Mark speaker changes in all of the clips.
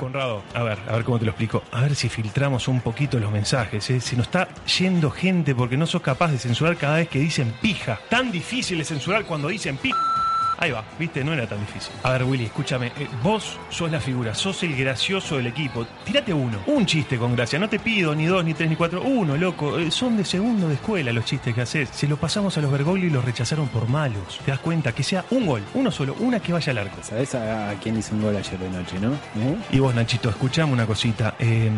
Speaker 1: Conrado, a ver, a ver cómo te lo explico. A ver si filtramos un poquito los mensajes. ¿eh? Se nos está yendo gente porque no sos capaz de censurar cada vez que dicen pija. Tan difícil es censurar cuando dicen pija. Ahí va, viste, no era tan difícil. A ver, Willy, escúchame. eh, vos sos la figura, sos el gracioso del equipo. Tírate uno. Un chiste con gracia. No te pido ni dos, ni tres, ni cuatro. Uno, loco. Eh, son de segundo de escuela los chistes que haces. Se los pasamos a los Bergoglio y los rechazaron por malos. Te das cuenta que sea un gol, uno solo, una que vaya al arco.
Speaker 2: ¿Sabés a, a quién hizo un gol ayer de noche, no? ¿Eh?
Speaker 1: Y vos, Nachito, escuchame una cosita. eh,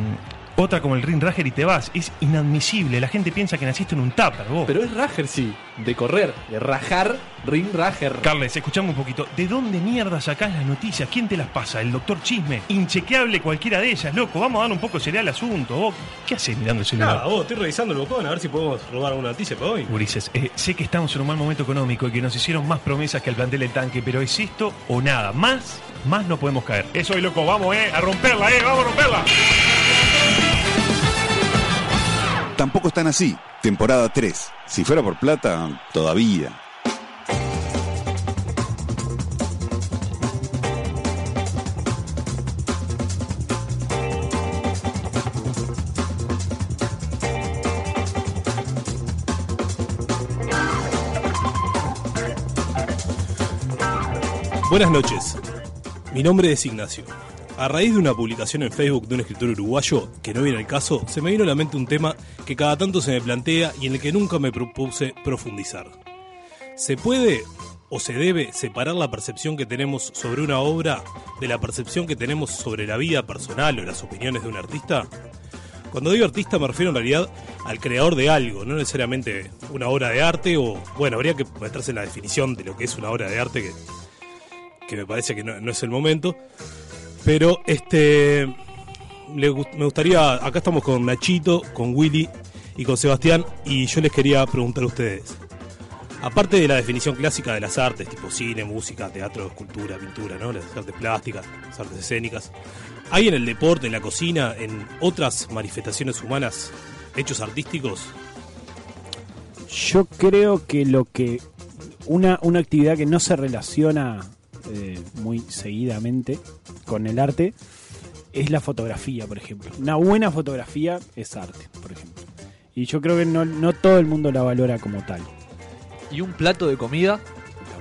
Speaker 1: otra como el Ring Rager y te vas. Es inadmisible. La gente piensa que naciste en un tupper, vos.
Speaker 3: Pero es Rager, sí. De correr, de rajar, ring Rager.
Speaker 1: Carles, escuchame un poquito. ¿De dónde mierda sacás las noticias? ¿Quién te las pasa? ¿El doctor Chisme? Inchequeable cualquiera de ellas, loco. Vamos a dar un poco de seriedad al asunto. ¿Vos qué haces mirando el celular?
Speaker 4: Nada, vos, estoy revisando el bocón a ver si podemos robar alguna noticia para hoy.
Speaker 1: Ulises, eh, sé que estamos en un mal momento económico y que nos hicieron más promesas que al plantel del tanque, pero es esto o nada. Más, más no podemos caer. Eso es loco, vamos, eh, a romperla, eh, vamos a romperla.
Speaker 5: Tampoco están así. Temporada 3. Si fuera por plata, todavía.
Speaker 4: Buenas noches. Mi nombre es Ignacio. A raíz de una publicación en Facebook de un escritor uruguayo, que no viene al caso, se me vino a la mente un tema que cada tanto se me plantea y en el que nunca me propuse profundizar. ¿Se puede o se debe separar la percepción que tenemos sobre una obra de la percepción que tenemos sobre la vida personal o las opiniones de un artista? Cuando digo artista me refiero en realidad al creador de algo, no necesariamente una obra de arte o, bueno, habría que meterse en la definición de lo que es una obra de arte que que me parece que no, no es el momento. Pero este le gust- me gustaría, acá estamos con Nachito, con Willy y con Sebastián y yo les quería preguntar a ustedes. Aparte de la definición clásica de las artes, tipo cine, música, teatro, escultura, pintura, ¿no? Las artes plásticas, las artes escénicas. ¿Hay en el deporte, en la cocina, en otras manifestaciones humanas, hechos artísticos?
Speaker 2: Yo creo que lo que. Una, una actividad que no se relaciona eh, muy seguidamente con el arte es la fotografía, por ejemplo. Una buena fotografía es arte, por ejemplo. Y yo creo que no, no todo el mundo la valora como tal.
Speaker 6: ¿Y un plato de comida?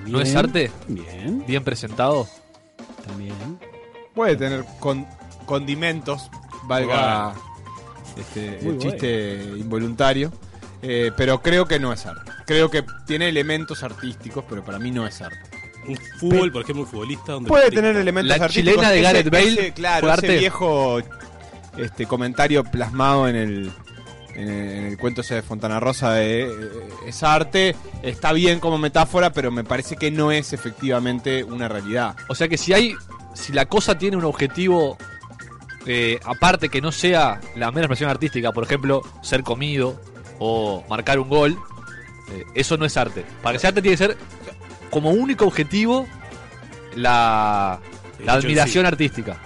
Speaker 6: ¿No es
Speaker 2: También-
Speaker 6: arte?
Speaker 2: Bien,
Speaker 6: Bien presentado.
Speaker 2: también.
Speaker 7: Puede tener con- condimentos, valga este,
Speaker 2: Muy
Speaker 7: el chiste involuntario, eh, pero creo que no es arte. Creo que tiene elementos artísticos, pero para mí no es arte.
Speaker 4: Un fútbol, por ejemplo, un futbolista. Donde
Speaker 7: Puede
Speaker 4: el futbolista-
Speaker 7: tener elementos
Speaker 6: La
Speaker 7: artísticos.
Speaker 6: chilena de
Speaker 7: ese-
Speaker 6: Gareth Bale
Speaker 7: ese, claro,
Speaker 6: fue
Speaker 7: ese
Speaker 6: arte.
Speaker 7: viejo este, comentario plasmado en el, en el, en el cuento ese de Fontana Rosa de eh, es arte, está bien como metáfora, pero me parece que no es efectivamente una realidad.
Speaker 6: O sea que si hay. Si la cosa tiene un objetivo. eh, aparte que no sea la mera expresión artística, por ejemplo, ser comido o marcar un gol, eh, eso no es arte. Para que sea arte tiene que ser como único objetivo la,
Speaker 4: El
Speaker 6: la
Speaker 4: hecho en sí.
Speaker 6: admiración artística.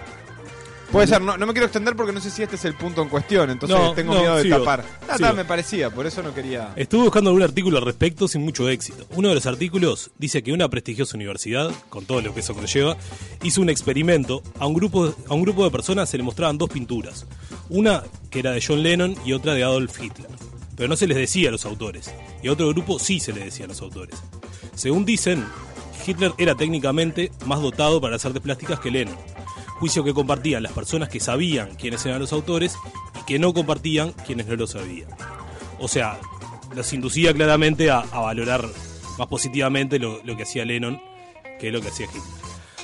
Speaker 7: Puede ser, no, no me quiero extender porque no sé si este es el punto en cuestión, entonces
Speaker 4: No,
Speaker 7: tengo
Speaker 4: no,
Speaker 7: miedo de
Speaker 4: sigo,
Speaker 7: tapar. Ah,
Speaker 4: sigo.
Speaker 7: tá, me parecía, por eso no quería.
Speaker 4: Estuve buscando algún artículo al respecto sin mucho éxito. Uno de los artículos dice que una prestigiosa universidad, con todo lo que eso conlleva, hizo un experimento. A un grupo, a un grupo de personas se le mostraban dos pinturas. Una que era de John Lennon y otra de Adolf Hitler. Pero no se les decía a los autores. Y a otro grupo sí se les decía a los autores. Según dicen, Hitler era técnicamente más dotado para las artes plásticas que Lennon. Juicio que compartían las personas que sabían quiénes eran los autores y que no compartían quienes no lo sabían. O sea, los inducía claramente a, a valorar más positivamente lo, lo que hacía Lennon que lo que hacía Hitler.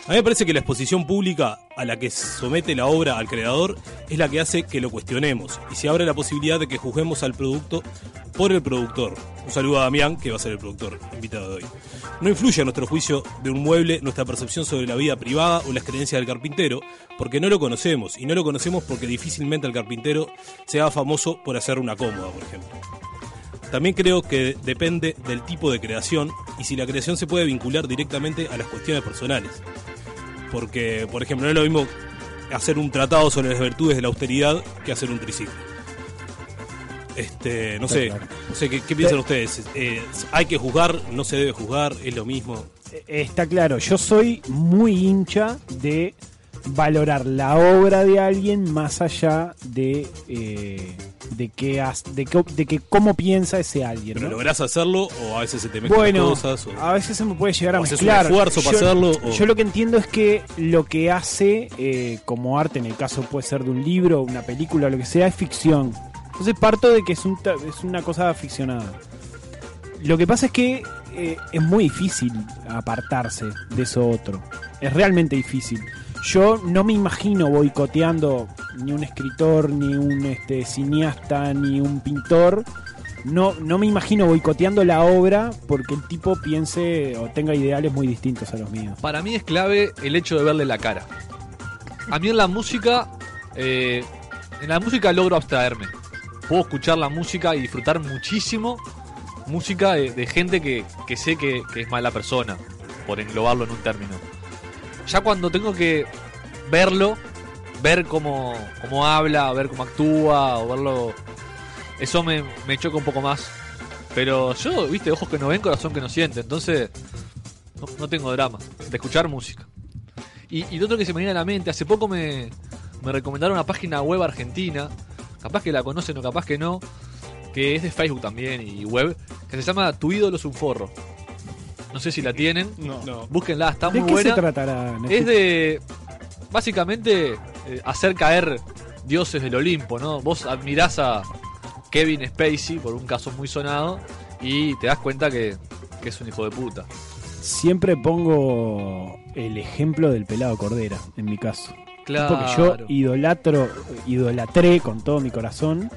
Speaker 4: A mí me parece que la exposición pública a la que somete la obra al creador es la que hace que lo cuestionemos y se abre la posibilidad de que juzguemos al producto por el productor. Un saludo a Damián, que va a ser el productor invitado de hoy. No influye a nuestro juicio de un mueble nuestra percepción sobre la vida privada o las creencias del carpintero, porque no lo conocemos, y no lo conocemos porque difícilmente el carpintero se haga famoso por hacer una cómoda, por ejemplo. También creo que depende del tipo de creación y si la creación se puede vincular directamente a las cuestiones personales. Porque, por ejemplo, no es lo mismo hacer un tratado sobre las virtudes de la austeridad que hacer un triciclo. Este, no sé, no sé ¿qué, qué piensan ustedes? Eh, ¿Hay que juzgar? ¿No se
Speaker 2: E,
Speaker 4: debe juzgar? ¿Es lo mismo?
Speaker 2: Está claro, yo soy muy hincha de valorar la obra de alguien más allá de, eh, de, qué has- de, qué- de qué- cómo piensa ese alguien.
Speaker 4: ¿Pero
Speaker 2: ¿no?
Speaker 4: lográs hacerlo o a veces se te mezclan
Speaker 2: Bueno,
Speaker 4: cosas? o-
Speaker 2: a veces se me puede llegar a
Speaker 4: o haces un
Speaker 2: mezclar.
Speaker 4: esfuerzo para
Speaker 2: yo,
Speaker 4: hacerlo, o-
Speaker 2: yo lo que entiendo es que lo que hace eh, como arte, en el caso puede ser de un libro, una película, lo que sea, es ficción. Entonces parto de que es, un ta- es una cosa ficcionada. Lo que pasa es que eh, es muy difícil apartarse de eso otro. Es realmente difícil. Yo no me imagino boicoteando ni un escritor, ni un este, cineasta, ni un pintor. No, no me imagino boicoteando la obra porque el tipo piense o tenga ideales muy distintos a los míos.
Speaker 6: Para mí es clave el hecho de verle la cara. A mí en la música, eh, en la música logro abstraerme. Puedo escuchar la música y disfrutar muchísimo música de, de gente que, que sé que, que es mala persona, por englobarlo en un término. Ya cuando tengo que verlo, ver cómo, cómo habla, ver cómo actúa, o verlo, eso me, me choca un poco más. Pero yo, viste, ojos que no ven, corazón que no siente, entonces... No, no tengo drama. De escuchar música. Y, y lo otro que se me viene a la mente, hace poco me, me recomendaron una página web argentina, capaz que la conocen o capaz que no, que es de Facebook también y web, que se llama Tu ídolo es un forro. No sé si la tienen.
Speaker 4: No.
Speaker 6: Búsquenla, está
Speaker 2: ¿De
Speaker 6: muy
Speaker 2: qué
Speaker 6: buena.
Speaker 2: se tratará? Nati?
Speaker 6: Es de. Básicamente, eh, hacer caer dioses del Olimpo, ¿no? Vos admirás a Kevin Spacey por un caso muy sonado y te das cuenta que, que es un hijo de puta.
Speaker 2: Siempre pongo el ejemplo del pelado Cordera, en mi caso.
Speaker 6: Claro.
Speaker 2: Porque yo idolatro, idolatré con todo mi corazón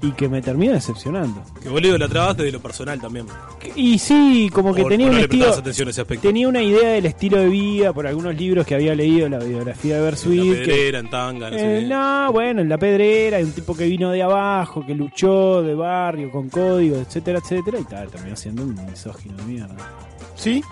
Speaker 2: y que me termina decepcionando.
Speaker 4: Que vos le trabas desde lo personal también.
Speaker 2: Y sí, como que
Speaker 4: O-
Speaker 2: tenía
Speaker 4: o no
Speaker 2: un
Speaker 4: le
Speaker 2: estilo.
Speaker 4: prestabas atención a ese aspecto.
Speaker 2: Tenía una idea del estilo de vida por algunos libros que había leído, la biografía de
Speaker 4: En la
Speaker 2: Bersuit. que-
Speaker 4: pedrera, en tanga, no sé
Speaker 2: Eh,
Speaker 4: qué.
Speaker 2: no, bueno, en la pedrera, hay un tipo que vino de abajo, que luchó de barrio, con código, etcétera, etcétera, y tal, terminó siendo un misógino de mierda. ¿Sí?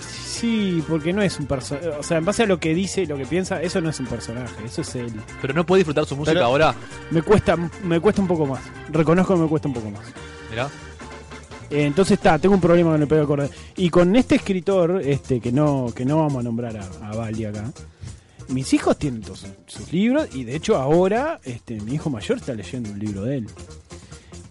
Speaker 2: Sí, porque no es un personaje. O sea, en base a lo que dice y lo que piensa, eso no es un personaje, eso es él.
Speaker 6: Pero no puede disfrutar su música
Speaker 7: Pero-
Speaker 6: ahora.
Speaker 2: Me cuesta, me cuesta un poco más. Reconozco que me cuesta un poco más.
Speaker 6: Mirá.
Speaker 2: Eh, entonces está, tengo un problema con el pedo acorde. Y con este escritor, este, que no, que no vamos a nombrar a, a Bali acá. Mis hijos tienen todos sus- sus libros y de hecho ahora este, mi hijo mayor está leyendo un libro de él.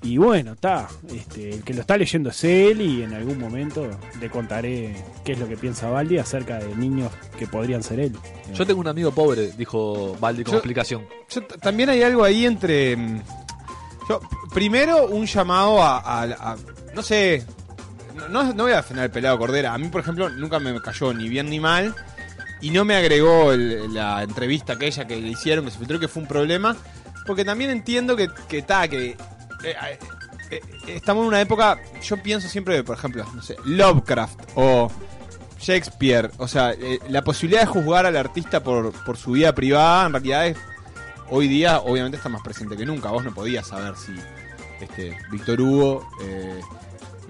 Speaker 2: Y bueno, está. Este, el que lo está leyendo es él y en algún momento le contaré qué es lo que piensa Baldi acerca de niños que podrían ser él.
Speaker 6: Yo tengo un amigo pobre, dijo Baldi como
Speaker 7: Yo-
Speaker 6: explicación.
Speaker 7: Yo t- también hay algo ahí entre. mm, yo- primero, un llamado a. a- a- no sé. no- No, no voy a defender el pelado Cordera. A mí, por ejemplo, nunca me cayó ni bien ni mal. Y no me agregó el- la entrevista aquella que le hicieron, que se filtró que fue un problema. Porque también entiendo que, que ta, que. eh, eh, eh, estamos en una época. Yo pienso siempre, de, por ejemplo, no sé, Lovecraft o. Shakespeare, o sea, eh, la posibilidad de juzgar al artista por, por su vida privada en realidad es hoy día obviamente está más presente que nunca. Vos no podías saber si este, Víctor Hugo, eh,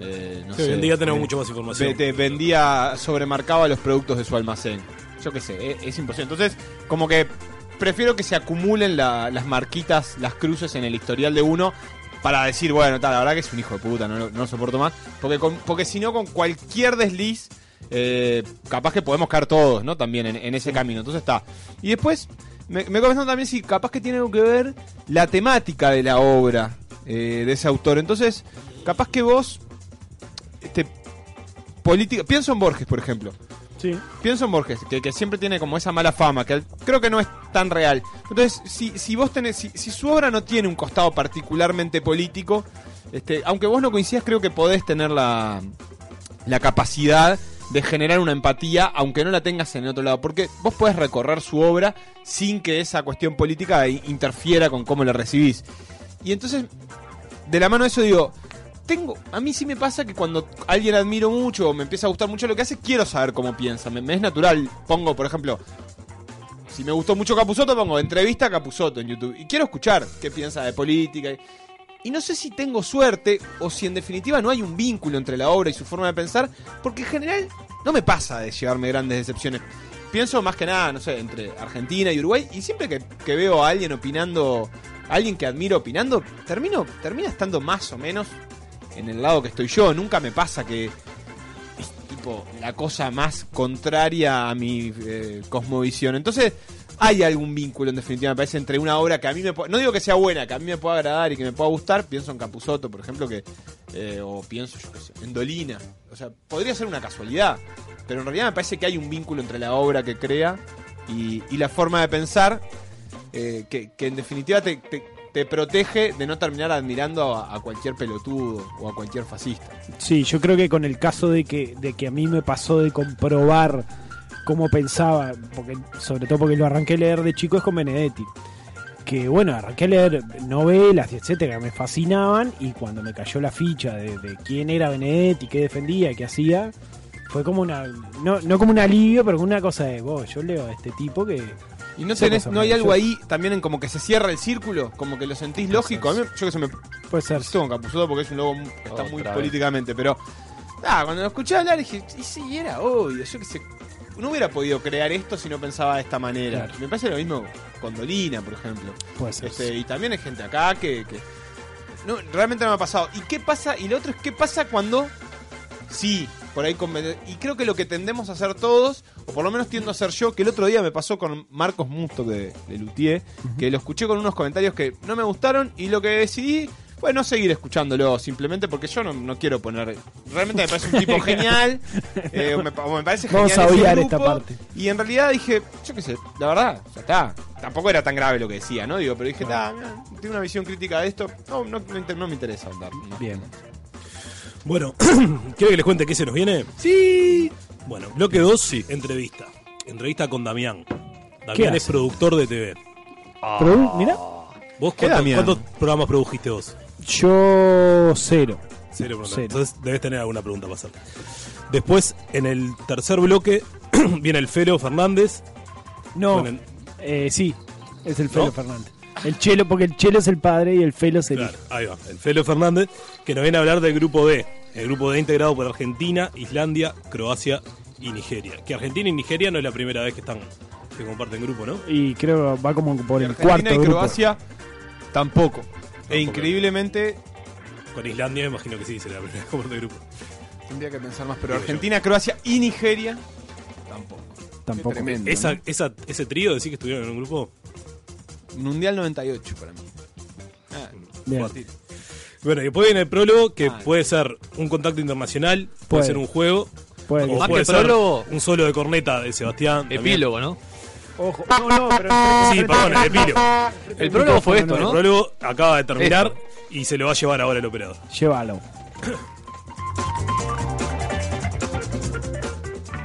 Speaker 7: eh, no
Speaker 4: Sí,
Speaker 7: sé,
Speaker 4: hoy en día tenemos
Speaker 7: eh,
Speaker 4: mucho más información.
Speaker 7: ve- te vendía, sobremarcaba los productos de su almacén. Yo qué sé, e- es, imposible. Entonces, como que prefiero que se acumulen la- las marquitas, las cruces en el historial de uno para decir, bueno, tal, la verdad que es un hijo de puta, no, lo- no lo soporto más. Porque, con- porque si no, con cualquier desliz, eh, capaz que podemos caer todos, ¿no? También en, en ese camino. Entonces está. Y después, me, me comentan también si capaz que tiene algo que ver la temática de la obra eh, de ese autor. Entonces, capaz que vos. Este, política. Pienso en Borges, por ejemplo.
Speaker 2: Sí.
Speaker 7: Pienso en Borges, que, que siempre tiene como esa mala fama, que creo que no es tan real. Entonces, si, si vos tenés, si, si su obra no tiene un costado particularmente político, este, aunque vos no coincidas, creo que podés tener la, la capacidad de generar una empatía, aunque no la tengas en el otro lado, porque vos podés recorrer su obra sin que esa cuestión política i- interfiera con cómo la recibís. Y entonces, de la mano de eso digo, tengo, a mí sí me pasa que cuando alguien admiro mucho o me empieza a gustar mucho lo que hace, quiero saber cómo piensa. Me, me es natural. Pongo, por ejemplo, si me gustó mucho Capuzoto, pongo entrevista a Capuzoto en YouTube. Y quiero escuchar qué piensa de política. Y no sé si tengo suerte o si en definitiva no hay un vínculo entre la obra y su forma de pensar, porque en general no me pasa de llevarme grandes decepciones. Pienso más que nada, no sé, entre Argentina y Uruguay, y siempre que, que veo a alguien opinando, a alguien que admiro opinando, termino, termina estando más o menos en el lado que estoy yo. Nunca me pasa que. tipo la cosa más contraria a mi eh, cosmovisión. Entonces, hay algún vínculo, en definitiva, me parece, entre una obra que a mí me puede- No digo que sea buena, que a mí me pueda agradar y que me pueda gustar. Pienso en Capusoto, por ejemplo, que. eh, o pienso, yo qué sé, en Dolina. O sea, podría ser una casualidad. Pero en realidad me parece que hay un vínculo entre la obra que crea y, y la forma de pensar. eh, que, que en definitiva te, te- te protege de no terminar admirando a- a cualquier pelotudo o a cualquier fascista.
Speaker 2: Sí, yo creo que con el caso de que, de que a mí me pasó de comprobar cómo pensaba, porque, sobre todo porque lo arranqué a leer de chico, es con Benedetti. Que bueno, arranqué a leer novelas, y etcétera, que me fascinaban, y cuando me cayó la ficha de, de quién era Benedetti, qué defendía, qué hacía, fue como una. No, no como un alivio, pero como una cosa de, vos, yo leo a este tipo que.
Speaker 7: Y no
Speaker 2: Son
Speaker 7: tenés,
Speaker 2: cosas
Speaker 7: no hay algo ahí
Speaker 2: maravillosas.
Speaker 7: también en como que se cierra el círculo, como que lo sentís lógico. A mí, yo que se me
Speaker 2: Puede ser.
Speaker 7: estoy con Capuzoto porque es un lobo mu- que está
Speaker 6: Otra
Speaker 7: muy
Speaker 6: vez.
Speaker 7: políticamente, pero ah, cuando lo escuché hablar dije, y sí, era obvio, yo que sé, no hubiera podido crear esto si no pensaba de esta manera.
Speaker 2: Claro.
Speaker 7: Me parece lo mismo con Dolina, por ejemplo.
Speaker 2: Puede ser.
Speaker 7: Este, y también hay gente acá que, que- no, realmente no me ha pasado. ¿Y qué pasa? Y lo otro es qué pasa cuando sí, por ahí con Benet- y creo que lo que tendemos a hacer todos, o por lo menos tiendo a hacer yo, que el otro día me pasó con Marcos Musto de, de Luthier, que lo escuché con unos comentarios que no me gustaron y lo que decidí fue no seguir escuchándolo simplemente porque yo no, no quiero poner realmente me parece un tipo genial eh, me, pa- me parece genial
Speaker 2: Vamos a
Speaker 7: ese
Speaker 2: obviar
Speaker 7: grupo,
Speaker 2: esta parte.
Speaker 7: y en realidad dije, yo qué sé, la verdad, ya está. Tampoco era tan grave lo que decía, ¿no? Digo, pero dije, "Ah, mira, tengo una visión crítica de esto. No, no, no inter- no me interesa andar.
Speaker 2: Bien.
Speaker 4: Bueno, ¿quiere que les cuente qué se nos viene? Sí. Bueno, bloque 2, sí. entrevista. Entrevista con Damián. Damián es
Speaker 2: hace? Ah.
Speaker 4: productor de TV.
Speaker 2: Pero, mira,
Speaker 4: ¿Vos
Speaker 7: ¿Qué
Speaker 4: cuántos,
Speaker 7: Damián?
Speaker 4: cuántos programas produjiste vos?
Speaker 2: yo cero.
Speaker 4: Cero preguntas.
Speaker 2: Cero.
Speaker 4: Entonces debes tener alguna pregunta para hacer. Después, en el tercer bloque, viene el Felo Fernández.
Speaker 2: No,
Speaker 4: Con el-
Speaker 2: eh, sí, es el Felo
Speaker 4: ¿No?
Speaker 2: Fernández. El Chelo, porque el Chelo es el padre y el Felo es el
Speaker 4: Claro,
Speaker 2: hijo.
Speaker 4: ahí va. El Felo Fernández, que nos viene a hablar del grupo D. El grupo D integrado por Argentina, Islandia, Croacia y Nigeria. Que Argentina y Nigeria no es la primera vez que están que comparten grupo,
Speaker 7: E
Speaker 4: ¿no?
Speaker 2: Y creo que va como por el
Speaker 7: Argentina
Speaker 2: cuarto
Speaker 7: y
Speaker 2: grupo.
Speaker 7: Croacia tampoco.
Speaker 4: Tampoco.
Speaker 7: E increíblemente,
Speaker 4: Con Islandia me imagino que sí, será la primera vez que comparte grupo.
Speaker 7: tendría que pensar más, pero
Speaker 4: Digo
Speaker 7: Argentina, Croacia y Nigeria tampoco.
Speaker 2: Tampoco.
Speaker 7: Tremendo.
Speaker 4: Esa, esa- ese trío decir que estuvieron en un grupo.
Speaker 7: Mundial 98 para mí. Ah,
Speaker 2: Bien.
Speaker 7: fuerte.
Speaker 4: Bueno, y después viene el prólogo, que
Speaker 7: Ah.
Speaker 4: puede ser un contacto internacional, puede,
Speaker 2: Puede.
Speaker 4: ser un juego,
Speaker 2: Puede que
Speaker 4: o
Speaker 6: Más
Speaker 4: puede
Speaker 6: que
Speaker 4: ser
Speaker 6: prólogo.
Speaker 4: un solo de corneta de Sebastián. también.
Speaker 6: Epílogo, ¿no?
Speaker 2: Ojo, no, no, pero. pero-
Speaker 4: Sí,
Speaker 2: pero-
Speaker 4: perdón, el epílogo.
Speaker 6: El prólogo fue esto,
Speaker 4: El
Speaker 6: ¿no?
Speaker 4: prólogo acaba de terminar y se lo va a llevar ahora el operador.
Speaker 2: Llévalo.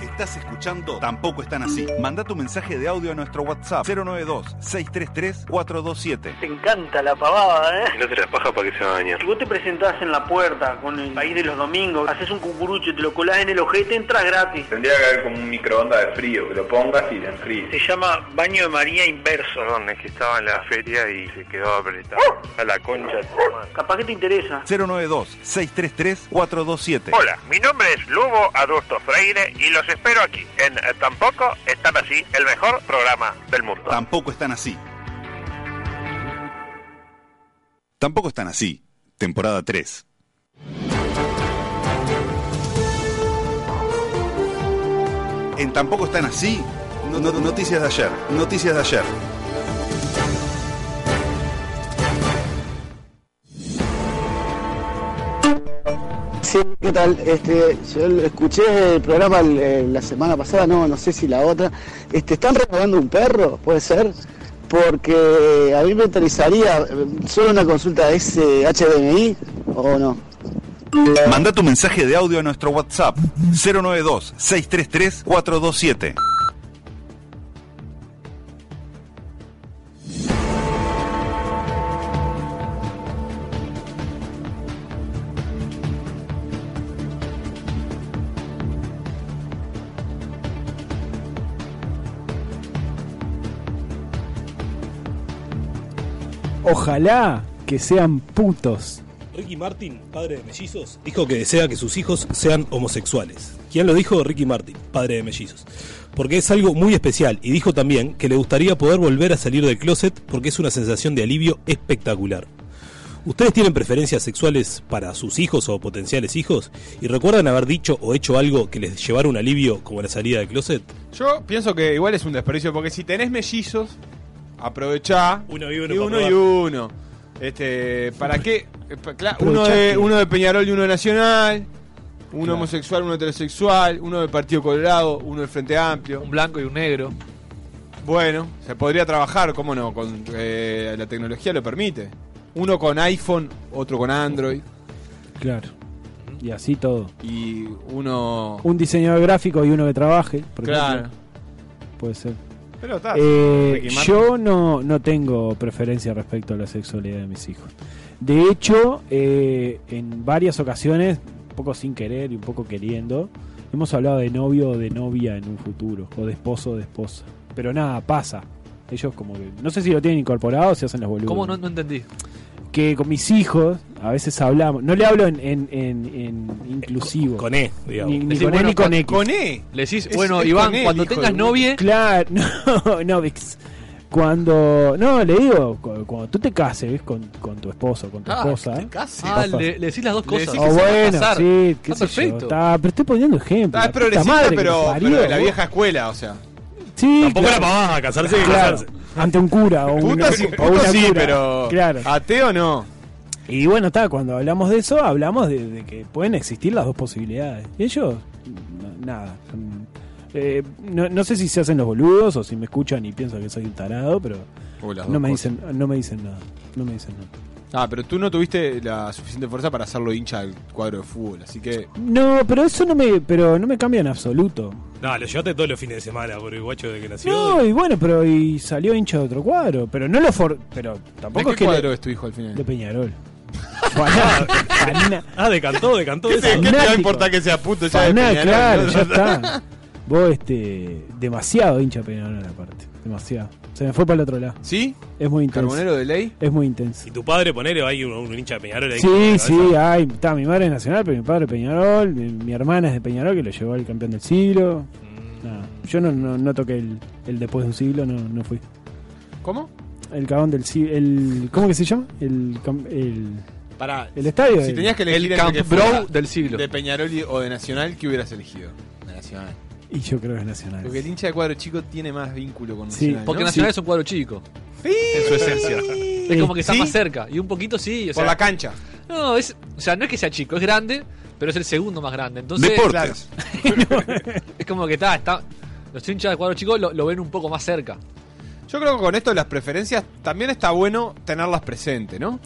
Speaker 5: Estás escuchando Tampoco están así. Manda tu mensaje de audio a nuestro WhatsApp 092 633 427.
Speaker 8: Te encanta la pavada, ¿eh?
Speaker 9: Y no te la paja para que se bañen.
Speaker 8: Si vos te presentás en la puerta con el país de los domingos, haces un cucurucho, te lo colás en el ojete, entras gratis.
Speaker 9: Tendría que haber como un microondas de frío, que lo pongas y te enfríes.
Speaker 8: Se llama baño de María inverso.
Speaker 9: Perdón, es que estaba en la feria y se quedó apretado. A la concha.
Speaker 8: Capaz que te interesa.
Speaker 5: 092 633 427.
Speaker 9: Hola, mi nombre es Lugo Adusto Freire y los espero aquí en eh, Tampoco Están Así, el mejor programa del mundo.
Speaker 5: Tampoco están así. Tampoco están así. Temporada 3. En Tampoco están así. no- no- noticias de ayer. Noticias de ayer.
Speaker 10: Sí, ¿qué tal? Este, yo lo escuché el programa el- eh, la semana pasada, no, no sé si la otra. Este, ¿Están renovando un perro? ¿Puede ser? Porque a mí me interesaría eh, solo una consulta, ¿es eh, HDMI o no?
Speaker 5: Manda tu mensaje de audio a nuestro WhatsApp 092 633 427.
Speaker 2: Ojalá que sean putos.
Speaker 4: Ricky Martin, padre de mellizos, dijo que desea que sus hijos sean homosexuales. ¿Quién lo dijo? Ricky Martin, padre de mellizos. Porque es algo muy especial y dijo también que le gustaría poder volver a salir del closet porque es una sensación de alivio espectacular. ¿Ustedes tienen preferencias sexuales para sus hijos o potenciales hijos? ¿Y recuerdan haber dicho o hecho algo que les llevara un alivio como la salida del closet?
Speaker 7: Yo pienso que igual es un desperdicio, porque si tenés mellizos, aprovechá.
Speaker 4: Uno y uno
Speaker 7: Y
Speaker 4: para
Speaker 7: uno
Speaker 4: probar.
Speaker 7: y uno. Este, ¿para qué? Eh, pa- claro, uno,
Speaker 4: Aprovechá
Speaker 7: de,
Speaker 4: que-
Speaker 7: uno de Peñarol y uno de Nacional. Uno
Speaker 6: Claro.
Speaker 7: homosexual, uno heterosexual, uno del Partido Colorado, uno del Frente Amplio. Un
Speaker 6: blanco y un negro.
Speaker 7: Bueno, se podría trabajar, cómo no, con eh, la tecnología lo permite. Uno con iPhone, otro con Android
Speaker 2: Claro. Y así todo.
Speaker 7: y uno
Speaker 2: Un diseñador gráfico y uno que trabaje, por
Speaker 7: Claro.
Speaker 2: ejemplo. Puede ser.
Speaker 7: Pero está,
Speaker 2: Eh,
Speaker 7: Ricky Martin.
Speaker 2: yo no, no tengo preferencia respecto a la sexualidad de mis hijos. De hecho, eh, en varias ocasiones, un poco sin querer y un poco queriendo, hemos hablado de novio o de novia en un futuro, o de esposo o de esposa. Pero nada, pasa. Ellos como que... No sé si lo tienen incorporado o se hacen los boludos.
Speaker 6: ¿Cómo no, no entendí?
Speaker 2: Que con mis hijos a veces hablamos... No le hablo en, en- en-
Speaker 6: Eh,
Speaker 2: en inclusivo.
Speaker 4: Con E, digamos.
Speaker 2: Ni, ni
Speaker 6: Decís,
Speaker 2: con E
Speaker 6: bueno,
Speaker 2: ni con
Speaker 6: con-
Speaker 2: X.
Speaker 6: con E. Le decís, Es- bueno, es Iván, con E, cuando hijo tengas de- novie-
Speaker 2: Claro, no, no, Vix. Cuando. No, le digo, cu- cuando tú te cases ¿ves? Con, con tu esposo, con tu
Speaker 6: Ah,
Speaker 2: esposa.
Speaker 6: que
Speaker 2: ¿eh?
Speaker 6: te cases. Ah, le- le decís las dos cosas.
Speaker 2: O
Speaker 6: Le decís que se van a
Speaker 2: bueno,
Speaker 6: casar.
Speaker 2: sí, qué
Speaker 6: Está
Speaker 2: sé yo,
Speaker 6: perfecto. Ah,
Speaker 2: está- pero estoy poniendo ejemplo.
Speaker 7: Está,
Speaker 2: la
Speaker 7: Ah, es
Speaker 2: puta
Speaker 7: progresista,
Speaker 2: madre que me
Speaker 7: pero,
Speaker 2: parió,
Speaker 7: pero de la
Speaker 2: vos.
Speaker 7: vieja escuela, o sea.
Speaker 2: Sí,
Speaker 7: Tampoco
Speaker 2: claro.
Speaker 7: era pavada, casarse y
Speaker 2: Mm. Claro,
Speaker 7: casarse.
Speaker 2: Ante un cura o, una,
Speaker 7: Puta sí,
Speaker 2: o
Speaker 7: puta
Speaker 2: una
Speaker 7: sí,
Speaker 2: cura.
Speaker 7: pero
Speaker 2: Claro.
Speaker 7: ateo no.
Speaker 2: Y bueno, está, cuando hablamos de eso, hablamos de, de que pueden existir las dos posibilidades. Y ellos, n- nada. son- eh, no, no sé si se hacen los boludos o si me escuchan y piensan que soy un tarado, pero
Speaker 7: O las
Speaker 2: no
Speaker 7: dos
Speaker 2: me,
Speaker 7: cosas.
Speaker 2: dicen, no me dicen nada. No me dicen nada.
Speaker 7: Ah, pero tú no tuviste la suficiente fuerza para hacerlo hincha del cuadro de fútbol, así que
Speaker 2: No, pero eso no me, pero no me cambia en absoluto.
Speaker 4: No, lo llevaste todos los fines de semana por el guacho de que nació.
Speaker 2: No, y bueno, pero y salió hincha de otro cuadro. Pero no lo for. Pero tampoco
Speaker 7: ¿De
Speaker 2: es
Speaker 7: qué
Speaker 2: que. le-
Speaker 7: cuadro es tu hijo al final?
Speaker 2: De Peñarol.
Speaker 4: Ah, decantó, decantó.
Speaker 7: ¿Qué,
Speaker 4: eso.
Speaker 7: te- qué te va a importar que sea puto ya de
Speaker 2: Faná,
Speaker 7: Peñarol?
Speaker 2: claro,
Speaker 7: ¿no?
Speaker 2: ya está. Vos, este. Demasiado hincha de Peñarol, aparte. Demasiado. Se me fue para el otro lado.
Speaker 7: ¿Sí?
Speaker 2: Es muy intenso.
Speaker 7: ¿Carbonero de ley?
Speaker 2: Es muy intenso.
Speaker 4: Y tu padre, ponele, hay un, un hincha de Peñarol ahí.
Speaker 2: Sí, sí, hay, está, mi madre es nacional, pero mi padre es Peñarol, mi, mi hermana es de Peñarol, que lo llevó al campeón del siglo. Nada, Yo no, no, no toqué el, el después de un siglo, no, no fui.
Speaker 7: ¿Cómo?
Speaker 2: El cagón del siglo, el, ¿cómo que se llama? El, cam- el,
Speaker 7: Pará.
Speaker 2: el estadio.
Speaker 7: Si
Speaker 2: el-
Speaker 7: tenías que elegir
Speaker 6: el
Speaker 7: entre
Speaker 6: Camp
Speaker 7: que fuera
Speaker 6: Brou del siglo.
Speaker 7: De Peñarol y- o de Nacional, ¿qué hubieras elegido? De Nacional.
Speaker 2: Y yo creo que es nacional.
Speaker 7: Porque el hincha de cuadro chico tiene más vínculo con
Speaker 2: Sí.
Speaker 7: Nacional.
Speaker 6: Porque
Speaker 7: ¿no?
Speaker 6: Nacional
Speaker 7: Sí.
Speaker 6: es un cuadro chico. En su esencia. Es como que está
Speaker 7: ¿Sí?
Speaker 6: más cerca. Y un poquito sí. O
Speaker 7: Por
Speaker 6: sea-
Speaker 7: la cancha.
Speaker 6: No, es, o sea, no es que sea chico, es grande, pero es el segundo más grande. Entonces,
Speaker 7: Deportes.
Speaker 6: Claro. es como que está, está. Los hinchas de cuadro chico lo, lo ven un poco más cerca.
Speaker 7: Yo creo que con esto de las preferencias también está bueno tenerlas presente, ¿no?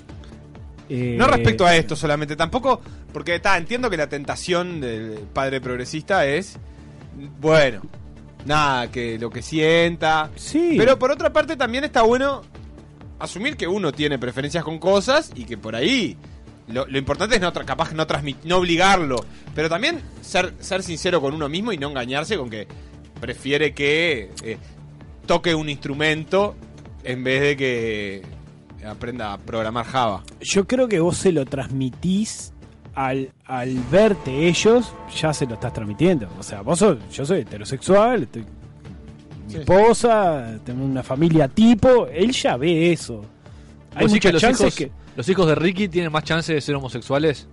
Speaker 2: Eh,
Speaker 7: No respecto a esto solamente, tampoco, porque está, entiendo que la tentación del padre progresista es, bueno, nada, que lo que sienta.
Speaker 2: Sí.
Speaker 7: Pero por otra parte también está bueno asumir que uno tiene preferencias con cosas y que por ahí lo, lo importante es no tra- capaz no transmit- no obligarlo, pero también ser, ser sincero con uno mismo y no engañarse con que prefiere que eh, toque un instrumento en vez de que aprenda a programar Java.
Speaker 2: Yo creo que vos se lo transmitís al, al verte ellos, ya se lo estás transmitiendo. O sea, vos sos- yo soy heterosexual, estoy- mi esposa, tengo una familia tipo, él ya ve eso. Hay
Speaker 6: ¿Vos decís
Speaker 2: muchas
Speaker 6: que los
Speaker 2: chances
Speaker 6: hijos,
Speaker 2: que
Speaker 6: los hijos de Ricky tienen más chance de ser homosexuales.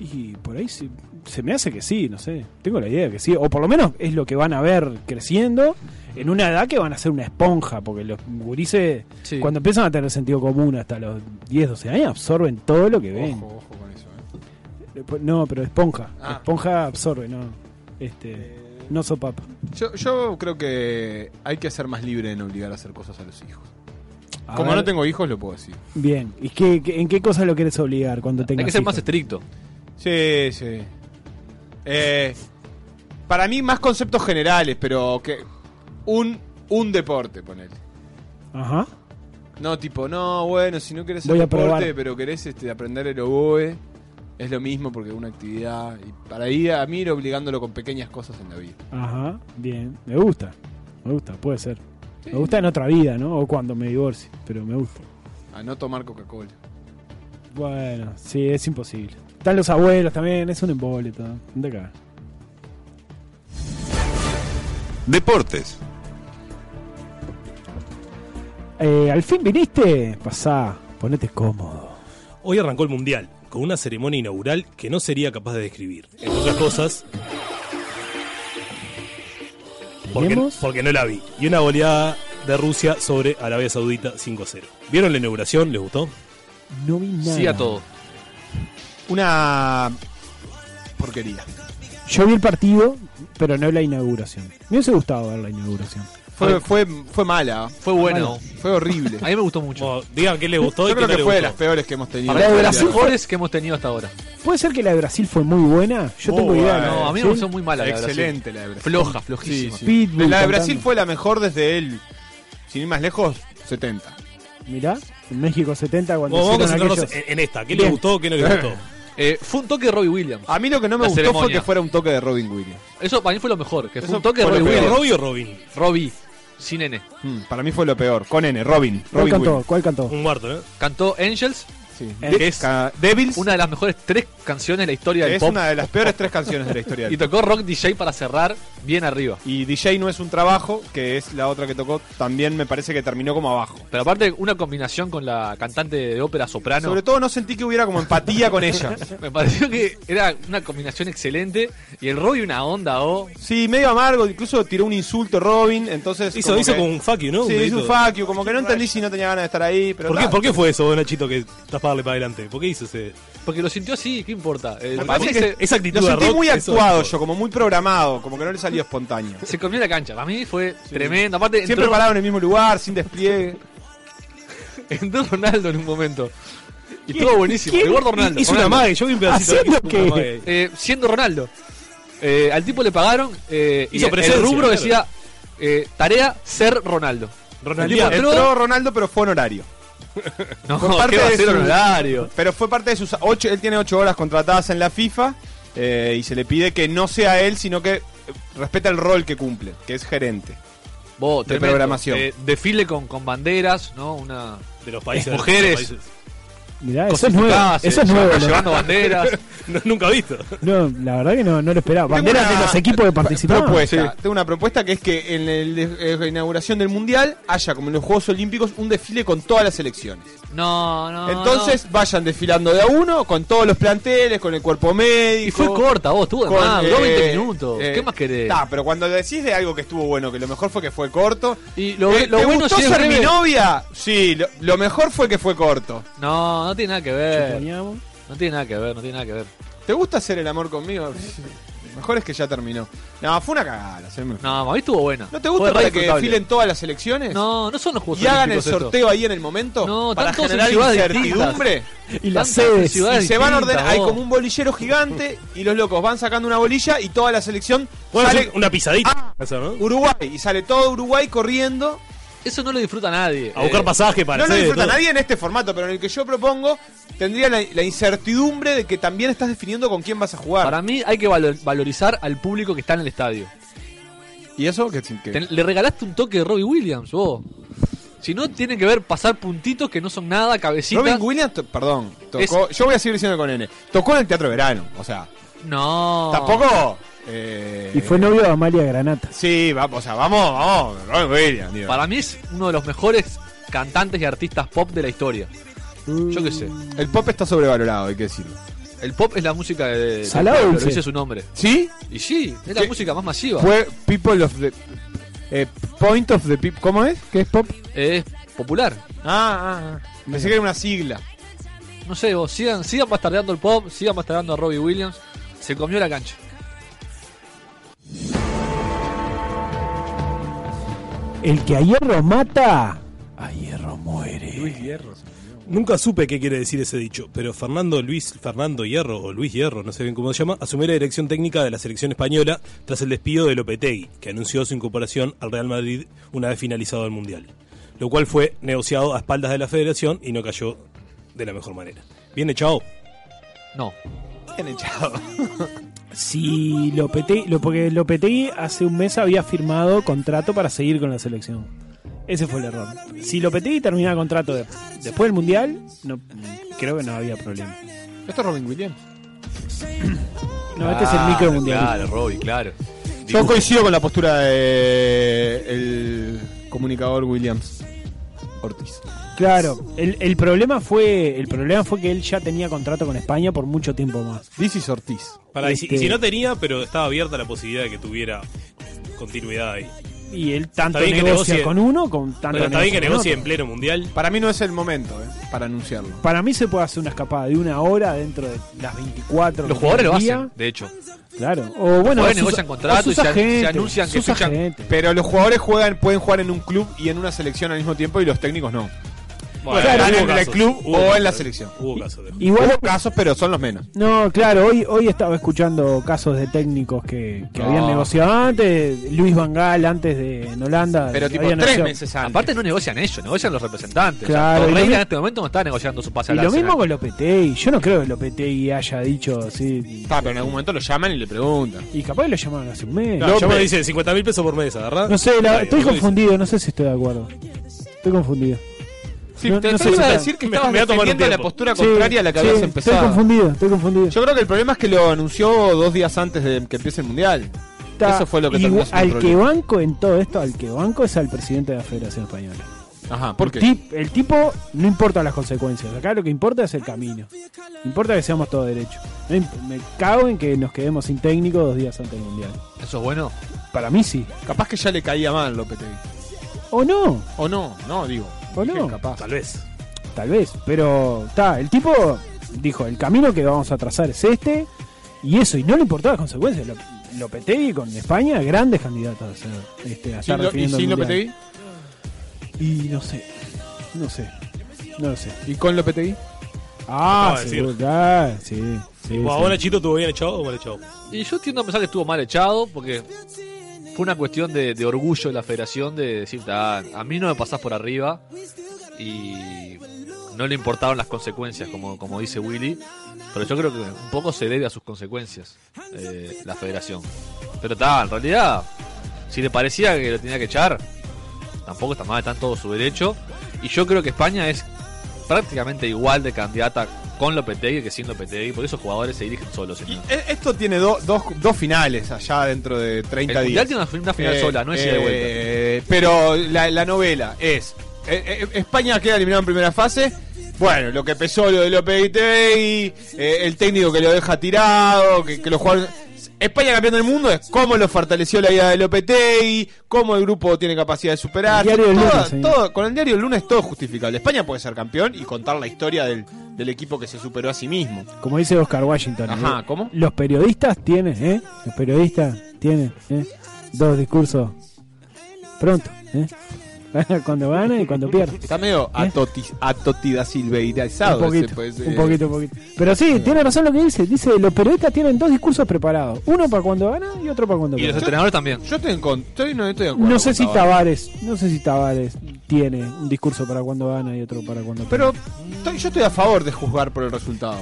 Speaker 2: Y por ahí se, se me hace que sí, no sé. Tengo la idea de que sí. O por lo menos es lo que van a ver creciendo en una edad que van a ser una esponja. Porque los gurises,
Speaker 6: Sí.
Speaker 2: cuando empiezan a tener sentido común hasta los 10, 12 años, absorben todo lo que ven.
Speaker 7: Ojo, ojo con eso. ¿eh?
Speaker 2: Después- No, pero esponja.
Speaker 7: Ah.
Speaker 2: Esponja absorbe, no. Este,
Speaker 6: Eh.
Speaker 2: no sopapa.
Speaker 7: Yo, yo creo que hay que ser más libre en obligar a hacer cosas a los hijos.
Speaker 2: A
Speaker 7: Como
Speaker 2: ver.
Speaker 7: no tengo hijos, lo puedo decir.
Speaker 2: Bien. ¿Y qué, qué- en qué cosa lo quieres obligar cuando tengas
Speaker 6: Hay que ser más
Speaker 2: hijos?
Speaker 6: estricto.
Speaker 7: Sí, sí. Eh, para mí, más conceptos generales, pero que. Un, un deporte, ponele.
Speaker 2: Ajá.
Speaker 7: No, tipo, no, bueno, si no querés hacer
Speaker 2: Voy a
Speaker 7: deporte,
Speaker 2: probar.
Speaker 7: pero querés este, aprender el oboe, es lo mismo porque es una actividad. Y para ir a mí ir obligándolo con pequeñas cosas en la vida.
Speaker 2: Ajá. Bien. Me gusta. Me gusta, puede ser. Me gusta en otra vida, ¿no? O cuando me divorcie, pero me gusta.
Speaker 7: A no tomar Coca-Cola.
Speaker 2: Bueno, sí, es imposible. Están los abuelos también, es un embole todo. Anda acá.
Speaker 5: Deportes.
Speaker 2: Eh, Al fin viniste, pasá, ponete cómodo.
Speaker 4: Hoy arrancó el Mundial, con una ceremonia inaugural que no sería capaz de describir. Entre otras cosas... Porque,
Speaker 2: ¿Tenemos?
Speaker 4: porque no la vi. Y una goleada de Rusia sobre Arabia Saudita 5-0. ¿Vieron la inauguración? ¿Les gustó?
Speaker 2: No vi nada.
Speaker 6: Sí a todo.
Speaker 7: Una Ah, porquería.
Speaker 2: Yo vi el partido, pero no la inauguración. Me hubiese gustado ver la inauguración.
Speaker 7: Fue, fue, fue mala.
Speaker 6: Fue bueno.
Speaker 7: Fue horrible.
Speaker 6: A mí me gustó mucho.
Speaker 4: Bueno, digan qué les gustó y
Speaker 7: Yo
Speaker 4: qué
Speaker 7: creo
Speaker 4: no
Speaker 7: que
Speaker 4: les
Speaker 7: fue de
Speaker 4: gustó.
Speaker 7: las peores que hemos tenido.
Speaker 6: Para mí, de las mejores que hemos tenido hasta ahora.
Speaker 2: ¿Puede ser que la de Brasil fue muy buena? Yo
Speaker 7: Muy
Speaker 2: tengo idea.
Speaker 7: buena.
Speaker 6: No, a mí me
Speaker 2: ¿Sí?
Speaker 6: gustó muy mala. la de Brasil.
Speaker 7: Excelente la de Brasil.
Speaker 6: Floja, flojísima.
Speaker 7: Sí, sí.
Speaker 2: Pitbull
Speaker 7: La de
Speaker 2: cantando.
Speaker 7: Brasil fue la mejor desde él. Sin ir más lejos, 70.
Speaker 2: Mirá, en México 70 cuando
Speaker 4: Bueno, vamos a
Speaker 2: hicieron
Speaker 4: concentrarnos
Speaker 2: aquellos...
Speaker 4: en, en esta. ¿Qué
Speaker 2: Bien.
Speaker 4: les gustó? ¿Qué no les gustó?
Speaker 6: Eh, fue un toque de Robbie Williams.
Speaker 7: A mí lo que no me
Speaker 6: La
Speaker 7: gustó fue
Speaker 6: ceremonia.
Speaker 7: que fuera un toque de Robin Williams.
Speaker 6: Eso para mí fue lo mejor. Que fue
Speaker 7: Eso
Speaker 6: un toque de
Speaker 7: fue
Speaker 6: Robbie
Speaker 7: lo peor.
Speaker 6: Williams.
Speaker 4: ¿Robbie o Robin?
Speaker 6: Robbie, sin N.
Speaker 7: Mm, para mí fue lo peor. Con N, Robin.
Speaker 2: ¿Cuál
Speaker 7: Robin
Speaker 2: cantó?
Speaker 7: Williams.
Speaker 2: ¿Cuál cantó?
Speaker 4: Un muerto, ¿eh?
Speaker 6: Cantó Angels,
Speaker 7: Sí.
Speaker 2: Eh,
Speaker 7: De- Ca- Devils.
Speaker 6: una de las mejores tres canciones de la historia
Speaker 7: que
Speaker 6: del
Speaker 7: es
Speaker 6: pop.
Speaker 7: una de las peores tres canciones de la historia. del
Speaker 6: Y tocó Rock DJ para cerrar bien arriba.
Speaker 7: Y DJ no es un trabajo, que es la otra que tocó, también me parece que terminó como abajo.
Speaker 6: Pero aparte, una combinación con la cantante de ópera soprano.
Speaker 7: Sobre todo no sentí que hubiera como empatía con ella.
Speaker 6: Me pareció que era una combinación excelente. Y el Robbie una onda, oh. o.
Speaker 7: Sí, medio amargo, incluso tiró un insulto Robin, entonces...
Speaker 4: Hizo, hizo como un fuck you, ¿no?
Speaker 7: Sí, hizo
Speaker 4: dedito.
Speaker 7: un fuck you, como que no entendí si no tenía ganas de estar ahí, pero...
Speaker 4: ¿Por qué,
Speaker 7: nada.
Speaker 4: ¿Por qué fue eso, Nachito, que estás para darle para adelante? ¿Por qué hizo ese...?
Speaker 6: Porque lo sintió así, ¿qué importa? Eh,
Speaker 7: Me
Speaker 6: me
Speaker 7: parece
Speaker 6: parece que se,
Speaker 4: Esa actitud
Speaker 7: Lo
Speaker 4: de
Speaker 7: sentí
Speaker 4: rock,
Speaker 7: muy
Speaker 4: eso-
Speaker 7: actuado yo, como muy programado, como que no le salió espontáneo.
Speaker 6: se comió la cancha. Para mí fue tremendo. Aparte,
Speaker 7: Siempre
Speaker 6: entró,
Speaker 7: parado en el mismo lugar, sin despliegue.
Speaker 6: entró Ronaldo en un momento. Y estuvo buenísimo.
Speaker 2: ¿Quién
Speaker 6: El gordo Ronaldo.
Speaker 4: Hizo una
Speaker 6: Ronaldo.
Speaker 4: mague, yo vi un pedacito.
Speaker 2: ¿Haciendo
Speaker 4: Hizo una
Speaker 2: qué?
Speaker 4: mague.
Speaker 6: Eh, siendo Ronaldo. Eh, al tipo le pagaron. eh, y
Speaker 4: Hizo
Speaker 6: el
Speaker 4: presencia,
Speaker 6: rubro
Speaker 4: claro.
Speaker 6: decía: eh, Tarea ser Ronaldo.
Speaker 4: Ronaldinho.
Speaker 6: Entró-
Speaker 7: Entró Ronaldo, pero fue en horario.
Speaker 6: No,
Speaker 7: Por parte
Speaker 6: ¿qué va a
Speaker 7: de
Speaker 6: ser
Speaker 7: su-
Speaker 6: horario?
Speaker 7: Pero fue parte de sus ocho, él tiene ocho horas contratadas en la FIFA eh, y se le pide que no sea él, sino que eh, respeta el rol que cumple, que es gerente.
Speaker 6: Vos,
Speaker 7: De
Speaker 6: tremendo.
Speaker 7: programación.
Speaker 6: Eh, desfile con, con banderas, ¿no? Una.
Speaker 4: De los países.
Speaker 6: Eh, mujeres.
Speaker 4: de los países.
Speaker 2: Mirá, eso es nuevo.
Speaker 6: Ah, se-
Speaker 2: Eso es
Speaker 6: se
Speaker 2: nuevo.
Speaker 6: anda
Speaker 2: ¿no?
Speaker 6: Llevando banderas.
Speaker 4: No, nunca visto.
Speaker 2: No, la verdad que no, no lo esperaba. Banderas
Speaker 7: Tengo
Speaker 2: de
Speaker 7: una
Speaker 2: los equipos que participaron.
Speaker 7: Propuesta. Tengo una propuesta que es que en el- eh, la inauguración del Mundial haya, como en los Juegos Olímpicos, un desfile con todas las selecciones.
Speaker 6: No, no.
Speaker 7: Entonces vayan desfilando de a uno, con todos los planteles, con el cuerpo
Speaker 6: no.
Speaker 7: médico.
Speaker 6: Y fue corta, vos, estuvo de
Speaker 7: con,
Speaker 6: más,
Speaker 7: eh,
Speaker 6: duró 20 minutos.
Speaker 7: eh,
Speaker 6: ¿Qué más querés?
Speaker 7: Está, pero cuando decís de algo que estuvo bueno, que lo mejor fue que fue corto.
Speaker 6: Y lo,
Speaker 7: ¿Te,
Speaker 6: lo
Speaker 7: te
Speaker 6: bueno
Speaker 7: gustó
Speaker 6: si es
Speaker 7: ser mi
Speaker 6: breve-
Speaker 7: novia? Sí, lo, lo mejor fue que fue corto.
Speaker 6: No, no tiene nada que ver.
Speaker 2: Teníamos.
Speaker 6: No tiene nada que ver, no tiene nada que ver.
Speaker 7: ¿Te gusta hacer el amor conmigo? Mejor es que ya terminó. No, fue una cagada. se me-
Speaker 6: No, a mí estuvo buena.
Speaker 7: ¿No te
Speaker 6: Fue
Speaker 7: gusta
Speaker 6: re
Speaker 7: para que
Speaker 6: disfrutable.
Speaker 7: desfilen todas las elecciones?
Speaker 6: No, no son los Juegos
Speaker 7: Y hagan el
Speaker 6: Olímpicos esto.
Speaker 7: sorteo ahí en el momento
Speaker 6: No,
Speaker 7: para
Speaker 6: están todos en
Speaker 7: generar
Speaker 6: ciudades
Speaker 7: incertidumbre.
Speaker 2: Y las
Speaker 6: Tantas
Speaker 2: sedes.
Speaker 6: ciudades.
Speaker 7: Y se van ordenando.
Speaker 6: distintas,
Speaker 7: Hay
Speaker 6: vos.
Speaker 7: como un bolillero gigante y los locos van sacando una bolilla y toda la selección
Speaker 4: Bueno,
Speaker 7: sale Ah,
Speaker 4: es un- una pisadita. eso, ¿no?
Speaker 7: Uruguay y sale todo Uruguay corriendo
Speaker 6: Eso no lo disfruta nadie.
Speaker 4: A buscar
Speaker 6: Eh,
Speaker 4: pasaje para
Speaker 7: No lo
Speaker 4: hacer de
Speaker 7: disfruta
Speaker 4: todo.
Speaker 7: nadie en este formato, pero en el que yo propongo tendría la, la incertidumbre de que también estás definiendo con quién vas a jugar.
Speaker 6: Para mí hay que valor- valorizar al público que está en el estadio.
Speaker 7: ¿Y eso? que
Speaker 6: Ten- le regalaste un toque de Robbie Williams, vos. Si no, tiene que ver pasar puntitos que no son nada, cabecitas.
Speaker 7: Robin Williams, to- perdón, tocó, yo voy a seguir diciendo con N, tocó en el Teatro Verano, o sea,
Speaker 6: No.
Speaker 7: tampoco... eh,
Speaker 2: Y fue novio de Amalia Granata.
Speaker 7: Sí, va- o sea, vamos, vamos, Robin Williams, digo.
Speaker 6: Para mí es uno de los mejores cantantes y artistas pop de la historia. Yo qué sé.
Speaker 7: El pop está sobrevalorado, hay que decirlo.
Speaker 6: El pop es la música de.
Speaker 2: Salado
Speaker 6: de-
Speaker 2: o
Speaker 6: pero
Speaker 2: dulce.
Speaker 6: dice su nombre.
Speaker 7: ¿Sí?
Speaker 6: Y sí, es la
Speaker 7: ¿Qué?
Speaker 6: música más masiva.
Speaker 7: Fue People of the... eh, point of the People, ¿cómo es? ¿Qué es pop?
Speaker 6: Es popular.
Speaker 7: Ah, ah, ah. Pensé que era una sigla.
Speaker 6: No sé, vos, sigan, sigan bastardeando el pop, sigan bastardeando a Robbie Williams. Se comió la cancha.
Speaker 2: El que a hierro mata, a hierro muere.
Speaker 4: Eh, Nunca supe qué quiere decir ese dicho, pero Fernando Luis Fernando Hierro o Luis Hierro, no sé bien cómo se llama, asumió la dirección técnica de la selección española tras el despido de Lopetegui, que anunció su incorporación al Real Madrid una vez finalizado el Mundial, lo cual fue negociado a espaldas de la federación y no cayó de la mejor manera. Bien chao.
Speaker 6: No.
Speaker 7: Bien echado.
Speaker 2: Si Lopetegui, lo, porque Lopetegui hace un mes había firmado contrato para seguir con la selección. Ese fue el error. Si Lopetegui terminaba contrato de- después del Mundial, no, creo que no había problema.
Speaker 7: ¿Esto es Robin Williams?
Speaker 2: No, este es el micro mundial.
Speaker 6: Claro, Robbie, claro.
Speaker 7: Yo coincido con la postura de el comunicador Williams. Ortiz.
Speaker 2: Claro, el, el problema fue el problema fue que él ya tenía contrato con España por mucho tiempo más.
Speaker 7: This is Ortiz.
Speaker 4: Para, y si-
Speaker 2: Este-
Speaker 4: y si no tenía, pero estaba abierta la posibilidad de que tuviera continuidad ahí.
Speaker 2: Y él tanto
Speaker 4: bien que
Speaker 2: negocia
Speaker 4: negocie-
Speaker 2: con uno, con tanto
Speaker 4: Pero está bien
Speaker 2: negocia
Speaker 4: que
Speaker 2: con
Speaker 4: negocie
Speaker 2: otro.
Speaker 4: en pleno mundial.
Speaker 7: Para mí no es el momento, eh, para anunciarlo.
Speaker 2: Para mí se puede hacer una escapada de una hora dentro de las 24.
Speaker 6: Los jugadores lo
Speaker 2: día.
Speaker 6: hacen, de hecho.
Speaker 2: Claro. O bueno,
Speaker 6: jugadores
Speaker 2: sus-
Speaker 6: negocian contratos
Speaker 2: o sus
Speaker 6: y se an- se
Speaker 2: agentes,
Speaker 6: anuncian que
Speaker 2: sus
Speaker 6: fichan.
Speaker 2: agentes.
Speaker 7: Pero los jugadores juegan, pueden jugar en un club y en una selección al mismo tiempo y los técnicos no.
Speaker 4: Bueno,
Speaker 7: Claro,
Speaker 4: hubo
Speaker 7: en el
Speaker 4: casos,
Speaker 7: club
Speaker 4: hubo
Speaker 7: o en
Speaker 4: casos,
Speaker 7: la selección.
Speaker 4: Hubo casos de-
Speaker 2: Igual-
Speaker 7: Hubo casos, pero son los menos.
Speaker 2: No, claro, hoy, hoy estaba escuchando casos de técnicos que, que
Speaker 7: No.
Speaker 2: habían negociado antes, Luis Van Gaal antes de en Holanda.
Speaker 7: Pero tipo
Speaker 2: había
Speaker 7: tres
Speaker 2: negociado.
Speaker 7: meses antes.
Speaker 6: Aparte no negocian ellos, negocian los representantes.
Speaker 2: Claro,
Speaker 6: o sea,
Speaker 2: y lo
Speaker 6: Torreira
Speaker 2: mi-
Speaker 6: en este momento no está negociando su pase
Speaker 2: Y
Speaker 6: al
Speaker 2: lo
Speaker 6: Arsenal.
Speaker 2: mismo con Lopetegui. Yo no creo que Lopetegui haya dicho así.
Speaker 7: Está, pero en algún momento lo llaman y le preguntan.
Speaker 2: Y capaz que lo llamaron hace un mes.
Speaker 4: No,
Speaker 2: No,
Speaker 4: yo me dice 50 mil pesos por mes, ¿verdad?
Speaker 2: sé, la-
Speaker 4: Ay,
Speaker 2: estoy
Speaker 4: lo que
Speaker 2: confundido, no sé si estoy de acuerdo. Estoy confundido.
Speaker 7: Sí,
Speaker 2: No-
Speaker 7: te
Speaker 2: no
Speaker 7: te
Speaker 2: sé
Speaker 7: iba
Speaker 2: si
Speaker 7: a
Speaker 2: está-
Speaker 7: decir que
Speaker 4: Me-
Speaker 7: estabas
Speaker 4: me voy a tomar un
Speaker 7: defendiendo la
Speaker 4: tiempo.
Speaker 7: postura contraria a la que habías
Speaker 2: sí,
Speaker 7: empezado.
Speaker 2: Estoy confundido, estoy confundido.
Speaker 7: Yo creo que el problema es que lo anunció dos días antes de que empiece el mundial.
Speaker 2: Está-
Speaker 7: Eso fue lo que
Speaker 2: igual-
Speaker 7: terminó siendo
Speaker 2: Al
Speaker 7: el
Speaker 2: que
Speaker 7: problema.
Speaker 2: banco en todo esto, al que banco es al presidente de la Federación Española.
Speaker 7: Ajá, ¿por qué?
Speaker 2: Tip- el tipo no importa las consecuencias. Acá lo que importa es el camino. Importa que seamos todos derechos. No imp- Me cago en que nos quedemos sin técnico dos días antes del mundial.
Speaker 6: Eso es bueno.
Speaker 2: Para mí sí.
Speaker 7: Capaz que ya le caía mal Lopetegui.
Speaker 2: O no,
Speaker 7: O no, no, digo.
Speaker 2: o
Speaker 7: Dije,
Speaker 2: no.
Speaker 7: Capaz.
Speaker 4: Tal vez.
Speaker 2: Tal vez. Pero está, el tipo dijo: el camino que vamos a trazar es este. Y eso, y no le importaba las consecuencias. Lo- Lopetegui con España, grandes candidatos a ser, este, a
Speaker 7: Sin
Speaker 2: estar
Speaker 7: lo- ¿Y
Speaker 2: definiendo el Mundial.
Speaker 7: sin Lopetegui?
Speaker 2: Y no sé. No sé. No lo sé.
Speaker 7: ¿Y con Lopetegui?
Speaker 2: Ah,
Speaker 4: Acaba de
Speaker 2: seguro, claro, sí. sí,
Speaker 4: Bueno,
Speaker 2: sí.
Speaker 4: ahora Chito estuvo bien echado o mal echado.
Speaker 6: Y yo tiendo a pensar que estuvo mal echado porque fue una cuestión de, de orgullo de la federación de decir, "Ah, a mí no me pasás por arriba y no le importaron las consecuencias, como, como dice Willy. Pero yo creo que un poco se debe a sus consecuencias eh, la federación. Pero está, en realidad, si le parecía que lo tenía que echar, tampoco está mal, está en todo su derecho. Y yo creo que España es prácticamente igual de candidata con Lopetegui que sin Lopetegui, porque esos jugadores se dirigen solos.
Speaker 7: Y
Speaker 6: señor.
Speaker 7: e- esto tiene do- dos, dos finales allá dentro de 30
Speaker 6: El mundial
Speaker 7: días.
Speaker 6: tiene una, una final sola, no es ida y vuelta.
Speaker 7: eh, Pero la, la novela es: eh, eh, España queda eliminado en primera fase. Bueno, lo que pesó lo de López y eh, el técnico que lo deja tirado, que, que los jugadores. España campeón del mundo es cómo lo fortaleció la idea de Lopetegui, cómo el grupo tiene capacidad de superar.
Speaker 2: El diario del
Speaker 7: Todo-
Speaker 2: lunes, señor.
Speaker 7: todo- con el diario el lunes todo es justificable. España puede ser campeón y contar la historia del, del equipo que se superó a sí mismo.
Speaker 2: Como dice Oscar Washington.
Speaker 7: Ajá,
Speaker 2: ¿eh?
Speaker 7: ¿cómo?
Speaker 2: Los periodistas tienen, ¿eh? Los periodistas tienen, ¿eh? Dos discursos. Pronto, ¿eh? cuando gana y cuando pierde.
Speaker 7: Está medio atoti- atotida silveirizado.
Speaker 2: ¿Eh? Un
Speaker 7: ese,
Speaker 2: poquito,
Speaker 7: pues,
Speaker 2: un
Speaker 7: eh,
Speaker 2: poquito, un poquito. Pero sí, tiene razón lo que dice. Dice, los periodistas tienen dos discursos preparados. Uno para cuando gana y otro para cuando
Speaker 6: Y los
Speaker 2: pierde.
Speaker 6: entrenadores también.
Speaker 7: Yo estoy en con- estoy- no estoy de acuerdo
Speaker 2: No sé
Speaker 7: con
Speaker 2: si
Speaker 7: Tabárez.
Speaker 2: Tavares, no sé si Tavares tiene un discurso para cuando gana y otro para cuando
Speaker 7: Pero
Speaker 2: pierde.
Speaker 7: estoy- yo estoy a favor de juzgar por el resultado.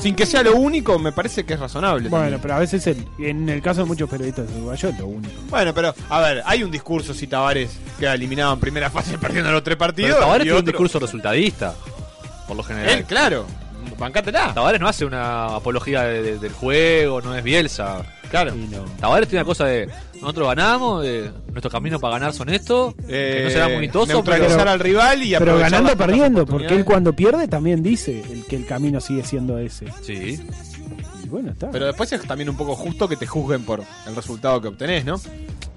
Speaker 7: Sin que sea lo único, me parece que es razonable.
Speaker 2: Bueno,
Speaker 7: también.
Speaker 2: pero a veces el- en el caso de muchos periodistas uruguayos es lo único.
Speaker 7: Bueno, pero, a ver, hay un discurso si Tavares queda eliminado en primera fase perdiendo los tres partidos.
Speaker 6: Pero Tavares
Speaker 7: y
Speaker 6: tiene un
Speaker 7: otro-
Speaker 6: discurso resultadista, por lo general.
Speaker 7: Él, claro. Bancátela.
Speaker 6: Tavares no hace una apología de- de- del juego, no es Bielsa. Claro.
Speaker 2: Y no.
Speaker 6: Tavares tiene una cosa de nosotros ganamos, eh, nuestros caminos para ganar son estos, que no será
Speaker 7: Eh,
Speaker 6: muy toso, pero
Speaker 7: neutralizar al rival y
Speaker 2: Pero
Speaker 7: aprovechar
Speaker 2: ganando o
Speaker 7: las pocas
Speaker 2: perdiendo, porque él
Speaker 7: oportunidades.
Speaker 2: cuando pierde también dice el- que el camino sigue siendo ese.
Speaker 6: sí.
Speaker 2: Y bueno, está.
Speaker 7: Pero después es también un poco justo que te juzguen por el resultado que obtenés, ¿no?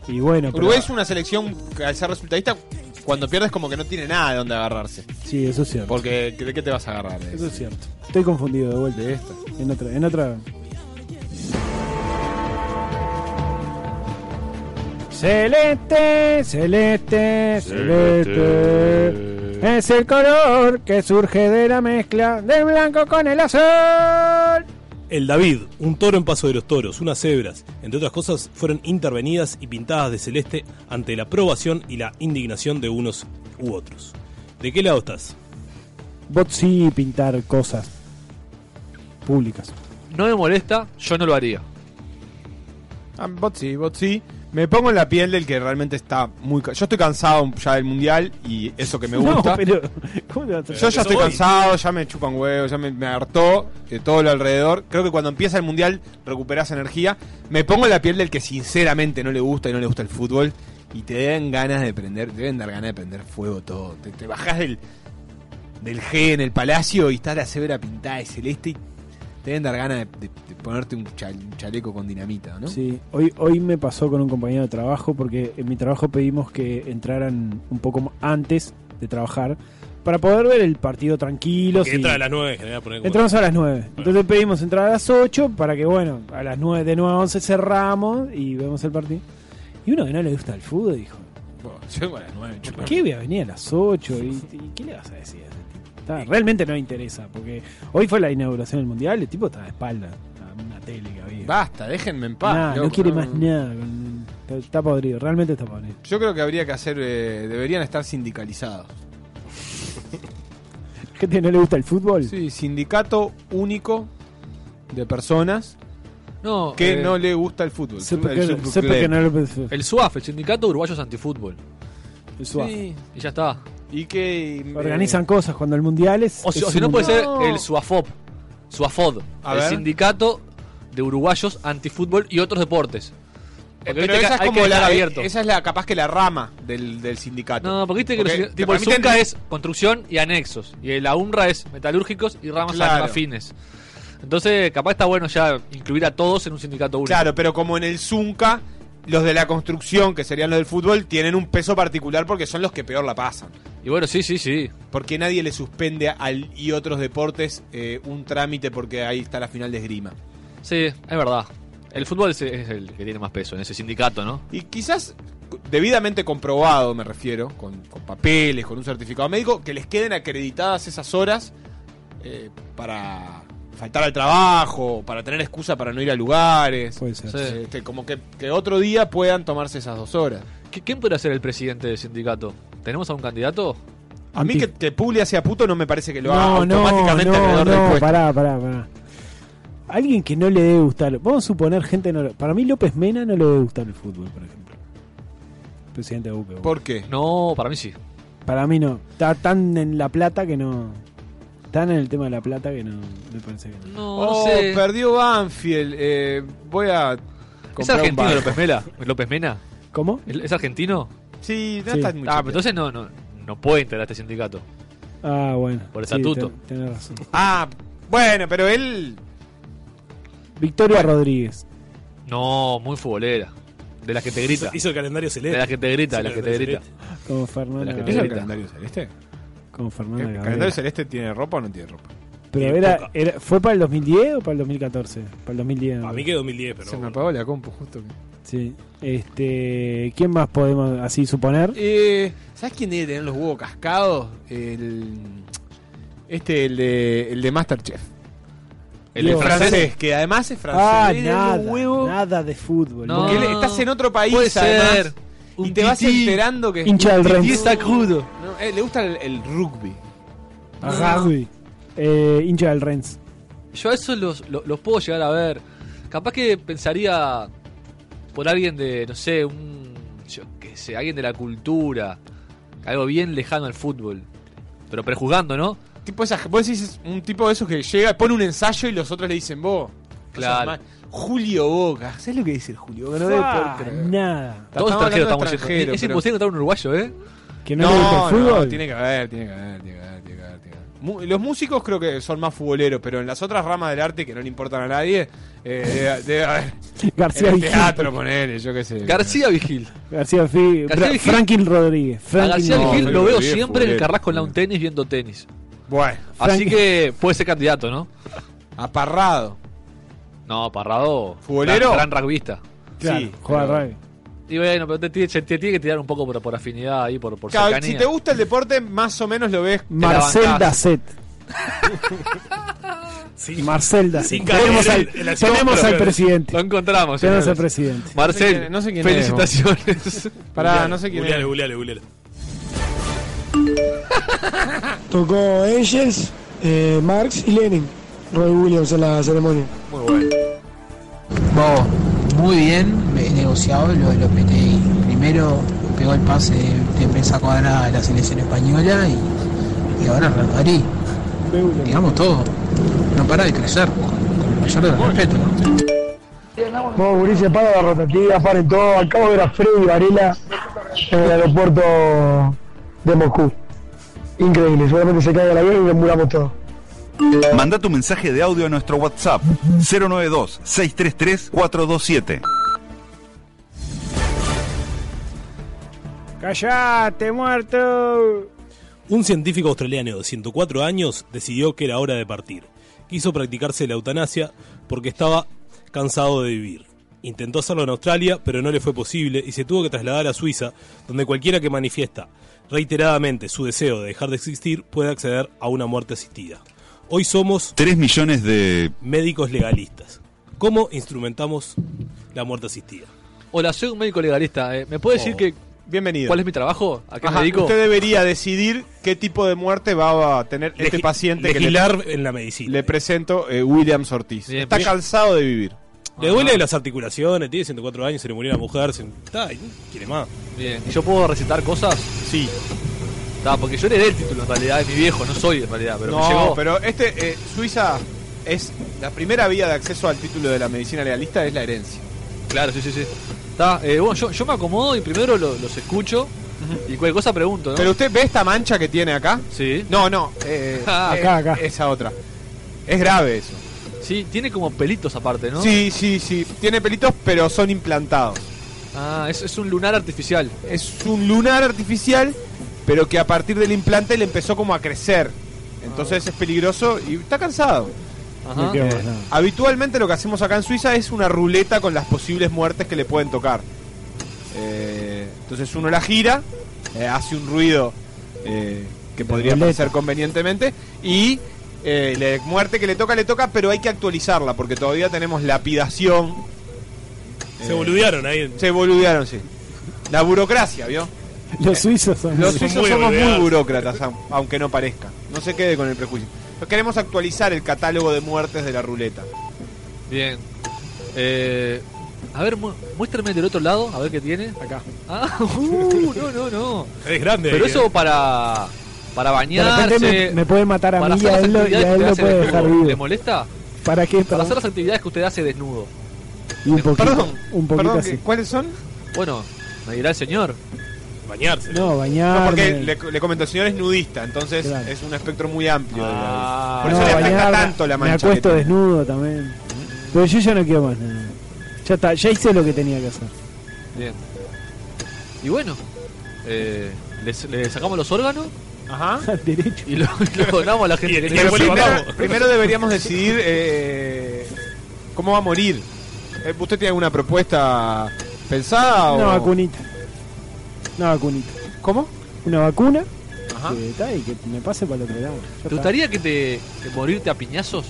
Speaker 2: y bueno, pero-
Speaker 7: Uruguay es una selección que al ser resultadista, cuando pierdes como que no tiene nada de dónde agarrarse.
Speaker 2: sí, eso es cierto.
Speaker 7: Porque ¿de qué te vas a agarrar? eh?
Speaker 2: Eso es cierto. Estoy confundido de vuelta.
Speaker 7: De esto.
Speaker 2: En otra, en otra. Celeste, celeste, celeste. Es el color que surge de la mezcla del blanco con el azul.
Speaker 4: El David, un toro en paso de los toros, unas cebras, entre otras cosas, fueron intervenidas y pintadas de celeste ante la aprobación y la indignación de unos u otros. ¿De qué lado estás?
Speaker 2: Bot sí pintar cosas públicas.
Speaker 6: No me molesta, yo no lo haría.
Speaker 7: Ah, bot sí, bot sí. Me pongo en la piel del que realmente está muy... ca- Yo estoy cansado ya del mundial y eso que me gusta.
Speaker 2: No, pero. ¿cómo te vas a
Speaker 7: Yo ya
Speaker 4: Eso
Speaker 7: estoy
Speaker 4: voy.
Speaker 7: cansado, ya me chupan huevos, ya me, me hartó de todo lo alrededor. Creo que cuando empieza el mundial recuperas energía. Me pongo en la piel del que sinceramente no le gusta y no le gusta el fútbol. y te deben ganas de prender, te deben dar ganas de prender fuego todo. Te, te bajás del, del G en el palacio y está la cebra pintada de celeste y te deben dar ganas de, de- de ponerte un, chal- un chaleco con dinamita, ¿no?
Speaker 2: Sí, hoy, hoy me pasó con un compañero de trabajo porque en mi trabajo pedimos que entraran un poco m- antes de trabajar para poder ver el partido tranquilos.
Speaker 4: Que
Speaker 2: y-
Speaker 4: entra a las 9 en general. poner como-
Speaker 2: Entramos a las 9. Entonces pedimos entrar a las 8 para que, bueno, a las 9 de 9 a 11 cerramos y vemos el partido. Y uno que no le gusta el fútbol dijo,
Speaker 7: Llego a las nueve, chupa.
Speaker 2: ¿qué voy a venir a las 8? ¿Y, y qué le vas a decir a ese tipo? Está, realmente no le interesa, porque hoy fue la inauguración del Mundial, el tipo está de espalda. a una tele que había.
Speaker 7: Basta, déjenme en paz.
Speaker 2: Nada, no
Speaker 7: loco,
Speaker 2: quiere más nada. con- Está, está podrido, realmente está podrido.
Speaker 7: Yo creo que habría que hacer, eh, deberían estar sindicalizados.
Speaker 2: ¿Gente que no le gusta el fútbol?
Speaker 7: Sí, sindicato único de personas
Speaker 6: No,
Speaker 7: que
Speaker 6: eh,
Speaker 7: no le gusta el fútbol.
Speaker 2: Sepa
Speaker 7: El
Speaker 2: que-
Speaker 7: subclub.
Speaker 2: sepa que no le-
Speaker 6: El SUAF, el Sindicato Uruguayo Antifútbol.
Speaker 2: El SUAF.
Speaker 6: Sí, y ya está.
Speaker 7: Y que. eh,
Speaker 2: Organizan cosas cuando el Mundial es...
Speaker 6: O si,
Speaker 2: es
Speaker 6: o si no,
Speaker 2: un-
Speaker 6: puede ser el SUAFOP. SUAFOD.
Speaker 2: A
Speaker 6: el
Speaker 2: ver.
Speaker 6: Sindicato de Uruguayos Antifútbol y otros deportes. Porque
Speaker 7: Pero
Speaker 6: viste que
Speaker 7: esa es
Speaker 6: hay
Speaker 7: como
Speaker 6: que
Speaker 7: la
Speaker 6: dejar abierto.
Speaker 7: Esa es la capaz que la rama del, del sindicato.
Speaker 6: No, porque viste que
Speaker 7: Porque
Speaker 6: los-
Speaker 7: te
Speaker 6: tipo, el
Speaker 7: permiten-
Speaker 6: Zunca es construcción y anexos. Y la UMRA es metalúrgicos y ramas
Speaker 7: Claro.
Speaker 6: afines. Entonces, capaz está bueno ya incluir a todos en un sindicato único.
Speaker 7: Claro, pero como en el Zunca, los de la construcción, que serían los del fútbol, tienen un peso particular porque son los que peor la pasan.
Speaker 6: Y bueno, sí, sí, sí.
Speaker 7: Porque nadie le suspende al y otros deportes eh, un trámite porque ahí está la final de esgrima.
Speaker 6: Sí, es verdad. El fútbol es, es el que tiene más peso en ese sindicato, ¿no?
Speaker 7: Y quizás debidamente comprobado, me refiero, con, con papeles, con un certificado médico, que les queden acreditadas esas horas eh, para faltar al trabajo, para tener excusa para no ir a lugares.
Speaker 6: ser.
Speaker 7: Este, como que, que otro día puedan tomarse esas dos horas.
Speaker 6: ¿Qui- ¿Quién podría ser el presidente del sindicato? ¿Tenemos a un candidato?
Speaker 7: A mí que, que Puglia sea puto no me parece que lo haga
Speaker 2: No, no,
Speaker 7: automáticamente
Speaker 2: no,
Speaker 7: alrededor del
Speaker 2: no,
Speaker 7: puesto.
Speaker 2: pará, pará, pará. Alguien que no le debe gustar. Vamos a suponer gente. No, para mí, López Mena no le debe gustar el fútbol, por ejemplo. Presidente de UPU.
Speaker 7: ¿Por qué?
Speaker 6: No, para mí sí.
Speaker 2: Para mí no. Está tan en la plata que no. Tan en el tema de la plata que no. Me parece que no.
Speaker 6: No,
Speaker 7: Oh,
Speaker 6: no sé.
Speaker 7: perdió Banfield. eh, voy a
Speaker 6: ¿Es
Speaker 7: comprar un
Speaker 6: argentino
Speaker 7: banco.
Speaker 6: López Mena? ¿López Mena?
Speaker 2: ¿Cómo?
Speaker 6: ¿Es es argentino?
Speaker 7: Sí, no
Speaker 2: Sí.
Speaker 7: estás muy
Speaker 6: Ah,
Speaker 7: choteado.
Speaker 6: pero entonces no, no, no puede integrar este sindicato.
Speaker 2: Ah, bueno.
Speaker 6: Por
Speaker 2: sí,
Speaker 6: estatuto.
Speaker 2: ten- tenés razón.
Speaker 7: Ah, bueno, pero él
Speaker 2: Victoria Rodríguez.
Speaker 6: No, muy futbolera. De las que te grita.
Speaker 4: Hizo el calendario celeste.
Speaker 6: De las que te grita, de
Speaker 4: Hizo
Speaker 6: las
Speaker 4: el
Speaker 6: que te
Speaker 4: calendario
Speaker 6: grita.
Speaker 2: Como
Speaker 6: De
Speaker 2: Fernanda.
Speaker 6: las que te
Speaker 7: ¿Es el
Speaker 2: Gabriel.
Speaker 6: grita.
Speaker 7: calendario celeste?
Speaker 2: Como Fernanda.
Speaker 7: ¿El
Speaker 2: Gabriel.
Speaker 7: calendario celeste tiene ropa o no tiene ropa?
Speaker 2: Pero era, era, ¿fue para el 2010 o para el 2014? Para el 2010.
Speaker 4: A mí que 2010, pero.
Speaker 7: Se me apagó la compu justo.
Speaker 2: Sí. Este, ¿Quién más podemos así suponer?
Speaker 7: Eh, ¿Sabes quién debe tener los huevos cascados? El, este, el de, el de Masterchef.
Speaker 6: ¿El del francés?
Speaker 7: que además es francés.
Speaker 2: Ah,
Speaker 7: Debe tener los
Speaker 2: nada,
Speaker 7: huevos,
Speaker 2: nada de fútbol.
Speaker 6: No.
Speaker 7: porque él- estás en otro país,
Speaker 6: Puede
Speaker 7: además,
Speaker 6: ser.
Speaker 7: y
Speaker 6: Un
Speaker 7: te vas
Speaker 6: tití.
Speaker 7: enterando que...
Speaker 2: Hincha del
Speaker 7: Tití
Speaker 2: Rennes.
Speaker 7: está
Speaker 6: crudo.
Speaker 7: No, eh, le gusta el, el rugby.
Speaker 2: Ajá, güey. Eh, hincha del Rennes.
Speaker 6: Yo a eso los, los, los puedo llegar a ver. Capaz que pensaría por alguien de, no sé, un. Yo qué sé, alguien de la cultura. Algo bien lejano al fútbol. Pero prejuzgando, ¿no?
Speaker 7: Tipo esas, vos decís es un tipo de esos que llega, pone un ensayo y los otros le dicen, vos.
Speaker 6: Claro.
Speaker 7: sos mal". Julio Boca. ¿Sabes lo que dice el Julio Boca? No debe
Speaker 2: Ah,
Speaker 7: poder creer.
Speaker 2: nada.
Speaker 6: Todos
Speaker 7: Estamos
Speaker 6: extranjeros
Speaker 7: hablando
Speaker 6: estamos
Speaker 7: de
Speaker 6: yendo. Es
Speaker 7: extranjero,
Speaker 6: imposible encontrar un uruguayo, ¿eh?
Speaker 2: Que no, le gusta el fútbol.
Speaker 7: tiene que haber, tiene que haber, tiene que haber, tiene que haber. tiene que haber. Mu- Los músicos creo que son más futboleros, pero en las otras ramas del arte que no le importan a nadie, eh, debe, debe haber.
Speaker 2: García
Speaker 7: en el
Speaker 2: Vigil.
Speaker 7: teatro, ponele, yo qué sé.
Speaker 6: García Vigil.
Speaker 2: García, Fi-
Speaker 6: García
Speaker 2: Fra-
Speaker 6: Vigil.
Speaker 2: Franklin Rodríguez.
Speaker 6: A
Speaker 2: Franklin
Speaker 6: García
Speaker 2: Rodríguez.
Speaker 6: Vigil
Speaker 7: no,
Speaker 6: lo
Speaker 7: no,
Speaker 6: veo
Speaker 7: bien,
Speaker 6: siempre en el
Speaker 7: futbolero,
Speaker 6: Carrasco en la un tenis viendo tenis.
Speaker 7: Bueno,
Speaker 6: Así
Speaker 2: Frank-
Speaker 6: que puede ser candidato, ¿no?
Speaker 7: aparrado.
Speaker 6: No, Parrado.
Speaker 7: ¿Futbolero?
Speaker 6: Gran, gran rugbyista.
Speaker 2: Claro,
Speaker 7: sí,
Speaker 2: juega
Speaker 7: pero-
Speaker 2: al rugby.
Speaker 6: Y bueno, pero te, tiene- se te tiene que tirar un poco por, por afinidad ahí, por, por
Speaker 7: Claro,
Speaker 6: cercanía.
Speaker 7: si te gusta el deporte, más o menos lo ves.
Speaker 2: Marcel
Speaker 6: bancás.
Speaker 2: Dacet.
Speaker 4: Sí.
Speaker 2: Marcel Dacet.
Speaker 4: Sin caer
Speaker 2: Tenemos
Speaker 4: en
Speaker 2: al,
Speaker 4: el- en la-
Speaker 2: tenemos al
Speaker 4: pero-
Speaker 6: Lo
Speaker 2: presidente.
Speaker 6: encontramos.
Speaker 2: Tenemos al
Speaker 6: señores.
Speaker 2: presidente.
Speaker 6: Marcel,
Speaker 7: No sé quién- no sé quién es,
Speaker 6: felicitaciones.
Speaker 7: Pará, no sé quién
Speaker 4: Googlealo,
Speaker 7: es.
Speaker 4: googlealo, googlealo.
Speaker 11: Tocó Engels, eh, Marx y Lenin. Roy Williams en la ceremonia.
Speaker 6: Muy bueno.
Speaker 12: Bobo, muy bien he negociado lo de los PTI. Primero pegó el pase de, de Mesa Cuadrada a la selección española y, y ahora Real Madrid. Digamos todo, no para de crecer, con, con el mayor de los respetos.
Speaker 11: No, Gurice, para la rotativa, paren todo. Al cabo era Freddy Varela en el aeropuerto de Moscú. Increíble, seguramente se caiga la avión y nos muramos todos.
Speaker 5: Manda tu mensaje de audio a nuestro WhatsApp 092-633-427.
Speaker 2: ¡Callate, muerto!
Speaker 4: Un científico australiano de 104 años decidió que era hora de partir. Quiso practicarse la eutanasia porque estaba cansado de vivir. Intentó hacerlo en Australia, pero no le fue posible y se tuvo que trasladar a Suiza, donde cualquiera que manifiesta reiteradamente su deseo de dejar de existir puede acceder a una muerte asistida. Hoy somos
Speaker 5: 3 millones de...
Speaker 4: médicos legalistas. ¿Cómo instrumentamos la muerte asistida?
Speaker 6: Hola, soy un médico legalista. eh. ¿Me puede decir
Speaker 4: Oh.
Speaker 6: que
Speaker 7: Bienvenido.
Speaker 6: cuál es mi trabajo? ¿A qué
Speaker 7: Ajá,
Speaker 6: me dedico?
Speaker 7: Usted debería decidir qué tipo de muerte va a tener este
Speaker 6: Legi-
Speaker 7: paciente.
Speaker 4: legislar
Speaker 7: que le,
Speaker 4: en la medicina.
Speaker 7: Le presento eh, Williams Ortiz. Está
Speaker 4: bien.
Speaker 7: cansado de vivir.
Speaker 4: Le duele las articulaciones, tiene 104 años, se le murió una mujer, se... Está, y no quiere más.
Speaker 6: Bien. ¿Y yo puedo recitar cosas?
Speaker 7: Sí.
Speaker 6: Está, Ah, porque yo le el título en realidad, es mi viejo, no soy en realidad, pero me
Speaker 7: no,
Speaker 6: llegó.
Speaker 7: pero este eh, Suiza es la primera vía de acceso al título de la medicina legalista es la herencia.
Speaker 6: Claro, sí, sí, sí. Está, eh, bueno, yo, yo me acomodo y primero lo- los escucho y cualquier cosa pregunto, ¿no?
Speaker 7: Pero usted ve esta mancha que tiene acá.
Speaker 6: Sí.
Speaker 7: No, no. eh,
Speaker 6: Ah,
Speaker 7: eh,
Speaker 6: acá, acá.
Speaker 7: Esa otra. Es grave eso.
Speaker 6: Sí, tiene como pelitos aparte, ¿no?
Speaker 7: Sí, sí, sí. Tiene pelitos, pero son implantados.
Speaker 6: Ah, es, es un lunar artificial.
Speaker 7: Es un lunar artificial, pero que a partir del implante le empezó como a crecer. Entonces es peligroso y está cansado.
Speaker 6: Ah. Ajá.
Speaker 7: Eh, habitualmente lo que hacemos acá en Suiza es una ruleta con las posibles muertes que le pueden tocar. Eh, entonces uno la gira, eh, hace un ruido eh, que podría
Speaker 2: ruleta.
Speaker 7: parecer convenientemente y eh, la muerte que le toca le toca, pero hay que actualizarla porque todavía tenemos lapidación. Eh,
Speaker 4: Se boludearon ahí.
Speaker 7: Se boludearon, sí. La burocracia, ¿vio?
Speaker 2: Los suizos son
Speaker 7: Los
Speaker 2: muy-
Speaker 7: suizos somos muy burócratas, au- aunque no parezca. No se quede con el prejuicio. Queremos actualizar el catálogo de muertes de la ruleta.
Speaker 6: Bien. Eh, a ver, mu- muéstrame del otro lado, a ver qué tiene. Acá. Ah, uh, no, no, no.
Speaker 4: Es grande.
Speaker 6: Pero
Speaker 4: ahí,
Speaker 6: eso
Speaker 4: eh.
Speaker 6: para, para
Speaker 2: De repente
Speaker 6: bañarse.
Speaker 2: me, me puede matar a
Speaker 6: para
Speaker 2: mí y a
Speaker 6: hacer
Speaker 2: él, lo-
Speaker 6: las
Speaker 2: y a él
Speaker 6: actividades
Speaker 2: lo
Speaker 6: que usted
Speaker 2: puede
Speaker 6: hace
Speaker 2: dejar
Speaker 6: desnudo. ¿Le
Speaker 2: vivo.
Speaker 6: molesta?
Speaker 2: ¿Para qué?
Speaker 6: Para
Speaker 2: Perdón.
Speaker 6: hacer las actividades que usted hace desnudo.
Speaker 2: Y un poquito,
Speaker 6: Perdón,
Speaker 2: un poquito
Speaker 6: perdón,
Speaker 2: así.
Speaker 6: que-
Speaker 7: ¿Cuáles son?
Speaker 6: Bueno, me dirá el señor.
Speaker 4: Bañarse.
Speaker 2: No, bañarme.
Speaker 7: No, porque le, le comento, el señor es nudista, entonces es un espectro muy amplio. de la
Speaker 6: Ah.
Speaker 7: vida. Por eso
Speaker 2: No,
Speaker 7: le afecta
Speaker 2: bañarme,
Speaker 7: tanto la
Speaker 2: Me
Speaker 7: mancha.
Speaker 2: acuesto
Speaker 7: que tiene.
Speaker 2: desnudo también. Pero yo ya no quiero más nada. Ya está, ya hice lo que tenía que hacer.
Speaker 6: Bien. Y bueno, eh, les- le sacamos los órganos
Speaker 7: Ajá.
Speaker 2: Derecho.
Speaker 6: y lo, y lo donamos a la gente que
Speaker 7: Pero
Speaker 6: necesita.
Speaker 7: primero, primero deberíamos decidir eh, cómo va a morir. Eh, ¿Usted tiene alguna propuesta pensada?
Speaker 2: Una
Speaker 7: o...
Speaker 2: vacunita. Una vacunita.
Speaker 7: ¿Cómo?
Speaker 2: Una vacuna.
Speaker 6: Ajá.
Speaker 2: Que, está, y que me pase para el otro lado. Ya
Speaker 6: ¿Te
Speaker 2: está.
Speaker 6: gustaría que te que morirte a piñazos?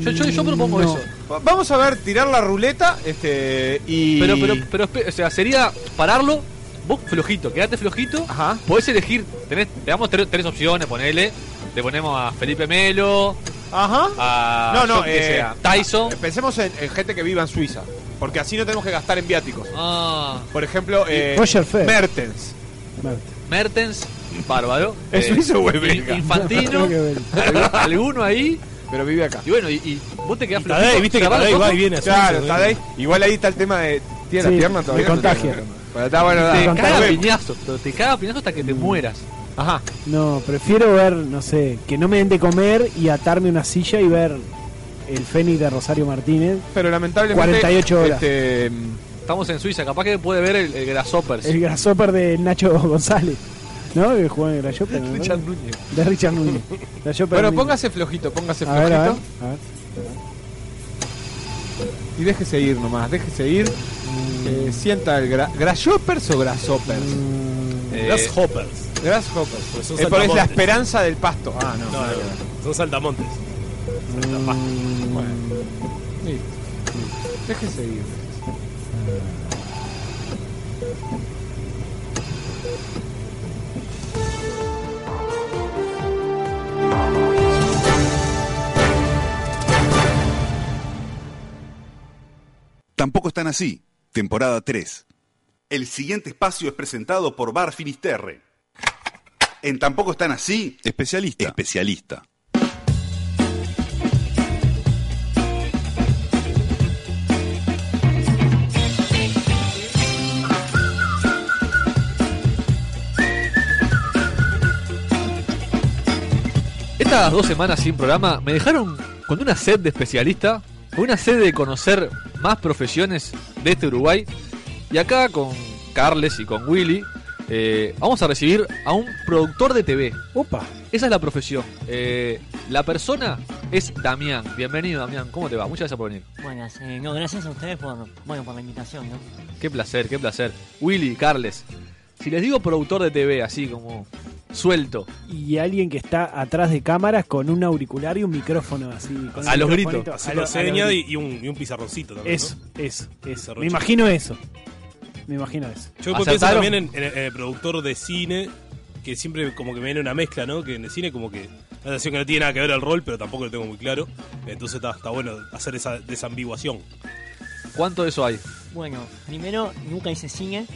Speaker 6: Yo, yo, yo propongo
Speaker 2: No.
Speaker 6: eso.
Speaker 7: Va- Vamos a ver, tirar la ruleta este, y.
Speaker 6: Pero, pero, pero, espe- o sea, sería pararlo, vos flojito, quedate flojito.
Speaker 7: Ajá.
Speaker 6: Podés elegir, tenés, te damos tres, tres opciones, ponele. Le ponemos a Felipe Melo,
Speaker 7: Ajá.
Speaker 6: a
Speaker 7: No, no,
Speaker 6: Ah, yo qué
Speaker 7: eh,
Speaker 6: sé, a Tyson.
Speaker 7: Pensemos en, en gente que viva en Suiza. Porque así no tenemos que gastar en viáticos.
Speaker 6: Ah,
Speaker 7: Por ejemplo, eh,
Speaker 2: Roger Federer.
Speaker 7: Mertens.
Speaker 6: Mertens, bárbaro.
Speaker 7: ¿Es
Speaker 6: Eh,
Speaker 7: suizo o es
Speaker 6: in-
Speaker 7: belga?
Speaker 6: Infantino, algu- alguno ahí.
Speaker 7: Pero vive acá.
Speaker 6: Y bueno, y, y vos te quedás
Speaker 4: Y Tadei, viste que
Speaker 6: cerrás los
Speaker 4: Tadei va y
Speaker 6: ojos,
Speaker 4: viene así.
Speaker 7: Claro, está ahí. Igual ahí está el tema de. ¿Tiene
Speaker 2: Sí,
Speaker 7: la
Speaker 2: me
Speaker 7: pierna todavía? No tiene
Speaker 2: contagia.
Speaker 7: la pierna. Pero está bueno,
Speaker 6: Te
Speaker 7: da.
Speaker 6: caga
Speaker 7: Nos
Speaker 6: a
Speaker 7: vemos.
Speaker 6: piñazos, te caga a piñazos hasta que te mueras.
Speaker 7: Ajá.
Speaker 2: No, prefiero ver, no sé, que no me den de comer y atarme una silla y ver el Fénix de Rosario Martínez.
Speaker 7: Pero lamentablemente.
Speaker 2: 48 horas.
Speaker 7: este, mm,
Speaker 6: Estamos en Suiza, capaz que puede ver el, el Grasshoppers.
Speaker 2: El grasóper de Nacho González. ¿No? Que jugó en el grasóper. ¿no?
Speaker 6: Richard Núñez.
Speaker 2: De Richard Núñez. Grasshopper
Speaker 7: bueno,
Speaker 2: Núñez.
Speaker 7: póngase flojito, póngase
Speaker 2: A ver,
Speaker 7: flojito.
Speaker 2: a ver, a ver.
Speaker 7: Y déjese ir nomás, déjese ir.
Speaker 2: Mm.
Speaker 7: Eh, sienta el gra grashoppers o grasshoppers.
Speaker 6: Eh,
Speaker 4: Las hoppers.
Speaker 7: Grasshoppers.
Speaker 4: Pues son
Speaker 7: Eh, porque es la
Speaker 4: saltamontes.
Speaker 7: esperanza del pasto. Ah, no.
Speaker 4: No, no,
Speaker 7: nada que ver.
Speaker 4: no, son saltamontes.
Speaker 7: Bueno. Listo, listo. Déjese ir.
Speaker 5: Tampoco están así. Temporada 3. El siguiente espacio es presentado por Bar Finisterre. En Tampoco están así, especialista. Especialista.
Speaker 6: estas dos semanas sin programa me dejaron con una sed de especialista, con una sed de conocer más profesiones de este Uruguay. Y acá con Carles y con Willy eh, vamos a recibir a un productor de TV.
Speaker 2: Opa.
Speaker 6: Esa es la profesión. Eh, la persona es Damián. Bienvenido, Damián. ¿Cómo te va? Muchas gracias por venir.
Speaker 13: Buenas, eh, no, gracias a ustedes por, bueno, por la invitación, ¿no?
Speaker 6: Qué placer, qué placer. Willy, Carles, si les digo productor de TV, así como suelto,
Speaker 2: Y alguien que está atrás de cámaras con un auricular y un micrófono así. con
Speaker 4: A
Speaker 2: el
Speaker 4: los
Speaker 2: microfonito,
Speaker 4: gritos.
Speaker 2: a
Speaker 4: Haciendo
Speaker 2: lo- a los
Speaker 4: señas
Speaker 2: gritos.
Speaker 4: y, y un, y un pizarroncito también.
Speaker 2: Eso, eso, eso. Me
Speaker 4: Pizarroncito.
Speaker 2: imagino eso. Me imagino eso.
Speaker 4: Yo después pienso también en, en- en el productor de cine, que siempre como que me viene una mezcla, ¿no? Que en el cine como que la sensación que no tiene nada que ver al rol, pero tampoco lo tengo muy claro. Entonces está, está bueno hacer esa desambiguación.
Speaker 6: ¿cuánto de eso hay?
Speaker 13: Bueno, primero, nunca hice cine,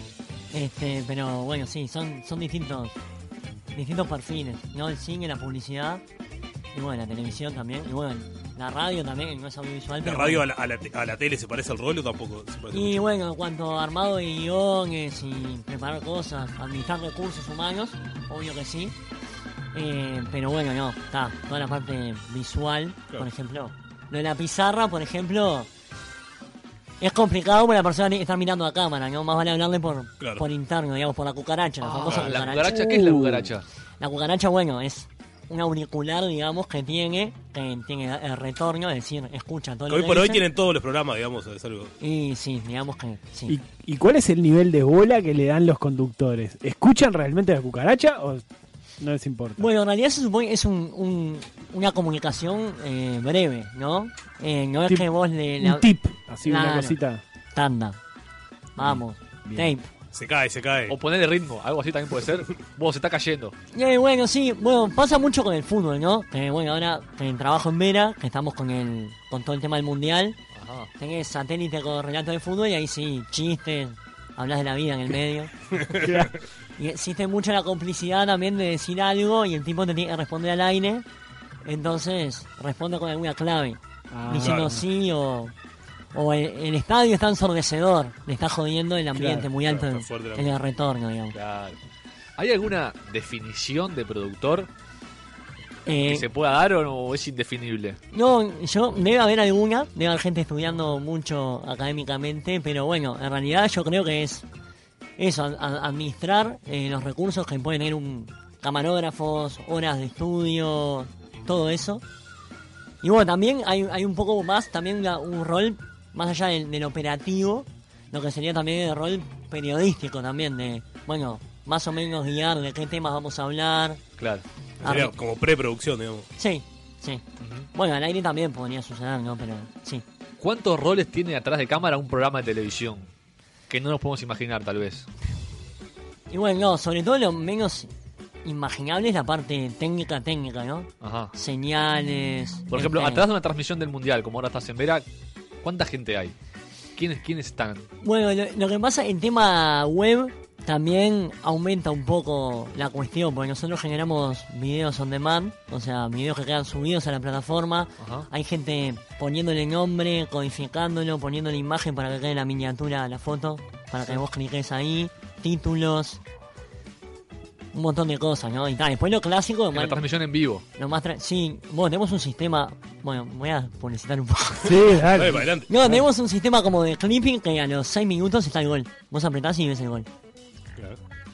Speaker 13: este, pero bueno, sí, son, son distintos, distintos perfiles, ¿no? El cine, la publicidad, y bueno, la televisión también, y bueno, la radio también, que no es audiovisual.
Speaker 4: ¿La
Speaker 13: pero
Speaker 4: radio
Speaker 13: bueno.
Speaker 4: a la, a la te- a la tele se parece al rol o tampoco se parece
Speaker 13: Y
Speaker 4: mucho?
Speaker 13: bueno, en cuanto a armado de guiones y preparar cosas, administrar recursos humanos, obvio que sí. Eh, pero bueno, no, está, toda la parte visual, por ejemplo. Lo de la pizarra, por ejemplo, es complicado para la persona que está mirando a cámara, ¿no? Más vale hablarle por,
Speaker 6: Claro.
Speaker 13: por interno, digamos, por la cucaracha, la famosa
Speaker 6: Ah, ¿La
Speaker 13: cucaracha. Uh.
Speaker 6: cucaracha? ¿Qué es la cucaracha?
Speaker 13: La cucaracha, bueno, es un auricular, digamos, que tiene, que tiene el retorno, es decir, escucha todo
Speaker 4: Que
Speaker 13: lo ¿eh?
Speaker 4: hoy
Speaker 13: que
Speaker 4: por hoy
Speaker 13: dice.
Speaker 4: tienen todos los programas, digamos, es algo.
Speaker 13: Y sí, digamos que sí.
Speaker 2: ¿Y, y cuál es el nivel de bola que le dan los conductores? ¿Escuchan realmente la cucaracha o no les importa?
Speaker 13: Bueno, en realidad se supone que es un, un- una comunicación eh, breve, ¿no? Eh, no es
Speaker 2: Tip-
Speaker 13: que vos le...
Speaker 2: un tip, así una
Speaker 13: Claro.
Speaker 2: cosita.
Speaker 13: Tanda. Vamos. Tape.
Speaker 4: Se cae, se cae.
Speaker 6: O ponerle ritmo, algo así también puede ser. Vos, se está cayendo.
Speaker 13: Eh, bueno, sí, bueno, pasa mucho con el fútbol, ¿no? Que bueno, ahora que trabajo en Vera, que estamos con el con todo el tema del mundial, tenés satélite con relato de fútbol y ahí sí, chistes, hablas de la vida en el medio. y existe mucho la complicidad también de decir algo y el tipo te tiene que responder al aire, entonces responde con alguna clave,
Speaker 2: Ah.
Speaker 13: diciendo
Speaker 2: Claro.
Speaker 13: sí o, o el, el estadio está ensordecedor, le está jodiendo el ambiente
Speaker 6: Claro,
Speaker 13: muy
Speaker 6: claro,
Speaker 13: alto
Speaker 6: está
Speaker 13: en-
Speaker 6: fuerte la
Speaker 13: en el
Speaker 6: música.
Speaker 13: retorno, digamos.
Speaker 6: ¿Hay alguna definición de productor
Speaker 13: Eh,
Speaker 6: que se pueda dar o no- o es indefinible?
Speaker 13: No, yo debe haber alguna, debe haber gente estudiando mucho académicamente, pero bueno, en realidad yo creo que es eso, a- a- administrar eh, los recursos que pueden tener un camarógrafos, horas de estudio, todo eso. Y bueno, también hay, hay un poco más, también una- un rol más allá del, del operativo, lo que sería también el rol periodístico también, de, bueno, más o menos guiar de qué temas vamos a hablar.
Speaker 6: Claro.
Speaker 4: Sería
Speaker 13: Arri-
Speaker 4: como preproducción, digamos.
Speaker 13: Sí, sí. Bueno, al aire también podría suceder, ¿no? Pero sí.
Speaker 6: ¿Cuántos roles tiene atrás de cámara un programa de televisión? Que no nos podemos imaginar, tal vez.
Speaker 13: Y bueno, no, sobre todo lo menos imaginable es la parte técnica, técnica, ¿no?
Speaker 6: Ajá.
Speaker 13: Señales.
Speaker 6: Por ejemplo,
Speaker 13: este,
Speaker 6: atrás de una transmisión del mundial, como ahora estás en Vera, ¿cuánta gente hay? ¿Quiénes, quiénes están?
Speaker 13: Bueno, lo, lo que pasa, el tema web también aumenta un poco la cuestión, porque nosotros generamos videos on demand, o sea, videos que quedan subidos a la plataforma.
Speaker 6: Ajá.
Speaker 13: Hay gente poniéndole nombre, codificándolo, poniéndole imagen para que quede la miniatura, la foto, para que vos cliques ahí, títulos, un montón de cosas, ¿no? Y tal, después lo clásico...
Speaker 6: En la
Speaker 13: bueno,
Speaker 6: transmisión en vivo.
Speaker 13: lo más tra- sí, bueno, tenemos un sistema. Bueno, voy a publicitar un poco.
Speaker 2: Sí, dale. Dale, para adelante.
Speaker 13: No, tenemos un sistema como de clipping que a los 6 minutos está el gol. Vos apretás y ves el gol.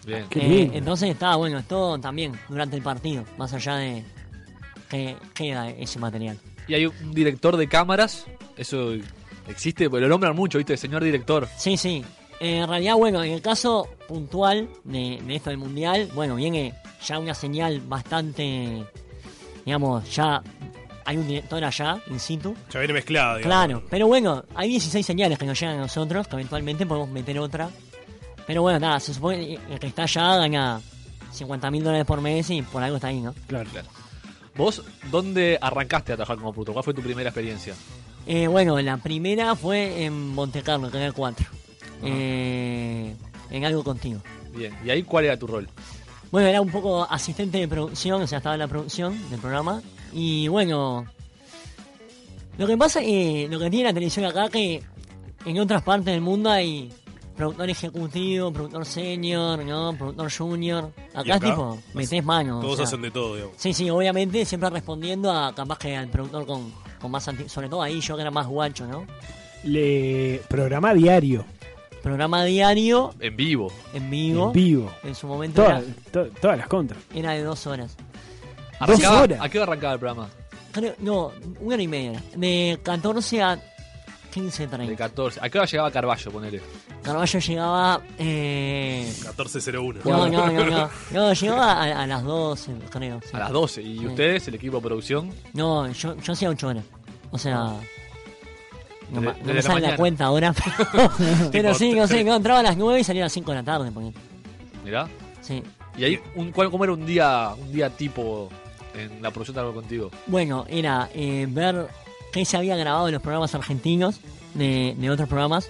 Speaker 6: Bien.
Speaker 13: Eh, entonces está bueno, esto también durante el partido, más allá de que queda ese material.
Speaker 6: Y hay un director de cámaras, eso existe, pero lo nombran mucho, ¿viste? Señor director.
Speaker 13: Sí, sí. Eh, en realidad, bueno, en el caso puntual de, de esto del mundial, bueno, viene ya una señal bastante. Digamos, ya hay un director allá, in situ.
Speaker 4: Ya viene mezclado, digamos.
Speaker 13: Claro, pero bueno, hay 16 señales que nos llegan a nosotros, que eventualmente podemos meter otra. Pero bueno, nada, se supone que el que está allá gana 50 mil dólares por mes y por algo está ahí, ¿no?
Speaker 2: Claro.
Speaker 6: ¿Vos dónde arrancaste a trabajar como productor? ¿Cuál fue tu primera experiencia?
Speaker 13: Eh, bueno, la primera fue en Monte Carlo, Canal 4. Eh, en algo contigo.
Speaker 6: Bien. ¿Y ahí cuál era tu rol?
Speaker 13: Bueno, era un poco asistente de producción, o sea, estaba en la producción del programa. Y bueno, eh, lo que pasa es que lo que tiene la televisión acá que en otras partes del mundo hay productor ejecutivo, productor senior, ¿no? Productor junior.
Speaker 4: Y
Speaker 13: Acá, es tipo, metés mano. o
Speaker 4: Todos
Speaker 13: sea.
Speaker 4: hacen de todo, digamos.
Speaker 13: Sí, sí, obviamente siempre respondiendo a capaz que al productor con, con más anti- sobre todo ahí yo que era más guacho, ¿no?
Speaker 2: Le programa diario.
Speaker 13: Programa diario
Speaker 6: En vivo.
Speaker 13: en vivo.
Speaker 2: En vivo.
Speaker 13: En su momento era,
Speaker 2: Todas, to- todas las contras.
Speaker 13: era de dos horas.
Speaker 6: Arrancaba- ¿A qué hora arrancaba el programa?
Speaker 13: Creo- no, una hora y media. era. De 14 a 15,
Speaker 6: De 14. ¿A qué hora llegaba Carballo, ponele?
Speaker 13: Carballo llegaba. Eh...
Speaker 4: 14.01.
Speaker 13: No, no, no, no. No, llegaba a, a las 12, creo. sí.
Speaker 6: A las 12. ¿Y
Speaker 13: Sí.
Speaker 6: ustedes, el equipo de producción?
Speaker 13: No, yo, yo hacía 8 horas. O sea.
Speaker 6: Desde-
Speaker 13: No, ma- no
Speaker 6: desde la
Speaker 13: me sale la,
Speaker 6: mañana.
Speaker 13: cuenta ahora. Pero, pero
Speaker 6: Tipo,
Speaker 13: sí, no sé,
Speaker 6: tres.
Speaker 13: no, entraba a las 9 y salía a las 5 de la tarde. ponele.
Speaker 6: Mirá.
Speaker 13: Sí.
Speaker 6: ¿Y ahí un, cuál- cómo era un día, un día tipo en la producción de algo contigo?
Speaker 13: Bueno, era eh, ver qué se había grabado de los programas argentinos, de, de otros programas,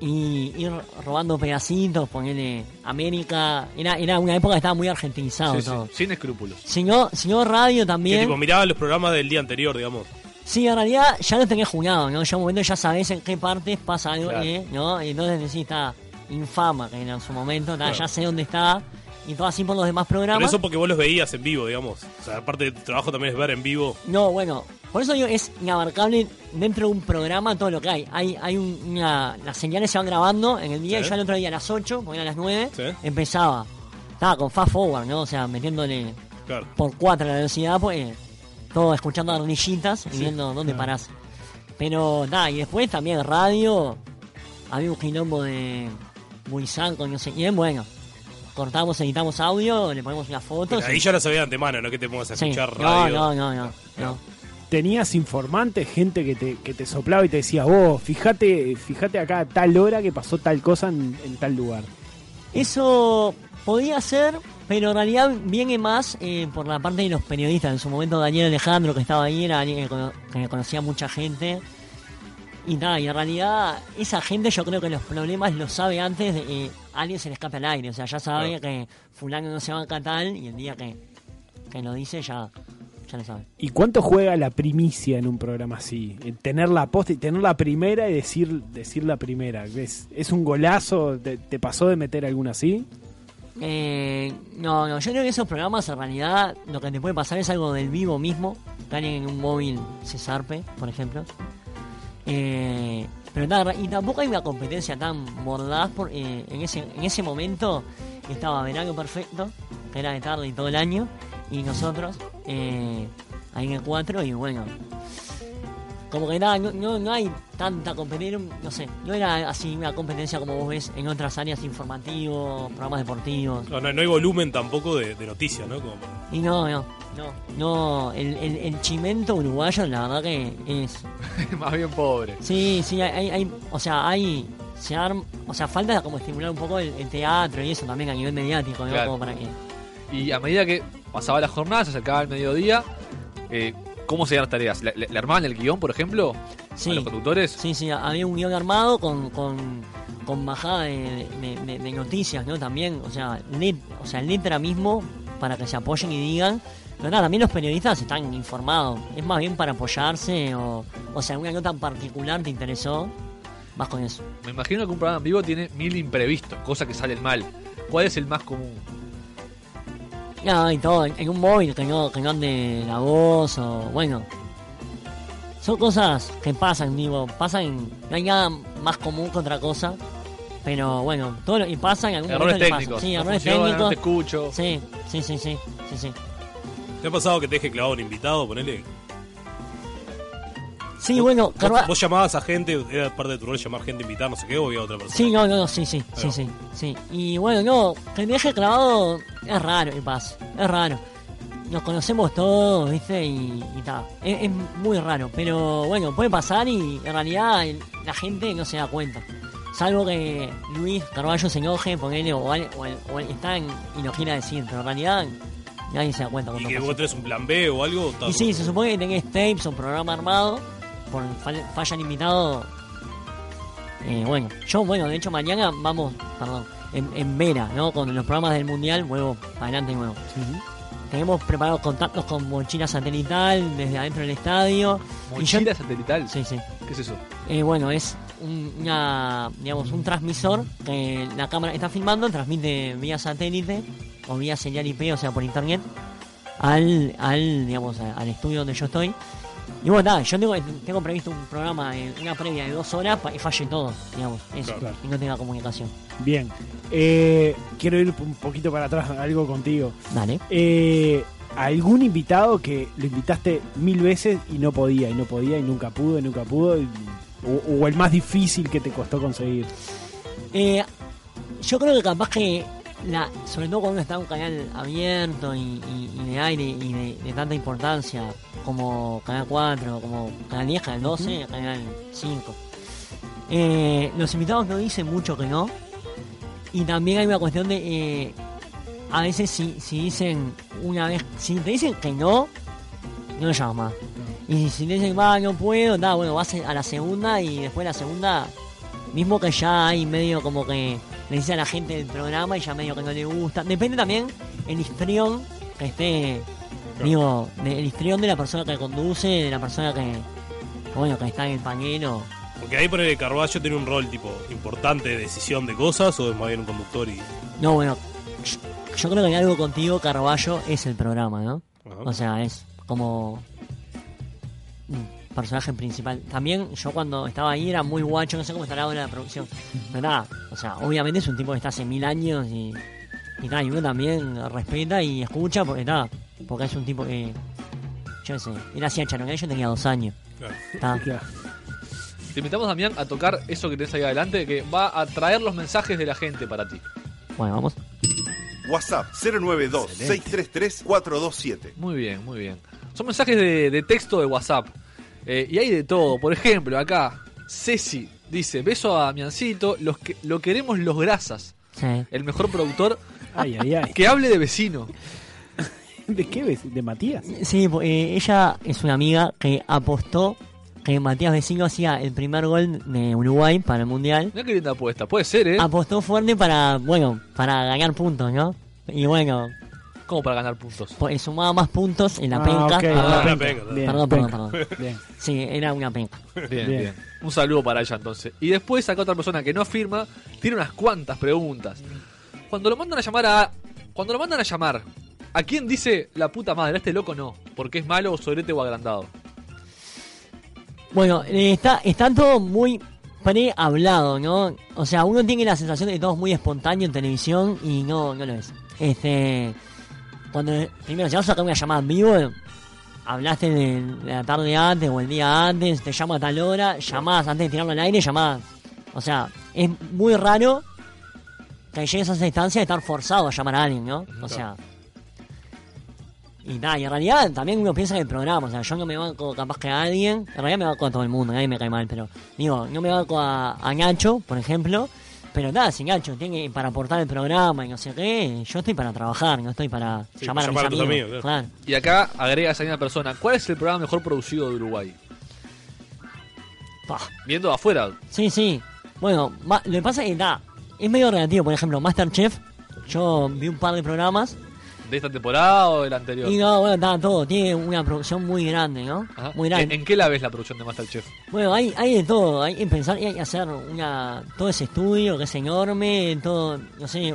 Speaker 13: y ir robando pedacitos, ponerle América. Era, era una época que estaba muy argentinizado
Speaker 4: Sí, sí,
Speaker 13: todo.
Speaker 6: Sin escrúpulos.
Speaker 13: Si no, si no, radio
Speaker 4: Que
Speaker 13: también.
Speaker 4: tipo, miraba los programas del día anterior, digamos.
Speaker 13: Sí, en realidad ya lo tenés jugado, ¿no? Ya un momento ya sabés en qué partes pasa algo,
Speaker 4: Claro.
Speaker 13: ¿eh? ¿no? Y entonces decís, está infama, que en su momento, ta,
Speaker 4: Claro.
Speaker 13: ya sé dónde está, y todo así por los demás
Speaker 4: Pero
Speaker 13: programas.
Speaker 4: eso porque vos los veías en vivo, digamos. O sea, aparte de tu trabajo también es ver en vivo.
Speaker 13: No, bueno, por eso digo, es inabarcable dentro de un programa todo lo que hay. Hay, hay un- una, las señales se van grabando en el día
Speaker 4: Sí.
Speaker 13: y ya el otro día a las 8, porque era a las 9,
Speaker 4: Sí.
Speaker 13: empezaba. Estaba con fast forward, ¿no? O sea, metiéndole
Speaker 4: Claro.
Speaker 13: por 4 la velocidad, pues eh, todo escuchando ardillitas y viendo dónde parás. Pero nada, y después también radio, había un quilombo de Buizán con no sé quién, bueno. Cortamos, editamos audio, le ponemos una foto.
Speaker 4: Pero
Speaker 13: sí.
Speaker 4: ahí ya lo sabía de antemano, no que te pongas a
Speaker 13: Sí.
Speaker 4: escuchar
Speaker 13: No,
Speaker 4: radio.
Speaker 13: no, no, no, no.
Speaker 2: Tenías informantes, gente que te, que te soplaba y te decía, vos, fíjate, fíjate acá a tal hora que pasó tal cosa en, en tal lugar.
Speaker 13: Eso podía ser, pero en realidad viene más eh, por la parte de los periodistas. En su momento Daniel Alejandro, que estaba ahí, era alguien que, cono- que conocía mucha gente. Y nada, y en realidad esa gente yo creo que los problemas los sabe antes de que alguien se le escape al aire. O sea, ya sabe que fulano no se va a tal y el día que, que lo dice ya, ya lo sabe.
Speaker 2: ¿Y cuánto juega la primicia en un programa así? En tener la posta y tener la primera y decir, decir la primera. ¿Es, es un golazo? ¿Te, te pasó de meter alguna así?
Speaker 13: Eh, no, no, yo creo que esos programas en realidad lo que te puede pasar es algo del vivo mismo. Que alguien en un móvil se zarpe, por ejemplo. Eh, pero nada, y tampoco hay una competencia tan mordaz por- eh, en, ese, en ese momento estaba Verano Perfecto, que era de tarde y todo el año, y nosotros eh, ahí en el 4 y bueno. Como que nada, no, no, no hay tanta competencia, no sé, no era así una competencia como vos ves en otras áreas informativos, programas deportivos.
Speaker 4: No, no, no hay volumen tampoco de, de noticias, ¿no? Como-
Speaker 13: Y no, no, no, no, el, el, el chimento uruguayo la verdad que es...
Speaker 6: Más bien pobre.
Speaker 13: Sí, sí, hay, hay- hay- o sea, hay, se arm- o sea, falta como estimular un poco el, el teatro y eso también a nivel mediático, ¿no?
Speaker 6: Claro.
Speaker 13: Como para que...
Speaker 6: Y a medida que pasaba la jornada, se acercaba el mediodía, eh, ¿cómo se hacían las tareas? ¿Le, le- le armaban el guión, por ejemplo?
Speaker 13: Sí.
Speaker 6: ¿A los conductores?
Speaker 13: Sí, sí, había un guión armado con, con, con bajada de, de- de- de noticias, ¿no? También, o sea, let- o sea, letra mismo para que se apoyen y digan. Pero nada, también los periodistas están informados. Es más bien para apoyarse o, o sea, alguna nota en particular te interesó, vas con eso.
Speaker 6: Me imagino que un programa en vivo tiene mil imprevistos, cosas que salen mal. ¿Cuál es el más común?
Speaker 13: No, y todo, en en un móvil que no, que no ande la voz o bueno. Son cosas que pasan, digo, pasan, no hay nada más común que otra cosa. Pero bueno, todo lo que pasa en algún
Speaker 6: Errores
Speaker 13: momento le pasa.
Speaker 6: técnicos.
Speaker 13: Sí,
Speaker 6: No
Speaker 13: errores
Speaker 6: funciona,
Speaker 13: técnicos.
Speaker 6: no te escucho.
Speaker 13: Sí, sí, sí, sí, sí, sí.
Speaker 4: ¿Te ha pasado que te deje clavado un invitado? Ponele.
Speaker 13: Sí, bueno,
Speaker 4: ¿Vos,
Speaker 13: Carva-
Speaker 4: vos llamabas a gente, era parte de tu rol llamar gente invitada, no sé qué, o había otra persona.
Speaker 13: Sí, no, no, no, sí, sí, sí, sí, sí. Y bueno, no, que me deje clavado es raro que pasa, es raro. Nos conocemos todos, ¿viste? Y, y ta, es, es muy raro, pero bueno, puede pasar y en realidad el- la gente no se da cuenta. Salvo que Luis Carballo se enoje, ponele, o, al- o, al- o al- está en- y lo quiera decir, pero en realidad nadie se da cuenta.
Speaker 4: Y
Speaker 13: cuando
Speaker 4: que
Speaker 13: pasa.
Speaker 4: vos tenés un plan B o algo. tal-
Speaker 13: Y sí, se supone que tenés tapes o programa armado, por fal- falla en invitado. Eh, bueno, yo, bueno, de hecho mañana vamos, perdón, en, en Vera, ¿no? Con los programas del Mundial, vuelvo para adelante de nuevo. Tenemos preparados contactos con mochila satelital desde adentro del estadio. y yo-
Speaker 6: ¿Mochila satelital?
Speaker 13: Sí, sí.
Speaker 3: ¿Qué es eso?
Speaker 13: Eh, bueno, es un, una, digamos, un transmisor que la cámara está filmando, transmite vía satélite o vía señal IP, o sea, por internet, al, al, digamos, a- al estudio donde yo estoy. Y bueno, nada, yo tengo, tengo previsto un programa, eh, una previa de dos horas pa- y falle todo, digamos, eso,
Speaker 2: Claro.
Speaker 13: y no tenga comunicación.
Speaker 2: Bien. Eh, quiero ir un poquito para atrás, algo contigo.
Speaker 13: Dale.
Speaker 2: Eh, ¿Algún invitado que lo invitaste mil veces y no podía, y no podía, y nunca pudo, y nunca pudo? y- o, o el más difícil que te costó conseguir?
Speaker 13: Eh, yo creo que capaz que, la, sobre todo cuando está en un canal abierto y, y- y de aire y de, de tanta importancia, como Canal 4, como Canal 10, Canal 12, Canal 5, eh, los invitados no dicen mucho que no. Y también hay una cuestión de, eh, a veces si, si dicen una vez, si te dicen que no, no llama. Y si te dicen, va, no puedo, nada, bueno, vas a la segunda y después de la segunda, mismo que ya hay medio como que le dice a la gente del programa y ya medio que no le gusta. Depende también el histrión que esté, digo, de- el histrión de la persona que conduce, de la persona que, bueno, que está en el pañuelo.
Speaker 4: Porque ahí por el Carballo tiene un rol tipo importante de decisión de cosas o es más bien un conductor y.
Speaker 13: No, bueno, yo, yo creo que en algo contigo, Carballo, es el programa, ¿no?
Speaker 4: Ajá.
Speaker 13: O sea, es como mm, personaje principal. También yo cuando estaba ahí era muy guacho, no sé cómo estará ahora la producción. Pero nada, o sea, obviamente es un tipo que está hace mil años y, y nada, y uno también respeta y escucha porque nada, porque es un tipo que, yo qué sé, él hacía charonga, yo tenía dos años.
Speaker 4: Claro.
Speaker 13: Está.
Speaker 6: Te invitamos, Damián, a tocar eso que tenés ahí adelante, que va a traer los mensajes de la gente para ti.
Speaker 13: Bueno, vamos.
Speaker 5: WhatsApp 092-633-427.
Speaker 6: Muy bien, muy bien. Son mensajes de, de texto de WhatsApp. Eh, y hay de todo. Por ejemplo, acá, Ceci dice: Beso a Damiancito, los que, lo queremos los grasas.
Speaker 13: Sí.
Speaker 6: El mejor productor
Speaker 2: Ay, ay, ay.
Speaker 6: que hable de vecino.
Speaker 2: ¿De qué? ves? ¿De Matías?
Speaker 13: Sí, po- eh, ella es una amiga que apostó que Matías Vecino hacía el primer gol de Uruguay para el Mundial.
Speaker 6: Mirá qué linda apuesta. Puede ser, ¿eh?
Speaker 13: Apostó fuerte para, bueno, para ganar puntos, ¿no? Y bueno,
Speaker 6: ¿Cómo para ganar puntos?
Speaker 13: po- sumaba más puntos en la
Speaker 6: Ah,
Speaker 13: penca.
Speaker 6: ok, en la Ah, penca. penca,
Speaker 13: perdón,
Speaker 6: bien,
Speaker 13: perdón,
Speaker 6: penca.
Speaker 13: perdón,
Speaker 6: Bien.
Speaker 13: Sí, era una penca.
Speaker 6: Bien, bien, Un saludo para ella entonces. Y después acá otra persona que no firma tiene unas cuantas preguntas. Cuando lo mandan a llamar a. Cuando lo mandan a llamar, ¿a quién dice la puta madre? Este loco no, porque es malo, sobrete o agrandado.
Speaker 13: Bueno, eh, está, está todo muy pre-hablado, ¿no? O sea, uno tiene la sensación de que todo es muy espontáneo en televisión y no, no lo es. Este. Cuando primero, si vas a sacar una llamada en vivo, hablaste de, de la tarde antes o el día antes, te llamo a tal hora, llamás antes de tirarlo al aire, llamás. O sea, es muy raro que llegues a esa instancia de estar forzado a llamar a alguien, ¿no? O sea. Y nada, y en realidad también uno piensa en el programa, o sea, yo no me banco capaz que a alguien, en realidad me banco a todo el mundo, nadie me cae mal, pero digo, no me banco a, a Nacho, por ejemplo, pero nada, si Nacho tiene para aportar el programa y no sé qué, yo estoy para trabajar, no estoy para
Speaker 4: Sí, pues
Speaker 13: llamar, a mis
Speaker 4: llamar a tus
Speaker 13: amigos.
Speaker 4: amigos,
Speaker 13: claro.
Speaker 6: Y acá agrega esa misma persona: ¿Cuál es el programa mejor producido de Uruguay?
Speaker 13: Pa.
Speaker 6: Viendo de afuera.
Speaker 13: Sí, sí. Bueno, ma- lo que pasa es que da, es medio relativo, por ejemplo, Masterchef, yo vi un par de programas
Speaker 6: ¿De esta temporada o de la anterior?
Speaker 13: y no, bueno, está todo, tiene una producción muy grande, ¿no?
Speaker 6: Ajá.
Speaker 13: Muy grande.
Speaker 6: ¿En, en qué la ves la producción de Masterchef?
Speaker 13: Bueno, hay, hay de todo, hay que pensar y hay que hacer una, todo ese estudio que es enorme, todo, no sé,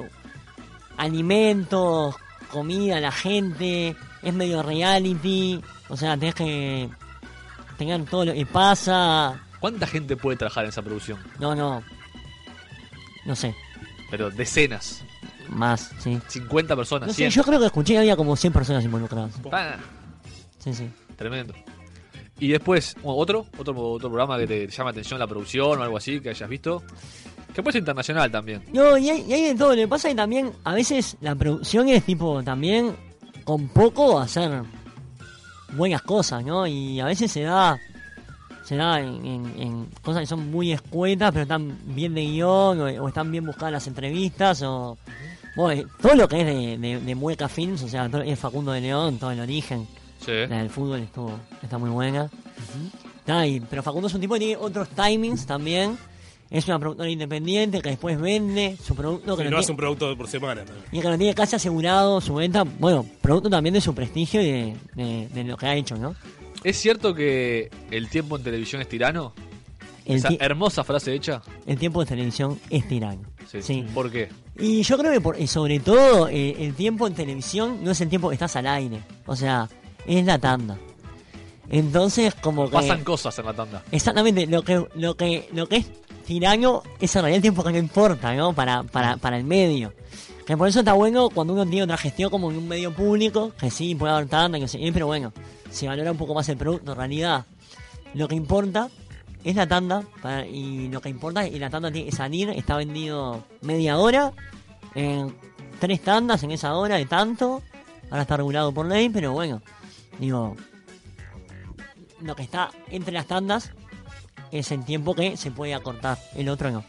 Speaker 13: alimentos, comida, la gente, es medio reality, o sea, tenés que tener todo lo que pasa,
Speaker 6: ¿Cuánta gente puede trabajar en esa producción?
Speaker 13: no, no, no sé,
Speaker 6: Pero decenas,
Speaker 13: más, sí.
Speaker 6: 50 personas,
Speaker 13: No sé,
Speaker 6: 100.
Speaker 13: yo creo que escuché que había como 100 personas involucradas.
Speaker 6: Ah.
Speaker 13: Sí, sí.
Speaker 6: Tremendo. Y después, bueno, otro, otro, otro programa que te llama atención la producción o algo así que hayas visto. Que puede ser internacional también.
Speaker 13: No, y hay, y hay de todo. Lo que pasa es que también a veces la producción es tipo también con poco hacer buenas cosas, ¿no? Y a veces se da, se da en, en- en cosas que son muy escuetas, pero están bien de guión o, o están bien buscadas las entrevistas o... bueno, eh, todo lo que es de, de, de Mueca Films, o sea, todo lo que es Facundo de León, todo el origen.
Speaker 6: Sí.
Speaker 13: La del fútbol estuvo, está muy buena. Nada, y- pero Facundo es un tipo que tiene otros timings también. Es una productora independiente que después vende su producto. Que
Speaker 4: Sí,
Speaker 13: lo
Speaker 4: no hace
Speaker 13: tiene-
Speaker 4: un producto por semana. también.
Speaker 13: y que lo tiene casi asegurado su venta. Bueno, producto también de su prestigio y de, de- de lo que ha hecho, ¿no?
Speaker 6: ¿Es cierto que el tiempo en televisión es tirano?
Speaker 13: El
Speaker 6: Esa
Speaker 13: ti-
Speaker 6: hermosa frase hecha.
Speaker 13: el tiempo de televisión es tirano.
Speaker 6: Sí.
Speaker 13: Sí.
Speaker 6: ¿Por qué?
Speaker 13: Y yo creo que por- y sobre todo eh, el tiempo en televisión no es el tiempo que estás al aire. O sea, es la tanda. Entonces, como que.
Speaker 6: Pasan cosas en la tanda.
Speaker 13: Exactamente, lo que, lo que, lo que es tirano es en realidad el tiempo que no importa, ¿no? Para,
Speaker 6: Mm.
Speaker 13: para, para el medio. Que por eso está bueno cuando uno tiene otra gestión como en un medio público, que sí, puede haber tanda, que no sé qué, pero bueno, se valora un poco más el producto. En realidad, lo que importa es la tanda, para- y lo que importa es y la tanda tiene que salir, está vendido media hora, en tres tandas en esa hora de tanto, ahora está regulado por ley, pero bueno, digo, lo que está entre las tandas es el tiempo que se puede acortar, el otro no.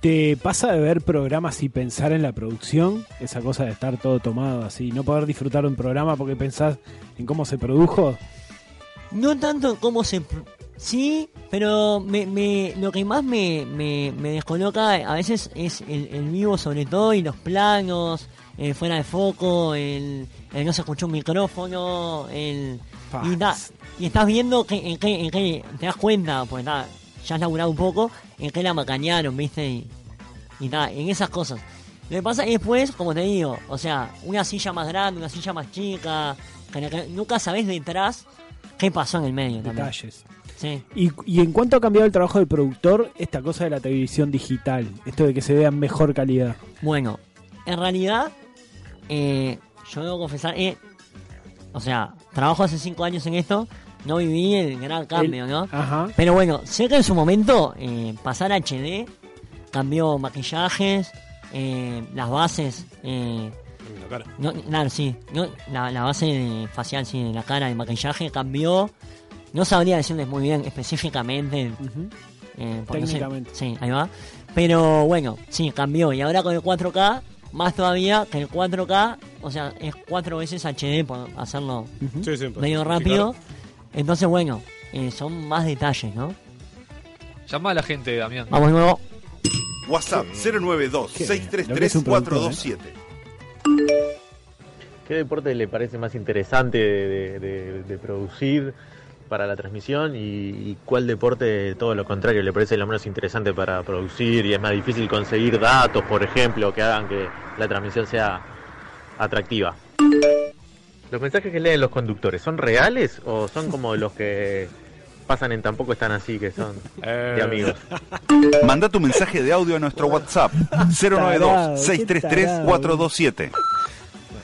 Speaker 2: ¿Te pasa de ver programas y pensar en la producción? Esa cosa de estar todo tomado así, no poder disfrutar un programa porque pensás en cómo se produjo.
Speaker 13: No tanto como se... Sí, pero me, me- lo que más me, me- me descoloca a veces es el, el vivo sobre todo y los planos, eh, fuera de foco, el, el no se escuchó un micrófono, el... Y, da- y estás viendo que, en qué, en qué- te das cuenta, pues da, ya has laburado un poco, en qué la macañaron, viste, y, y nada, en esas cosas. Lo que pasa es que después, como te digo, o sea, una silla más grande, una silla más chica, que no- que nunca sabés detrás qué pasó en el medio. también.
Speaker 2: Detalles.
Speaker 13: Sí.
Speaker 2: Y, y en cuanto ha cambiado el trabajo del productor, esta cosa de la televisión digital, esto de que se vea en mejor calidad.
Speaker 13: Bueno, en realidad, eh, yo debo confesar, eh, o sea, trabajo hace cinco años en esto, no viví el gran cambio, ¿no?
Speaker 2: Ajá.
Speaker 13: Pero bueno, sé que en su momento eh, pasar a HD cambió maquillajes, eh, las bases. eh,
Speaker 4: La cara.
Speaker 13: no, claro, sí. no, la, la base de- facial, sí, de la cara, el maquillaje cambió. No sabría decirles muy bien específicamente. eh, porque no sé.
Speaker 2: Técnicamente.
Speaker 13: sí, ahí va. Pero bueno, sí, cambió. Y ahora con el 4K, más todavía que el 4K, o sea, es cuatro veces HD por hacerlo
Speaker 4: Sí, sí, para
Speaker 13: medio
Speaker 4: simplificar.
Speaker 13: rápido. Entonces, bueno, eh, son más detalles, ¿no?
Speaker 6: Llama a la gente, Damián.
Speaker 13: Vamos de nuevo.
Speaker 5: WhatsApp 092 633 427.
Speaker 14: ¿Qué deporte le parece más interesante de, de- de producir para la transmisión y, y cuál deporte, todo lo contrario, le parece lo menos interesante para producir y es más difícil conseguir datos, por ejemplo, que hagan que la transmisión sea atractiva? ¿Los mensajes que leen los conductores son reales o son como los que pasan en tampoco están así, que son de amigos?
Speaker 5: Manda tu mensaje de audio a nuestro WhatsApp 092 633 427.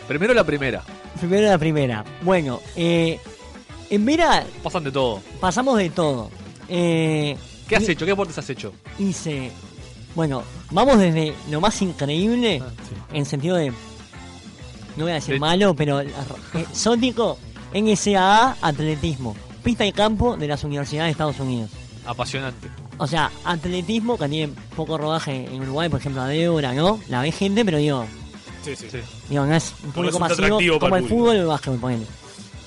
Speaker 6: Primero la primera.
Speaker 13: Primero la primera. Bueno, eh, en Mira
Speaker 6: Pasan de todo.
Speaker 13: pasamos de todo. Eh,
Speaker 6: ¿Qué has hecho? ¿Qué deportes has hecho?
Speaker 13: hice. Bueno, vamos desde lo más increíble,
Speaker 6: Ah,
Speaker 13: en sentido de. No voy a decir malo, pero. eh, exótico, NSAA, atletismo. Pista y campo de las universidades de Estados Unidos.
Speaker 6: Apasionante.
Speaker 13: O sea, atletismo, que tiene poco rodaje en Uruguay, por ejemplo, a Débora, ¿no? La ve gente, pero digo,
Speaker 4: Sí, sí, sí.
Speaker 13: Digo, no es un
Speaker 4: No
Speaker 13: público
Speaker 4: resulta
Speaker 13: masivo
Speaker 4: atractivo
Speaker 13: como
Speaker 4: para
Speaker 13: el
Speaker 4: el
Speaker 13: fútbol o el básquetbol, ponele.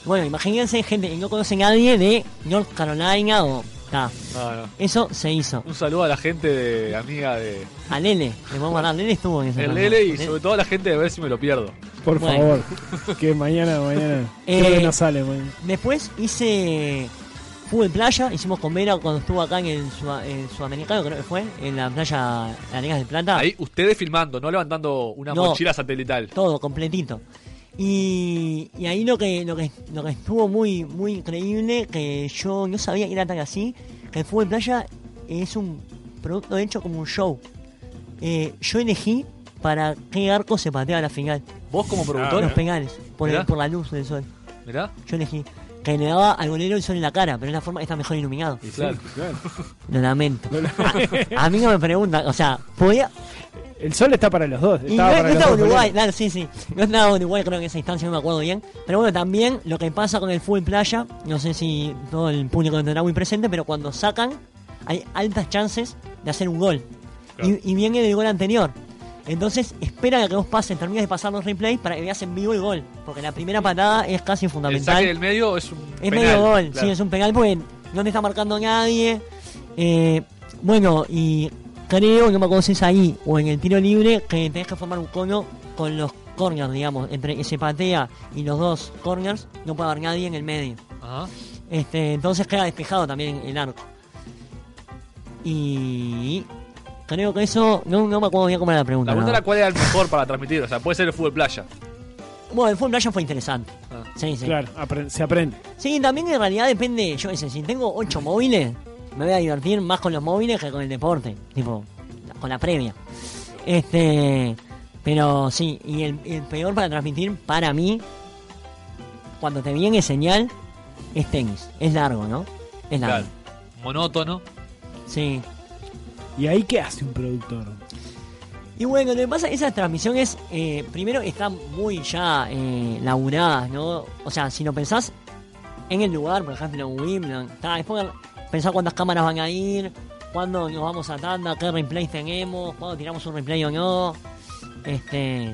Speaker 13: Bueno, imagínense gente que no conoce a nadie de North Carolina o... ta.
Speaker 6: No, no.
Speaker 13: Eso se hizo.
Speaker 6: Un saludo a la gente de amiga de
Speaker 13: A Lele, le vamos a dar. Lele estuvo en ese
Speaker 6: el
Speaker 13: programa.
Speaker 6: Lele y sobre todo a la gente de ver si me lo pierdo.
Speaker 2: Por
Speaker 13: Bueno.
Speaker 2: favor, que mañana, mañana.
Speaker 13: Eh,
Speaker 2: creo que no sale mañana.
Speaker 13: Después hice fútbol playa, hicimos con Vera cuando estuvo acá en el, Sua- en Sudamericano, creo que fue, en la playa Arenas del Plata.
Speaker 6: Ahí ustedes filmando, no levantando una
Speaker 13: No.
Speaker 6: mochila satelital.
Speaker 13: Todo, completito. Y, y ahí lo que, lo que lo que estuvo muy muy increíble, que yo no sabía que era tan así, que el fútbol playa es un producto hecho como un show. Eh, yo elegí para qué arco se pateaba la final. Ah,
Speaker 6: ¿Vos como productor?
Speaker 13: Los penales, por, el-
Speaker 6: Mirá.
Speaker 13: por la luz del sol.
Speaker 6: Mirá.
Speaker 13: Yo elegí. Que le daba al golero el sol en la cara, pero es la forma que está mejor iluminado.
Speaker 6: Claro.
Speaker 13: Lo lamento. a, a mí no me preguntan, o sea, podía,
Speaker 2: El sol está para los dos.
Speaker 13: y
Speaker 2: estaba
Speaker 13: no,
Speaker 2: para
Speaker 13: no
Speaker 2: los
Speaker 13: estaba
Speaker 2: dos,
Speaker 13: Uruguay, claro, sí, sí. No estaba Uruguay, creo que en esa instancia, no me acuerdo bien. Pero bueno, también lo que pasa con el fútbol playa, no sé si todo el público lo tendrá muy presente, pero cuando sacan, hay altas chances de hacer un gol. Y, y viene del gol anterior. Entonces, espera a que vos pases, termines de pasar los replays para que veas en vivo el gol. Porque la primera patada es casi
Speaker 6: El
Speaker 13: fundamental.
Speaker 6: saque del medio es un
Speaker 13: Es
Speaker 6: penal,
Speaker 13: medio gol,
Speaker 6: claro.
Speaker 13: sí, es un penal porque no te está marcando nadie. Eh, bueno, y creo, no me acuerdo si es ahí o en el tiro libre, que tenés que formar un cono con los corners, digamos. Entre que se patea y los dos corners, no puede haber nadie en el medio.
Speaker 6: Ajá.
Speaker 13: Este, entonces queda despejado también el arco. Y creo que eso. No, no me acuerdo bien cómo era la pregunta.
Speaker 6: La pregunta
Speaker 13: ¿no?
Speaker 6: era cuál era el mejor para transmitir. O sea, puede ser el fútbol playa.
Speaker 13: Bueno, el fútbol playa fue interesante. Sí, sí.
Speaker 2: Claro, apre- se aprende.
Speaker 13: Sí, también en realidad depende. Yo qué sé, si tengo ocho móviles, me voy a divertir más con los móviles que con el deporte. Tipo, con la previa. Este. Pero sí, y el, el peor para transmitir para mí, cuando te viene señal, es tenis. Es largo, ¿no? Es largo.
Speaker 6: Monótono.
Speaker 13: Sí.
Speaker 2: ¿Y ahí qué hace un productor?
Speaker 13: Y bueno, lo que pasa es que esas transmisiones, eh, primero, están muy ya eh, laburadas, ¿no? O sea, si lo pensás en el lugar, por ejemplo, en Wimbledon, está, después pensar cuántas cámaras van a ir, cuándo nos vamos a tanda, qué replay tenemos, cuándo tiramos un replay o no. Este.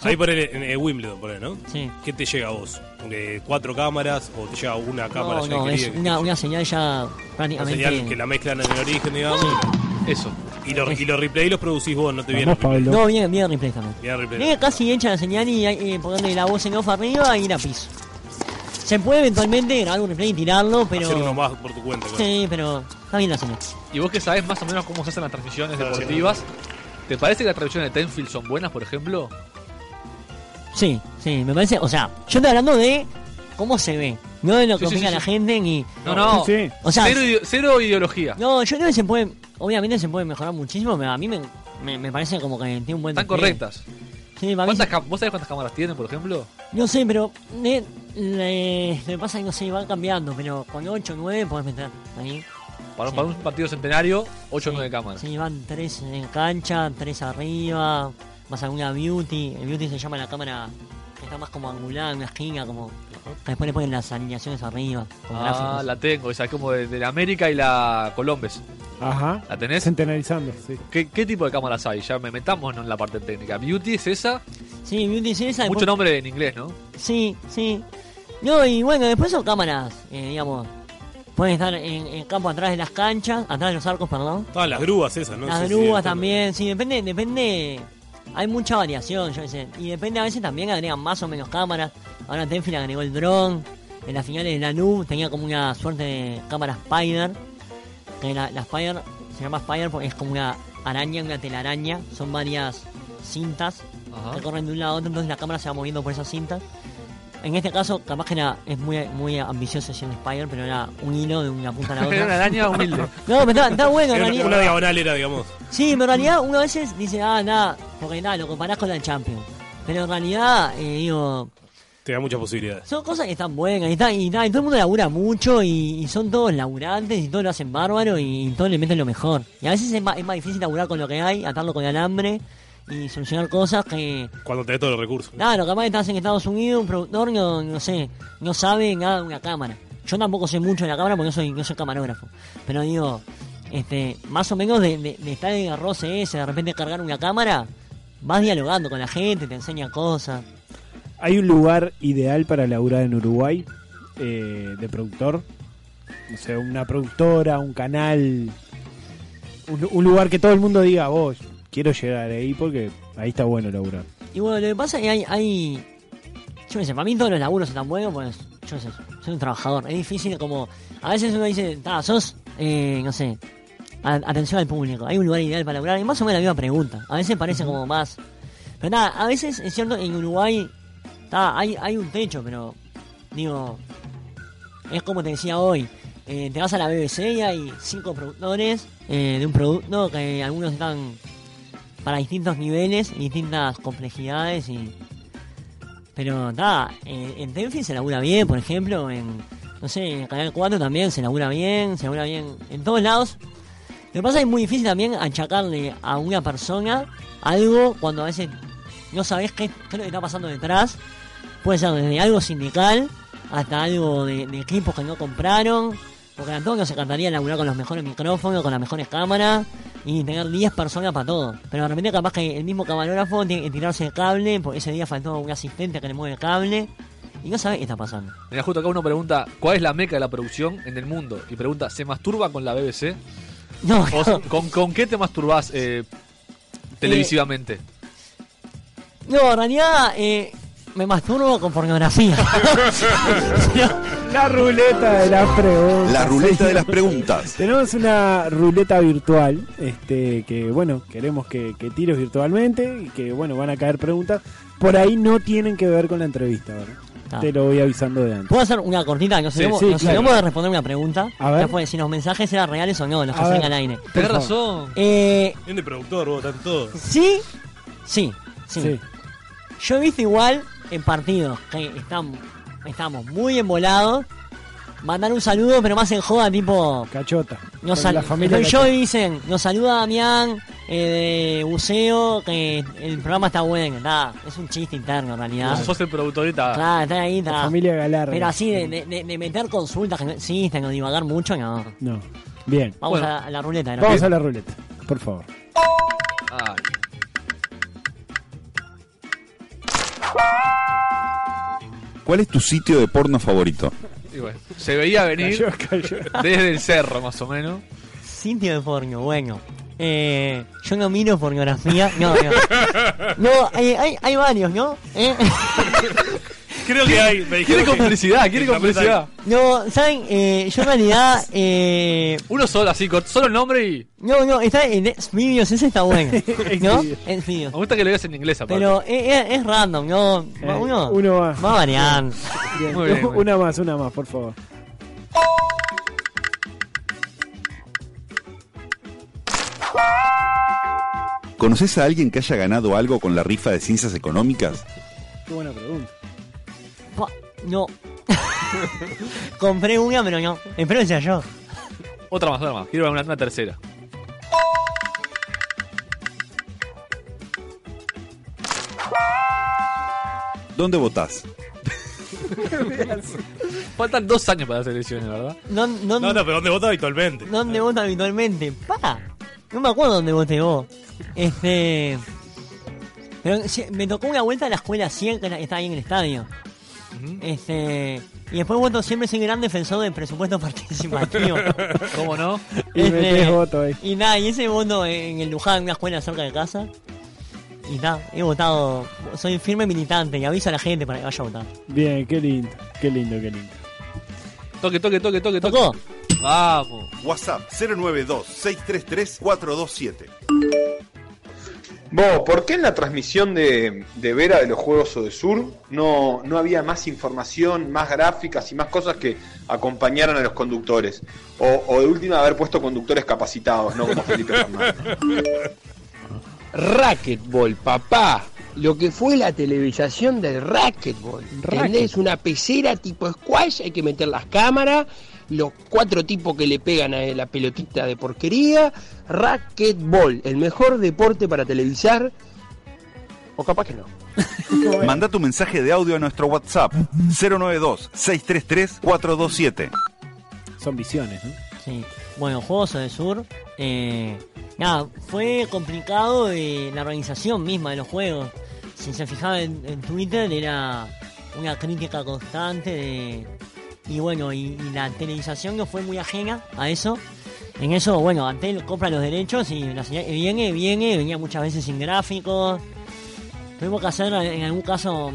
Speaker 4: Ahí por en, en Wimbledon, por ¿no?
Speaker 13: Sí.
Speaker 4: ¿Qué te llega a vos? Eh, ¿Cuatro cámaras o te llega una cámara
Speaker 13: no,
Speaker 4: ya
Speaker 13: no, es
Speaker 4: adquirida?
Speaker 13: una, una señal ya
Speaker 4: Una
Speaker 13: prácticamente.
Speaker 4: señal que la mezclan en el origen, digamos.
Speaker 6: Eso.
Speaker 4: Y los y los replay los producís vos, no te vienen.
Speaker 13: No, viene, viene replay también.
Speaker 4: Viene replay.
Speaker 13: Viene casi hecha la señal y eh, ponerle la voz en off arriba y ir a piso. Se puede eventualmente grabar un replay y tirarlo, pero.
Speaker 6: Hacer uno más por tu cuenta, claro.
Speaker 13: Sí, pero está bien la señal.
Speaker 6: Y vos que sabés más o menos cómo se hacen las transmisiones deportivas, ¿te parece que las transmisiones de Tenfield son buenas, por ejemplo?
Speaker 13: Sí, sí, me parece. O sea, yo estoy hablando de cómo se ve, no de lo que
Speaker 6: Sí, sí,
Speaker 13: opina
Speaker 6: sí,
Speaker 13: la
Speaker 6: sí.
Speaker 13: gente ni.
Speaker 6: No, no.
Speaker 13: O sea,
Speaker 6: cero, ide- cero ideología.
Speaker 13: no, yo creo que se puede. Obviamente se puede mejorar muchísimo, pero a mí me, me, me parece como que tiene un buen.
Speaker 6: Están
Speaker 13: despliegue.
Speaker 6: correctas.
Speaker 13: Sí, para mí
Speaker 6: ¿Cuántas, cam- ¿Vos sabés cuántas cámaras tienen, por ejemplo?
Speaker 13: No sé, pero eh, le- lo que pasa es que no sé, van cambiando, pero con 8 o 9 podés meter ahí.
Speaker 6: Para,
Speaker 13: Sí.
Speaker 6: para un partido centenario, 8 o 9 cámaras.
Speaker 13: Sí, van 3 en cancha, 3 arriba, más alguna beauty. El beauty se llama la cámara que está más como angulada en una esquina, como. que Después le ponen las alineaciones arriba, con
Speaker 6: Ah,
Speaker 13: gráficos.
Speaker 6: la tengo, esa es como de, de la América y la Colombes.
Speaker 2: Ajá.
Speaker 6: ¿La tenés?
Speaker 2: Centenarizando, sí.
Speaker 6: ¿Qué, qué tipo de cámaras hay? Ya me metamos en la parte técnica. Beauty es esa.
Speaker 13: Sí, Beauty es esa.
Speaker 6: Mucho
Speaker 13: después-
Speaker 6: nombre en inglés, ¿no?
Speaker 13: Sí, sí. No, y bueno, después son cámaras, eh, digamos. Pueden estar en, en campo atrás de las canchas, atrás de los arcos, perdón.
Speaker 4: Todas Ah, las grúas esas, ¿no?
Speaker 13: Las
Speaker 4: Sí, sí,
Speaker 13: grúas
Speaker 4: está-
Speaker 13: también, sí, depende, depende. Hay mucha variación, yo qué sé. Y depende, a veces también agregan más o menos cámaras. Ahora Tenfield agregó el dron. En las finales de la NU tenía como una suerte de cámara Spider. Que la, la Spider se llama Spider porque es como una araña, una telaraña. Son varias cintas
Speaker 6: Ajá.
Speaker 13: que corren de un lado a otro, entonces la cámara se va moviendo por esas cintas. En este caso, capaz que era, es muy, muy ambicioso siendo Spider, pero era un hilo de una punta a la otra.
Speaker 6: Era una araña humilde.
Speaker 13: No, pero está, está bueno, en
Speaker 4: Era
Speaker 13: realidad.
Speaker 4: una, una diagonal era, digamos.
Speaker 13: Sí, pero en realidad uno a veces dice, ah, nada, porque nada, lo comparás con la Champions. Pero en realidad, eh, digo,
Speaker 4: Te da muchas posibilidades.
Speaker 13: son cosas que están buenas y, está- y nada, y todo el mundo labura mucho y, y son todos laburantes y todos lo hacen bárbaro y, todos le meten lo mejor. Y a veces es más, es más difícil laburar con lo que hay, atarlo con alambre y solucionar cosas que...
Speaker 4: Cuando tenés todos los recursos.
Speaker 13: Claro, capaz que estás en Estados Unidos, un productor no, no sé, no sabe nada de una cámara. Yo tampoco sé mucho de la cámara porque no soy, no soy camarógrafo. Pero digo, este, más o menos de, de- de estar en el roce ese, de repente cargar una cámara, vas dialogando con la gente, te enseña cosas.
Speaker 2: ¿Hay un lugar ideal para laburar en Uruguay eh, de productor? No sé, una productora, un canal, un, un lugar que todo el mundo diga, vos, quiero llegar ahí porque ahí está bueno laburar.
Speaker 13: Y bueno, lo que pasa es que hay, hay yo qué sé, para mí todos los laburos están buenos, pues yo qué sé, soy un trabajador. Es difícil como, a veces uno dice, ah, sos, eh, no sé, a- atención al público, hay un lugar ideal para laburar, y más o menos la misma pregunta. A veces parece como más... Pero nada, a veces es cierto, en Uruguay está, hay, hay un techo, pero digo, es como te decía hoy, eh, te vas a la BBC y hay cinco productores eh, de un producto que algunos están para distintos niveles, distintas complejidades y... Pero nada, eh, en Tenfi se labura bien, por ejemplo, en, no sé, en Canal 4 también se labura bien, se labura bien en todos lados. Lo que pasa es que es muy difícil también achacarle a una persona algo cuando a veces no sabes qué, qué es lo que está pasando detrás. Puede ser desde algo sindical hasta algo de, de equipos que no compraron. Porque a Antonio se encantaría laburar con los mejores micrófonos, con las mejores cámaras y tener 10 personas para todo. Pero de repente capaz que el mismo camarógrafo tiene que tirarse el cable, porque ese día faltó un asistente que le mueve el cable y no sabes qué está pasando.
Speaker 6: Mira, justo acá uno pregunta, ¿cuál es la meca de la producción en el mundo? Y pregunta, ¿se masturba con la BBC?
Speaker 13: No. Eh,
Speaker 6: ¿O s- con, con qué te masturbás eh, televisivamente?
Speaker 13: No, en realidad, eh, me masturbo con pornografía.
Speaker 2: La ruleta de las preguntas.
Speaker 5: La ruleta de las preguntas.
Speaker 2: Tenemos una ruleta virtual, este, que bueno, queremos que, que tires virtualmente y que bueno, van a caer preguntas. Por ahí no tienen que ver con la entrevista, ¿verdad?
Speaker 13: Ah.
Speaker 2: Te lo voy avisando de antes.
Speaker 13: ¿Puedo hacer una cortita? Nos
Speaker 2: Sí,
Speaker 13: olvidamos
Speaker 2: sí,
Speaker 13: nos
Speaker 2: claro.
Speaker 13: olvidamos de responder una pregunta.
Speaker 2: A ver.
Speaker 13: Ya fue, si los mensajes eran reales o no, los que
Speaker 4: A
Speaker 13: hacen
Speaker 4: ver,
Speaker 13: al aire.
Speaker 4: por Tenés favor. razón.
Speaker 13: Eh,
Speaker 4: Bien de productor, vos, tanto todo.
Speaker 13: ¿sí? sí, sí,
Speaker 4: Sí.
Speaker 13: Yo he visto igual en partidos que están, estamos muy embolados. Mandar un saludo, pero más en joda, tipo.
Speaker 2: Cachota.
Speaker 13: Nos
Speaker 2: Con
Speaker 13: sal-
Speaker 2: la familia
Speaker 13: estoy yo
Speaker 2: Cachota.
Speaker 13: y dicen, nos saluda Damián eh, de Buceo, que el programa está bueno. Nada, es un chiste interno en realidad.
Speaker 6: Vos sos el productor
Speaker 13: Claro, está ahí, está.
Speaker 2: La familia Galarra.
Speaker 13: Pero así, de, de- de- de meter consultas que no existen o divagar mucho, no.
Speaker 2: No. Bien.
Speaker 13: Vamos a, la- a la ruleta. ¿no?
Speaker 2: Vamos a la ruleta, por favor.
Speaker 6: Ay.
Speaker 5: ¿Cuál es tu sitio de porno favorito?
Speaker 6: Y bueno, se veía venir
Speaker 2: Cayó, cayó.
Speaker 6: desde el cerro, más o menos.
Speaker 13: Sitio de porno, bueno. Eh, yo no miro pornografía. No, no. No, hay, hay, hay varios, ¿no? Eh,
Speaker 4: Creo que hay. Me
Speaker 6: Quiere
Speaker 4: dijeron que-
Speaker 6: complicidad, quiere
Speaker 4: que
Speaker 6: complicidad.
Speaker 13: No, ¿saben? Eh, yo en realidad. Eh,
Speaker 6: Uno solo, así, con solo el nombre y.
Speaker 13: no, no, está en Xvideos, ese está bueno. ¿No?
Speaker 6: Me
Speaker 13: Xvideos.
Speaker 6: gusta que lo veas en inglés, aparte.
Speaker 13: Pero es, es- es random, ¿no? Uno,
Speaker 2: Eh, uno va.
Speaker 13: va variando.
Speaker 2: Bien.
Speaker 6: Muy bien, muy
Speaker 2: Una más, una más, por favor.
Speaker 5: ¿Conoces a alguien que haya ganado algo con la rifa de ciencias económicas?
Speaker 2: Qué buena pregunta.
Speaker 13: Pa- No. Compré una, pero no. Espero que sea yo.
Speaker 6: Otra más, otra más. Quiero una, una tercera.
Speaker 5: ¿Dónde votás?
Speaker 6: Faltan dos años para las elecciones, ¿verdad?
Speaker 13: No, no,
Speaker 4: No, no, pero ¿dónde vota habitualmente?
Speaker 13: ¿Dónde vota habitualmente? Pa. No me acuerdo dónde voté vos. Este. Pero sí, me tocó una vuelta a la escuela 100 que está ahí en el estadio. Este. Y después voto siempre soy gran defensor del presupuesto participativo.
Speaker 6: ¿Cómo no?
Speaker 2: Y metés Este, voto ahí.
Speaker 13: Y nada, y ese voto en el Luján, una escuela cerca de casa. Y nada, he votado. Soy firme militante y aviso a la gente para que vaya a votar.
Speaker 2: Bien, qué lindo, qué lindo, qué lindo.
Speaker 6: Toque, toque, toque, toque, toque.
Speaker 13: ¿Tocó?
Speaker 6: Vamos.
Speaker 5: WhatsApp 092-633-427.
Speaker 15: Vos, ¿por qué en la transmisión de, de Vera de los Juegos de Sur no, no había más información, más gráficas y más cosas que acompañaran a los conductores? O, o de última haber puesto conductores capacitados, no como Felipe Fernández.
Speaker 16: Racquetball, papá. Lo que fue la televisación del racquetball. ¿Entendés? Una pecera tipo squash, hay que meter las cámaras, los cuatro tipos que le pegan a la pelotita de porquería. Racquetball, el mejor deporte para televisar. O capaz que no.
Speaker 5: Manda tu mensaje de audio a nuestro WhatsApp 092-633-427.
Speaker 2: Son visiones, ¿no?
Speaker 13: Sí. Bueno, Juegos del Sur. eh, nada, fue complicado eh, la organización misma de los juegos. Si se fijaban en, en Twitter, era una crítica constante de. Y bueno, y, y la televisación no fue muy ajena a eso. En eso, bueno, Antel compra los derechos y la señal que viene, viene, venía muchas veces sin gráficos. Tuvimos que hacer eh, en algún caso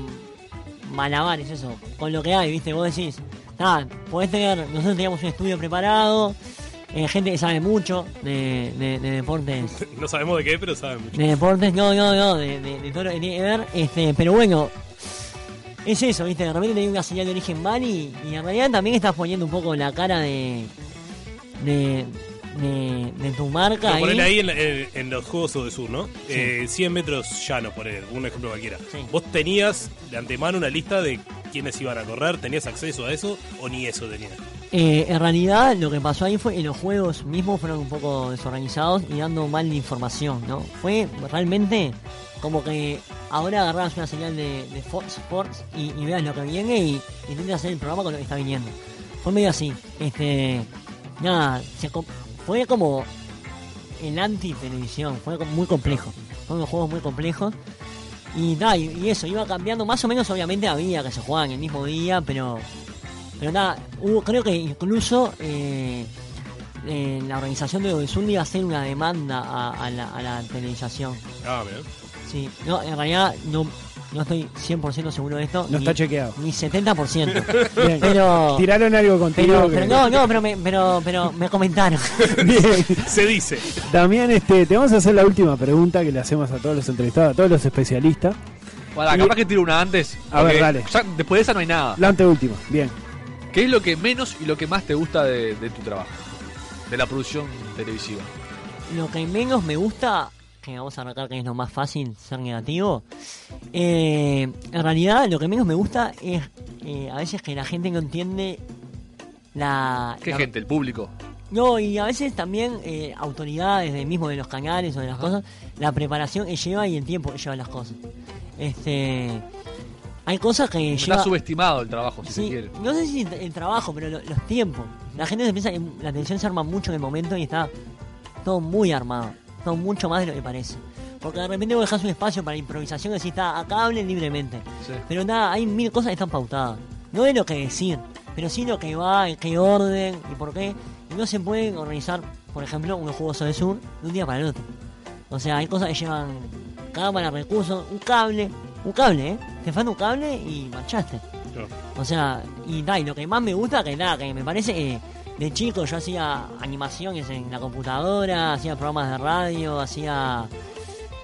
Speaker 13: malabares, eso, con lo que hay, ¿viste? Vos decís, nada, podés tener, nosotros teníamos un estudio preparado, eh, gente que sabe mucho de, de- de deportes.
Speaker 4: No sabemos de qué, pero saben mucho.
Speaker 13: De deportes, no, no, no, de, de- de todo lo que tiene que ver, este, pero bueno, es eso, ¿viste? De repente tenés una señal de origen mal y, y en realidad también estás poniendo un poco la cara de. de. de, de tu marca.
Speaker 4: Pero ponele ahí en, la- en- en los Juegos de Sur, ¿no? Eh, 100 metros llanos, por un ejemplo cualquiera. ¿Vos tenías de antemano una lista de quiénes iban a correr? ¿Tenías acceso a eso o ni eso tenías?
Speaker 13: Eh, en realidad lo que pasó ahí fue que los juegos mismos fueron un poco desorganizados y dando mal información, ¿no? Fue realmente como que ahora agarrás una señal de, de Fox Sports y, y veas lo que viene y y intentes hacer el programa con lo que está viniendo. Fue medio así. Este, nada, se co- fue como el anti-televisión, fue como muy complejo. Fueron unos juegos muy complejos. Y nada, y, y eso, iba cambiando. Más o menos, obviamente, había que se jugaban el mismo día, pero. Pero nada, hubo, creo que incluso eh, eh, la organización de Odesul iba a hacer una demanda a, a la, a la televisación.
Speaker 4: Ah, bien.
Speaker 13: Sí, no, en realidad no, No estoy 100% seguro de esto.
Speaker 2: No
Speaker 13: ni-
Speaker 2: está chequeado.
Speaker 13: Ni 70%.
Speaker 2: Bien.
Speaker 13: Pero.
Speaker 2: Tiraron algo contigo.
Speaker 13: Pero,
Speaker 2: que-
Speaker 13: pero no, no, pero me, pero, pero me comentaron.
Speaker 4: Se dice.
Speaker 2: Damián, este, te vamos a hacer la última pregunta que le hacemos a todos los entrevistados, a todos los especialistas.
Speaker 6: Para,
Speaker 2: Y-
Speaker 6: capaz que tiro una antes.
Speaker 2: A
Speaker 6: porque
Speaker 2: ver, dale.
Speaker 6: ya después de esa no hay nada.
Speaker 2: La anteúltima, bien.
Speaker 6: ¿Qué es lo que menos y lo que más te gusta de, de tu trabajo? De la producción televisiva.
Speaker 13: Lo que menos me gusta, que vamos a arrancar que es lo más fácil ser negativo, eh, en realidad lo que menos me gusta es eh, a veces que la gente no entiende la...
Speaker 6: ¿Qué
Speaker 13: la-
Speaker 6: gente? El público.
Speaker 13: No, y a veces también eh, autoridades de mismo de los canales o de las cosas, la preparación que lleva y el tiempo que lleva las cosas. Este, hay cosas que
Speaker 6: Está
Speaker 13: lleva-
Speaker 6: subestimado el trabajo, si se
Speaker 13: Sí,
Speaker 6: quiere.
Speaker 13: no sé si el- el trabajo, pero lo- los tiempos. La gente se piensa que la televisión se arma mucho en el momento y está todo muy armado. Todo mucho más de lo que parece. Porque de repente vos dejás un espacio para improvisación y decís, "Tá, acá hablen libremente.
Speaker 6: Sí.
Speaker 13: Pero nada, hay mil cosas que están pautadas. No es lo que decir, pero sí lo que va, en qué orden y por qué. Y no se pueden organizar, por ejemplo, unos Juegos del Sur de un día para el otro. O sea, hay cosas que llevan cámara, recursos, un cable, un cable, ¿eh? Te falta un cable y marchaste. O sea, y, da, y lo que más me gusta, que nada, que me parece que de chico yo hacía animaciones en la computadora, hacía programas de radio, hacía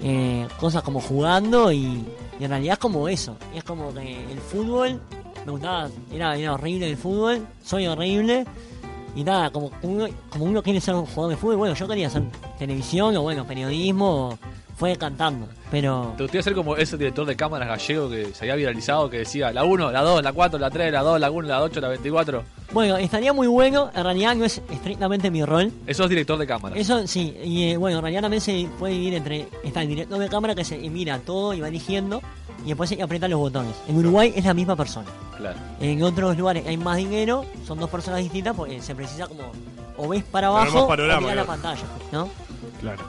Speaker 13: eh, cosas como jugando y, y en realidad es como eso. Es como que el fútbol, me gustaba, era, era horrible el fútbol, soy horrible. Y nada, como uno, como uno quiere ser un jugador de fútbol, bueno, yo quería hacer televisión o bueno, periodismo, o- fue cantando. Pero
Speaker 6: ¿Te gustaría ser como ese director de cámaras gallego que se había viralizado que decía la 1, la 2, la 4, la 3, la 2, la 1, la 8, la 24?
Speaker 13: bueno, estaría muy bueno, en realidad no es estrictamente mi rol,
Speaker 6: Eso es director de cámaras.
Speaker 13: Eso sí, y eh, bueno, en realidad también se puede dividir entre. Está el director de cámara que se mira todo y va eligiendo, y después se aprieta los botones. En Uruguay es la misma persona.
Speaker 6: Claro.
Speaker 13: En otros lugares hay más dinero, son dos personas distintas, porque se precisa como. O ves para
Speaker 2: Pero
Speaker 13: abajo,
Speaker 2: más
Speaker 13: o
Speaker 2: panorama,
Speaker 13: mira la
Speaker 2: claro.
Speaker 13: pantalla, ¿no?
Speaker 2: Claro.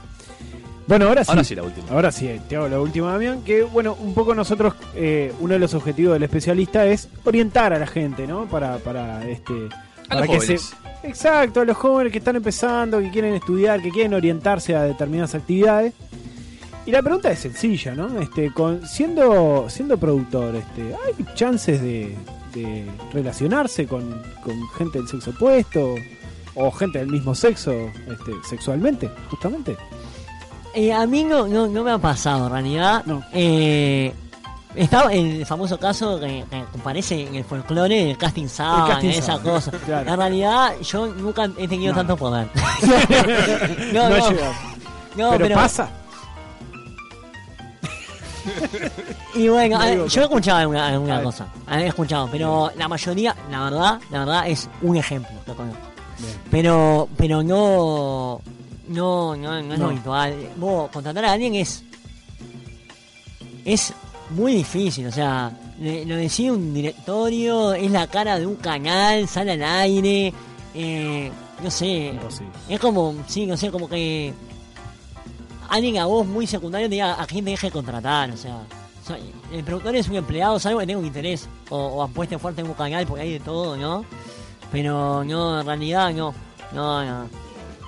Speaker 2: Bueno, ahora sí.
Speaker 6: Ahora sí, la última.
Speaker 2: Ahora sí, te hago la última, Damián. Que bueno, un poco nosotros, eh, uno de los objetivos del especialista es orientar a la gente, ¿no? Para, para este. para que se-
Speaker 6: jóvenes.
Speaker 2: Exacto, a los jóvenes que están empezando, que quieren estudiar, que quieren orientarse a determinadas actividades. Y la pregunta es sencilla, ¿no? Este, con, siendo, siendo productor, este, ¿hay chances de, de relacionarse con, con gente del sexo opuesto? O gente del mismo sexo, este, sexualmente, justamente.
Speaker 13: Eh, a mí no, no, no me ha pasado, en realidad. Eh, estaba el famoso caso que, que aparece en el folclore, el casting sábana,
Speaker 2: casting
Speaker 13: esa
Speaker 2: sábana,
Speaker 13: cosa.
Speaker 2: claro.
Speaker 13: En realidad, yo nunca he tenido
Speaker 2: No.
Speaker 13: tanto poder.
Speaker 2: No ha llegado.
Speaker 13: No,
Speaker 2: Pero pasa.
Speaker 13: Y bueno,
Speaker 2: No
Speaker 17: ah,
Speaker 13: a ver,
Speaker 2: digo
Speaker 13: yo he escuchado alguna,
Speaker 2: A
Speaker 13: alguna
Speaker 2: ver.
Speaker 13: cosa. He escuchado, pero la mayoría, la verdad, la verdad es un ejemplo, lo conozco. Pero, pero no, no, no, no es
Speaker 2: No.
Speaker 13: lo habitual. Vos, contratar a alguien es. Es muy difícil, o sea, le- lo decide un directorio, es la cara de un canal, sale al aire, eh, no sé. Es como, sí, no sé, como que. Alguien a vos muy secundario te diga a quién deje de contratar, o sea. o sea, El productor es un empleado, salvo que tenga un interés, o, o apueste fuerte en un canal, porque hay de todo, ¿no? Pero no, en realidad no. No, no.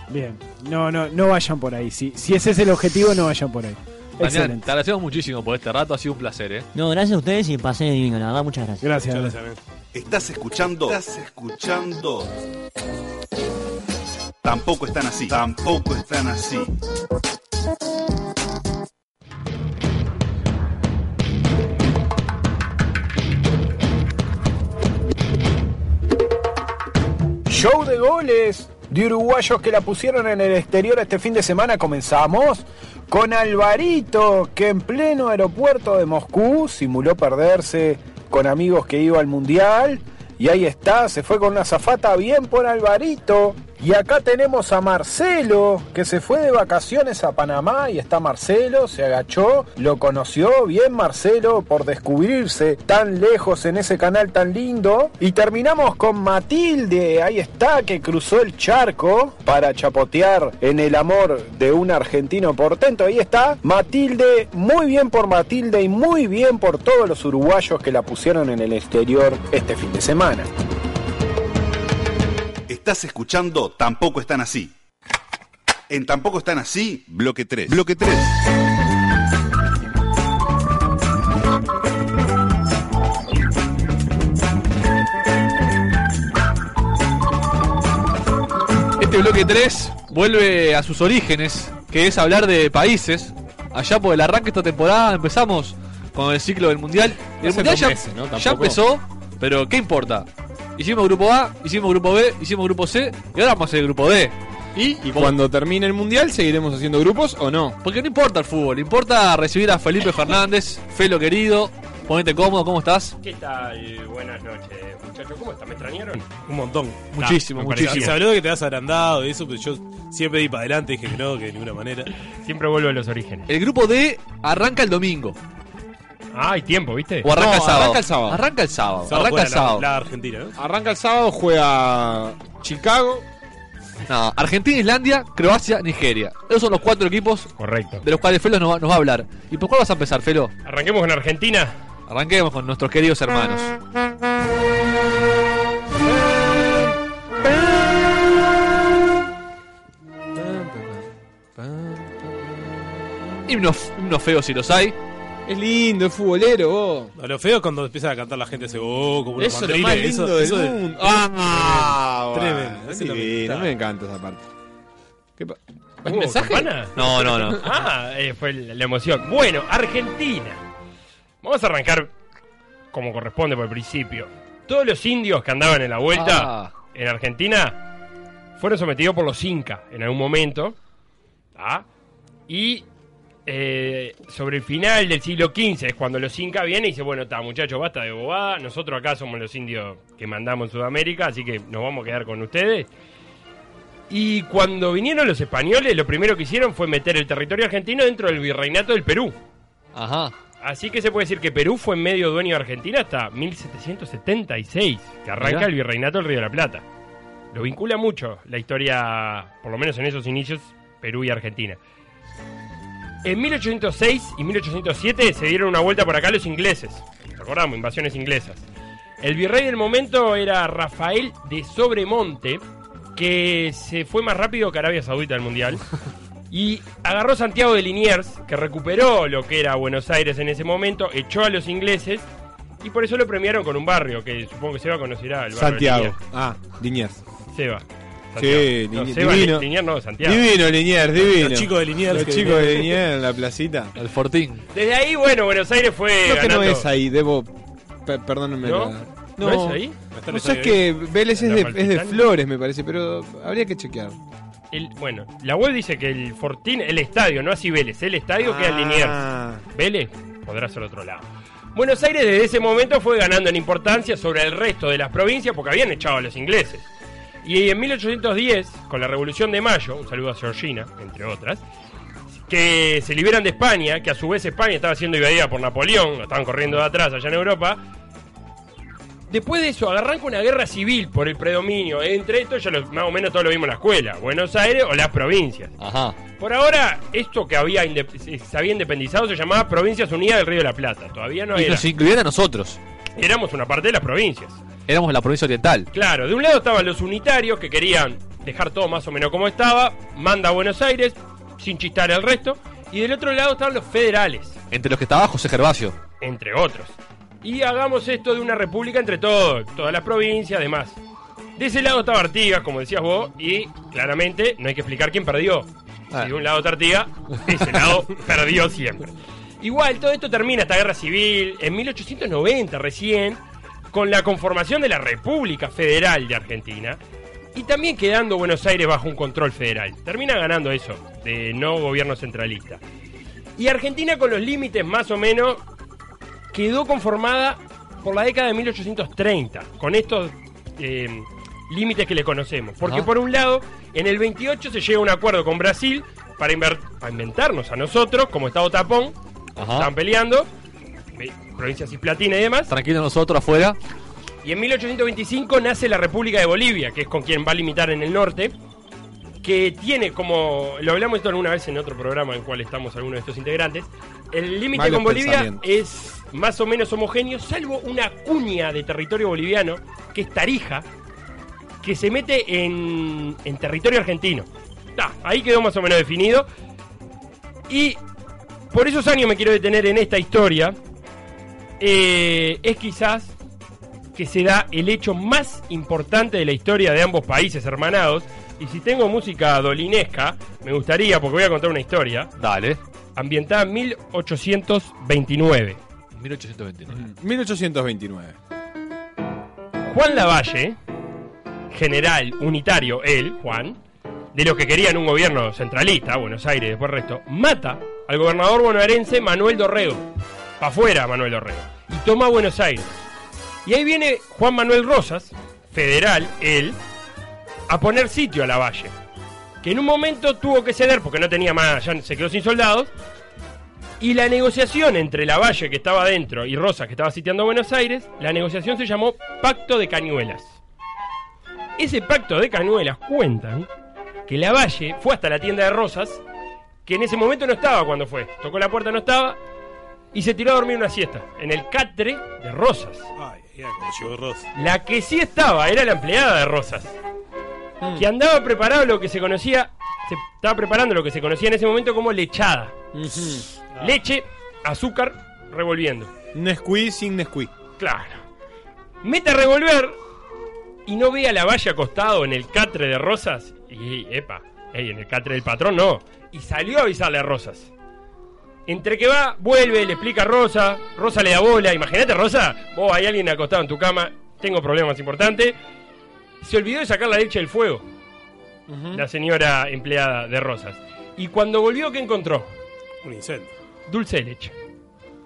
Speaker 2: Bien. No, no, no vayan por ahí. Si, si ese es el objetivo, no vayan por ahí.
Speaker 6: Damián,
Speaker 2: Excelente.
Speaker 6: te agradecemos muchísimo por este rato, ha sido un placer, ¿eh?
Speaker 13: No, gracias a ustedes y pasé divino, la verdad, muchas gracias.
Speaker 2: Gracias.
Speaker 5: Estás escuchando. Estás escuchando. Tampoco están así. Tampoco están así.
Speaker 2: Show de goles de uruguayos que la pusieron en el exterior este fin de semana. Comenzamos con Alvarito, que en pleno aeropuerto de Moscú simuló perderse con amigos que iba al mundial. Y ahí está, se fue con una zafata bien por Alvarito. Y acá tenemos a Marcelo, que se fue de vacaciones a Panamá y está Marcelo, se agachó, lo conoció bien Marcelo por descubrirse tan lejos en ese canal tan lindo. Y terminamos con Matilde, ahí está, que cruzó el charco para chapotear en el amor de un argentino portento. Ahí está, Matilde, muy bien por Matilde y muy bien por todos los uruguayos que la pusieron en el exterior este fin de semana.
Speaker 5: Estás escuchando. Tampoco están así. En Tampoco están así. Bloque 3. Bloque 3.
Speaker 6: este bloque 3 vuelve a sus orígenes, que es hablar de países. Allá por el arranque de esta temporada empezamos con el ciclo del Mundial. El
Speaker 7: Hace
Speaker 6: Mundial
Speaker 7: dos
Speaker 6: ya,
Speaker 7: meses, ¿no?
Speaker 6: ya
Speaker 7: Tampoco.
Speaker 6: empezó, pero ¿qué importa? Hicimos grupo A, hicimos grupo B, hicimos grupo C y ahora vamos a hacer grupo D. Y,
Speaker 7: Y cuando termine el mundial, seguiremos haciendo grupos o no.
Speaker 6: Porque no importa el fútbol, importa recibir a Felipe Fernández, Felo querido, ponete cómodo, ¿cómo estás?
Speaker 18: ¿Qué tal? Buenas noches, muchachos. ¿Cómo están? ¿Me extrañaron?
Speaker 4: Un montón.
Speaker 6: Muchísimo,
Speaker 4: me parece.
Speaker 6: muchísimo.
Speaker 4: Se habló de que te has agrandado y eso, pero yo siempre di para adelante y dije que no, que de ninguna manera.
Speaker 18: Siempre vuelvo a los orígenes.
Speaker 6: El grupo D arranca el domingo.
Speaker 18: Ah, hay tiempo, ¿viste?
Speaker 6: O arranca
Speaker 7: No,
Speaker 6: el sábado.
Speaker 7: arranca el sábado.
Speaker 6: Arranca el sábado.
Speaker 7: Sábado
Speaker 6: arranca el
Speaker 7: juega la-
Speaker 6: sábado.
Speaker 7: la
Speaker 4: Argentina,
Speaker 7: Arranca el sábado, juega Chicago.
Speaker 6: No, Argentina, Islandia, Croacia, Nigeria. Esos son los cuatro equipos
Speaker 18: Correcto.
Speaker 6: de los cuales Felo nos va, nos va a hablar. ¿Y por cuál vas a empezar, Felo?
Speaker 18: Arranquemos con Argentina. Ah,
Speaker 6: Arranquemos con nuestros queridos hermanos. Himnos, himnos feos si los hay.
Speaker 7: Es lindo, es futbolero, vos.
Speaker 4: No, Lo feo es cuando empieza a cantar la gente ese oh, como unos
Speaker 7: Eso es lo más
Speaker 4: mandriles,
Speaker 7: lindo
Speaker 4: eso-
Speaker 7: del
Speaker 4: eso de-
Speaker 7: mundo. Ah,
Speaker 4: Tremendo,
Speaker 7: bueno,
Speaker 4: eso es
Speaker 7: divino,
Speaker 4: lo que está.
Speaker 7: me encanta esa parte. ¿Qué pa-
Speaker 18: ¿Un
Speaker 7: ¿Un mensaje?
Speaker 6: No, no, no.
Speaker 18: ah, eh, fue la emoción. Bueno, Argentina. Vamos a arrancar como corresponde por el principio. Todos los indios que andaban en la vuelta
Speaker 6: Ah.
Speaker 18: en Argentina fueron sometidos por los incas en algún momento. ¿tá? Y eh, sobre el final del siglo XV es cuando los incas vienen y dicen, bueno, está muchachos, basta de bobada. Nosotros acá somos los indios que mandamos en Sudamérica, así que nos vamos a quedar con ustedes. Y cuando vinieron los españoles, lo primero que hicieron fue meter el territorio argentino dentro del virreinato del Perú.
Speaker 6: Ajá.
Speaker 18: Así que se puede decir que Perú fue medio dueño de Argentina hasta 1776, que arranca
Speaker 6: Mirá.
Speaker 18: el virreinato del Río de la Plata. Lo vincula mucho la historia, por lo menos en esos inicios, Perú y Argentina. En 1806 y 1807 se dieron una vuelta por acá los ingleses. Recordamos, invasiones inglesas. El virrey del momento era Rafael de Sobremonte, que se fue más rápido que Arabia Saudita al Mundial. Y agarró Santiago de Liniers, que recuperó lo que era Buenos Aires en ese momento, echó a los ingleses y por eso lo premiaron con un barrio, que supongo que Seba conocerá el barrio. de
Speaker 7: Santiago.
Speaker 18: Liniers.
Speaker 7: Ah, Liniers.
Speaker 18: Seba.
Speaker 7: Sí,
Speaker 18: Santiago. No,
Speaker 7: Liniers,
Speaker 18: Seba,
Speaker 7: divino.
Speaker 18: Liniers no, Santiago.
Speaker 7: Divino, Liniers, divino.
Speaker 4: Los chicos de Liniers
Speaker 7: Los
Speaker 4: que-
Speaker 7: chicos de Liniers en la placita.
Speaker 6: El Fortín.
Speaker 18: Desde ahí, bueno, Buenos Aires fue
Speaker 7: Creo que no
Speaker 18: ganando.
Speaker 7: es ahí, debo. pe- perdónenme.
Speaker 18: ¿No?
Speaker 7: la-
Speaker 18: ¿No es ahí?
Speaker 7: No sé, es que Vélez es
Speaker 18: ¿La
Speaker 7: de, es
Speaker 18: Palpitana?
Speaker 7: de Flores, me parece, pero habría que chequear.
Speaker 18: El- bueno, la web dice que el Fortín, el este estadio, no así Vélez, el estadio queda en
Speaker 7: Ah.
Speaker 18: Liniers. Vélez podrá ser otro lado. Buenos Aires desde ese momento fue ganando en importancia sobre el resto de las provincias porque habían echado a los ingleses. Y en 1810, con la Revolución de Mayo, un saludo a Georgina, entre otras, que se liberan de España, que a su vez España estaba siendo invadida por Napoleón, lo estaban corriendo de atrás allá en Europa. Después de eso, arranca una guerra civil por el predominio. Entre esto, ya lo- más o menos todo lo vimos en la escuela, Buenos Aires o las provincias.
Speaker 6: Ajá.
Speaker 18: Por ahora, esto que había inde- se se había independizado se llamaba Provincias Unidas del Río de la Plata. Todavía no
Speaker 6: y
Speaker 18: era.
Speaker 6: nos incluían a nosotros.
Speaker 18: Éramos una parte de las provincias.
Speaker 6: Éramos la provincia oriental.
Speaker 18: Claro, de un lado estaban los unitarios que querían dejar todo más o menos como estaba, manda a Buenos Aires, sin chistar al resto. Y del otro lado estaban los federales,
Speaker 6: Entre los que estaba José Gervasio.
Speaker 18: entre otros. Y hagamos esto de una república entre todos, todas las provincias, además. De ese lado estaba Artigas, como decías vos, y claramente no hay que explicar quién perdió. Si de un lado está Artigas, de ese lado perdió siempre. Igual, todo esto termina esta guerra civil en 1890 recién, con la conformación de la República Federal de Argentina y también quedando Buenos Aires bajo un control federal. Termina ganando eso, de no gobierno centralista. Y Argentina con los límites más o menos quedó conformada por la década de 1830, con estos eh, límites que le conocemos. Porque
Speaker 6: Ah.
Speaker 18: por un lado, en el 28 se llega a un acuerdo con Brasil para, inver- para inventarnos a nosotros, como Estado tapón, estaban peleando, eh, provincias cisplatinas y demás.
Speaker 6: Tranquilos nosotros afuera.
Speaker 18: Y en 1825 nace la República de Bolivia, que es con quien va a limitar en el norte, que tiene como, lo hablamos esto alguna vez en otro programa en el cual estamos algunos de estos integrantes, el límite
Speaker 7: Malos
Speaker 18: con Bolivia
Speaker 7: pensamientos.
Speaker 18: es más o menos homogéneo, salvo una cuña de territorio boliviano, que es Tarija, que se mete en, en territorio argentino. Ta, ahí quedó más o menos definido. Y por esos años me quiero detener en esta historia. Eh, es quizás que se da el hecho más importante de la historia de ambos países hermanados. Y si tengo música dolinesca, me gustaría, porque voy a contar una historia.
Speaker 6: Dale.
Speaker 18: Ambientada en 1829.
Speaker 6: 1829.
Speaker 7: 1829.
Speaker 18: Juan Lavalle, general unitario, él, Juan, de los que querían un gobierno centralista, Buenos Aires, después el resto, mata al gobernador bonaerense Manuel Dorrego. Para afuera Manuel Dorrego. Y toma Buenos Aires. Y ahí viene Juan Manuel Rosas, federal, él, a poner sitio a Lavalle. Que en un momento tuvo que ceder porque no tenía más, ya se quedó sin soldados. Y la negociación entre Lavalle, que estaba adentro, y Rosas, que estaba sitiando Buenos Aires, la negociación se llamó Pacto de Cañuelas. Ese pacto de Cañuelas cuentan que Lavalle fue hasta la tienda de Rosas, que en ese momento no estaba cuando fue. Tocó la puerta, no estaba, y se tiró a dormir una siesta en el catre de Rosas.
Speaker 4: Ay, mira cómo llegó Ross.
Speaker 18: La que sí estaba era la empleada de Rosas.
Speaker 7: Mm.
Speaker 18: Que andaba preparado lo que se conocía, se estaba preparando lo que se conocía en ese momento como lechada. Leche, azúcar, revolviendo.
Speaker 7: Nesquí sin Nesquí.
Speaker 18: Claro. Mete a revolver y no ve a la valla acostado en el catre de Rosas. Y, epa, ey, en el catre del patrón no. Y salió a avisarle a Rosas. Entre que va, vuelve, le explica a Rosa, Rosa le da bola, imagínate Rosa, vos hay alguien acostado en tu cama, tengo problemas importantes. Se olvidó de sacar la leche del fuego, la señora empleada de Rosas. Y cuando volvió, ¿qué encontró?
Speaker 4: Un incendio.
Speaker 18: Dulce de leche.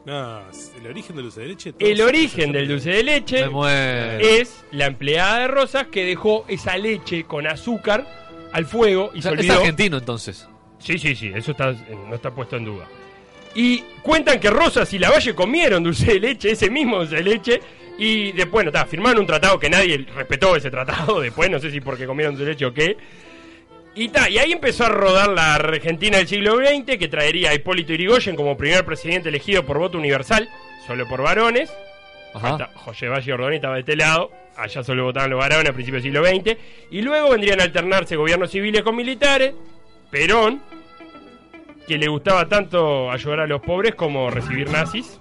Speaker 4: No, el origen del dulce de leche. todo
Speaker 18: El
Speaker 4: se-
Speaker 18: origen del dulce de leche es la empleada de Rosas que dejó esa leche con azúcar al fuego y
Speaker 6: Es
Speaker 18: se olvidó.
Speaker 6: argentino entonces.
Speaker 18: Sí, sí, sí, eso está, eh, no está puesto en duda. Y cuentan que Rosas y Lavalle comieron dulce de leche, ese mismo dulce de leche. Y después, no, está, firmaron un tratado que nadie respetó ese tratado después, no sé si porque comieron dulce de leche o qué. Y, ta, y ahí empezó a rodar la Argentina del siglo XX, que traería a Hipólito Yrigoyen como primer presidente elegido por voto universal, solo por varones. Hasta José Valle Ordóñez estaba de este lado, allá solo votaban los varones a principios del siglo XX. Y luego vendrían a alternarse gobiernos civiles con militares. Perón, que le gustaba tanto ayudar a los pobres como recibir nazis.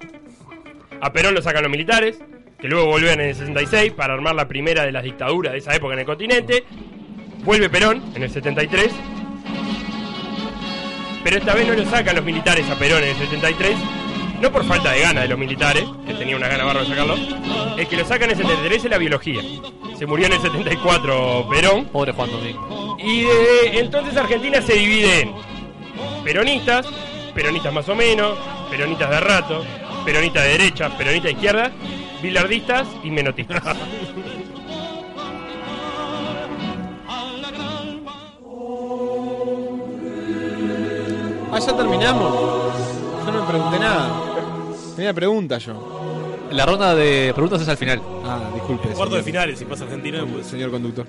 Speaker 18: A Perón lo sacan los militares, que luego volvían en el 66 para armar la primera de las dictaduras de esa época en el continente. Vuelve Perón en el 73. Pero esta vez no lo sacan los militares a Perón en el 73. No por falta de ganas de los militares, que tenía una gana barra de sacarlo. El que lo sacan en el 73 es la biología. Se murió en el 74 Perón.
Speaker 6: Pobre Juan Domingo.
Speaker 18: Y desde entonces Argentina se divide en peronistas, peronistas más o menos, peronistas de rato, peronistas de derecha, peronistas de izquierda, bilardistas y menotistas.
Speaker 7: Ah, ya terminamos. Yo no me pregunté nada. Tenía pregunta yo.
Speaker 6: La ronda de preguntas es al final.
Speaker 7: Ah, disculpe.
Speaker 4: Cuarto de
Speaker 7: señor.
Speaker 4: finales, si pasa Argentina, pues.
Speaker 7: Señor conductor.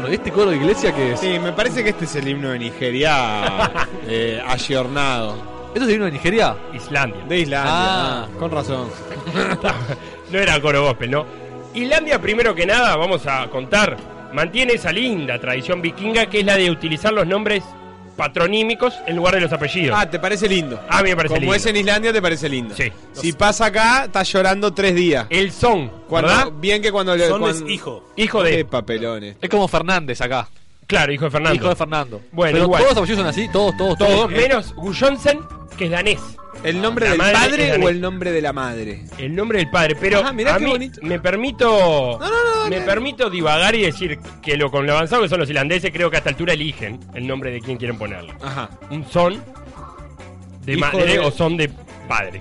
Speaker 6: Bueno, ¿este coro de iglesia que es?
Speaker 7: Sí, me parece que este es el himno de Nigeria eh, ayornado.
Speaker 6: ¿Esto es el himno de Nigeria?
Speaker 18: Islandia.
Speaker 7: De Islandia.
Speaker 18: Ah.
Speaker 7: ah, con razón.
Speaker 18: no era coro gospel, ¿no? Islandia, primero que nada, vamos a contar, mantiene esa linda tradición vikinga que es la de utilizar los nombres patronímicos en lugar de los apellidos.
Speaker 7: Ah, ¿te parece lindo?
Speaker 18: A mí me parece
Speaker 7: Como
Speaker 18: lindo.
Speaker 7: es en Islandia, te parece lindo.
Speaker 18: Sí.
Speaker 7: Si pasa acá, estás llorando tres días.
Speaker 18: El son,
Speaker 7: Cuando-
Speaker 18: ¿verdad?
Speaker 7: Bien que cuando le.
Speaker 18: Son
Speaker 7: cuando-
Speaker 18: es hijo. Hijo de-
Speaker 7: Qué papelones.
Speaker 6: Es como Fernández acá.
Speaker 18: Claro, hijo de Fernando.
Speaker 6: Hijo de Fernando.
Speaker 18: Bueno,
Speaker 6: Pero
Speaker 18: igual.
Speaker 6: todos los apellidos son así, todos, todos, todos.
Speaker 18: Todos, menos Guljonsen, que es danés.
Speaker 7: ¿El nombre del padre o el nombre de la madre?
Speaker 18: El nombre del padre, pero
Speaker 7: Ajá, mirá
Speaker 18: a
Speaker 7: qué
Speaker 18: mí
Speaker 7: bonito.
Speaker 18: me permito me permito divagar y decir que lo con lo avanzado que son los islandeses, creo que a esta altura eligen el nombre de quien quieren ponerlo.
Speaker 7: Ajá.
Speaker 18: Un son de
Speaker 7: Hijo
Speaker 18: madre
Speaker 7: de-
Speaker 18: o son de padre.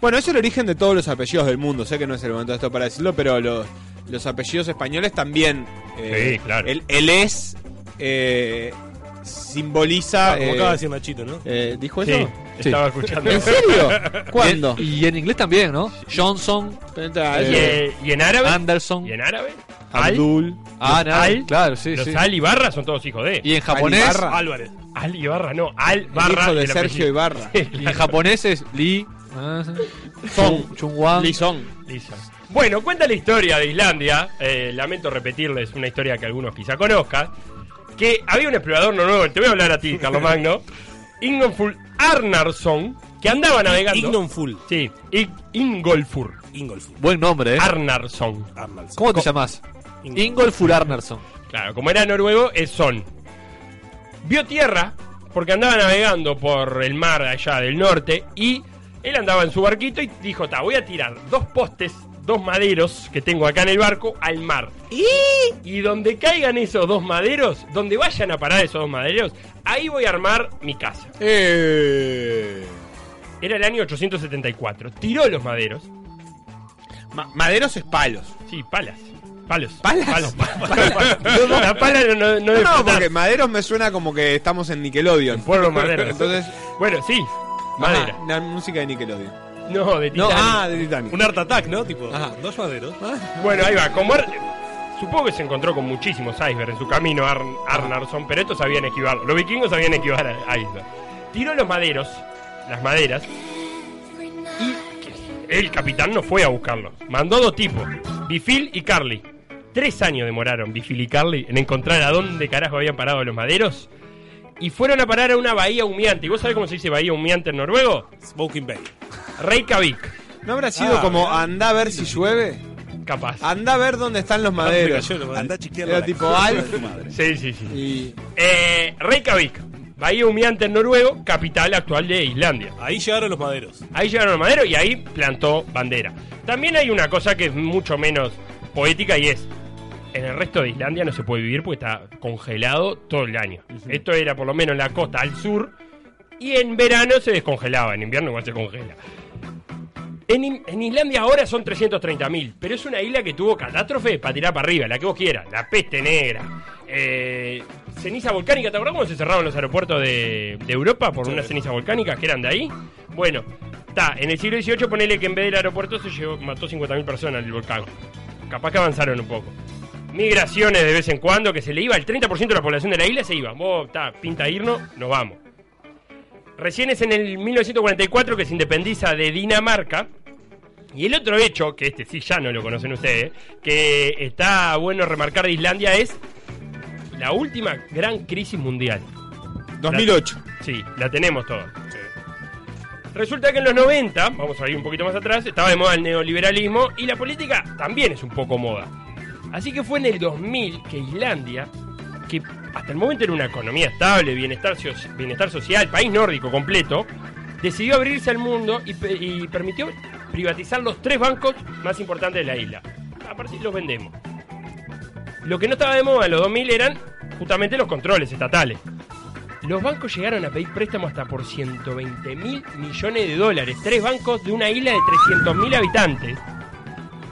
Speaker 7: Bueno, es el origen de todos los apellidos del mundo. Sé que no es el momento de esto para decirlo, pero los, los apellidos españoles también. eh,
Speaker 18: Sí, claro.
Speaker 7: El, el es eh, simboliza.
Speaker 4: Ah, como
Speaker 7: eh,
Speaker 4: acaba de decir Nachito, ¿no?
Speaker 7: eh, ¿Dijo
Speaker 4: Sí,
Speaker 7: eso?
Speaker 4: estaba escuchando.
Speaker 7: ¿En serio? ¿Cuándo?
Speaker 6: ¿Cuándo? Y en inglés también, ¿no? Johnson.
Speaker 18: Y, eh, y en árabe.
Speaker 6: Anderson.
Speaker 18: Y en árabe. Al.
Speaker 7: Abdul.
Speaker 6: Ah,
Speaker 18: Los
Speaker 6: nada,
Speaker 18: Al,
Speaker 6: claro, sí,
Speaker 18: los
Speaker 6: sí.
Speaker 18: Al y Barra son todos hijos de.
Speaker 6: Y en japonés.
Speaker 4: Álvarez.
Speaker 18: Al y Barra, no. Al Barra.
Speaker 7: hijo de
Speaker 18: el
Speaker 7: Sergio
Speaker 18: apellido.
Speaker 7: Ibarra.
Speaker 18: Sí,
Speaker 6: Y en
Speaker 18: claro.
Speaker 6: japonés es Lee. ah, Song. Chungwan.
Speaker 7: Lee Song.
Speaker 18: Listo. Bueno, cuenta la historia de Islandia. eh, lamento repetirles una historia que algunos quizá conozcan. Que había un explorador noruego, te voy a hablar a ti, Carlos Magno. Ingolfur Arnarsson, que andaba navegando.
Speaker 4: Ignonful.
Speaker 18: Sí, I- Ingolfur.
Speaker 4: Ingolfur.
Speaker 6: Buen nombre, ¿eh?
Speaker 18: Arnarsson.
Speaker 6: ¿Cómo te
Speaker 18: Co-
Speaker 6: llamas? Ingolfur Arnarsson.
Speaker 18: Claro, como era noruego, es son. Vio tierra, porque andaba navegando por el mar allá del norte, y él andaba en su barquito y dijo, ta, voy a tirar dos postes, dos maderos que tengo acá en el barco, al mar. Y, donde caigan esos dos maderos, donde vayan a parar esos dos maderos, ahí voy a armar mi casa.
Speaker 7: Eh.
Speaker 18: Era el año 874. Tiró los maderos.
Speaker 7: maderos es palos.
Speaker 18: Sí, palas. Palos.
Speaker 7: ¿Palas?
Speaker 18: Palos, palos, palos. La pala no, no, no
Speaker 7: No,
Speaker 18: disfrutás.
Speaker 7: porque maderos me suena como que estamos en Nickelodeon.
Speaker 18: Pueblo madero.
Speaker 7: Entonces,
Speaker 18: bueno, sí. Ah,
Speaker 7: Madera. la música de Nickelodeon.
Speaker 18: No, de
Speaker 7: No,
Speaker 18: Titanic.
Speaker 7: ah, de Titanic. Ah.
Speaker 4: Un Art Attack, ¿no? Tipo, dos maderos.
Speaker 18: Bueno, ahí va. Como Ar- Supongo que se encontró con muchísimos icebergs en su camino Ar- Arnarsson, pero estos sabían esquivarlo. Los vikingos sabían esquivar a- a iceberg. Tiró los maderos, las maderas, y el capitán no fue a buscarlos. Mandó dos tipos, Bifil y Carly. Tres años demoraron Bifil y Carly en encontrar a dónde carajo habían parado los maderos. Y fueron a parar a una bahía humeante. ¿Y vos sabés cómo se dice bahía humeante en noruego?
Speaker 4: Smoking Bay.
Speaker 18: Reykjavik.
Speaker 7: ¿No habrá sido como anda a ver si llueve?
Speaker 18: Capaz.
Speaker 7: Anda a ver dónde están los maderos.
Speaker 4: cayó los maderos. Andá a chequear
Speaker 7: Era
Speaker 4: la
Speaker 7: tipo
Speaker 4: concha
Speaker 7: Alf.
Speaker 4: de tu
Speaker 18: Sí, sí, sí. Eh, Reykjavik, bahía humeante en noruego, capital actual de Islandia.
Speaker 4: Ahí llegaron los maderos.
Speaker 18: Ahí llegaron los maderos y ahí plantó bandera. También hay una cosa que es mucho menos poética y es, en el resto de Islandia no se puede vivir porque está congelado todo el año. Esto era por lo menos en la costa al sur y en verano se descongelaba, en invierno igual se congela. En, In- en Islandia ahora son 330.000, pero es una isla que tuvo catástrofe para tirar para arriba, la que vos quieras, la peste negra, eh, ceniza volcánica. ¿Te acordás cuando se cerraron los aeropuertos de, de Europa por una ceniza volcánica que eran de ahí? Bueno, está, en el siglo XVIII ponele que en vez del aeropuerto se llevó, mató 50.000 personas el volcán. Capaz que avanzaron un poco. Migraciones de vez en cuando, que se le iba el 30% de la población de la isla, se iba. Vos, está, pinta irnos, nos vamos. Recién es en el 1944 que se independiza de Dinamarca. Y el otro hecho, que este sí ya no lo conocen ustedes, que está bueno remarcar de Islandia es la última gran crisis mundial.
Speaker 7: 2008.
Speaker 18: La- sí, la tenemos todos. Resulta que en los 90, vamos a ir un poquito más atrás, estaba de moda el neoliberalismo y la política también es un poco moda. Así que fue en el 2000 que Islandia, que hasta el momento era una economía estable, bienestar, so- bienestar social, país nórdico completo, decidió abrirse al mundo y, pe- y permitió privatizar los tres bancos más importantes de la isla. A partir los vendemos. Lo que no estaba de moda en los 2000 eran justamente los controles estatales. Los bancos llegaron a pedir préstamos hasta por 120 mil millones de dólares. Tres bancos de una isla de 300 mil habitantes.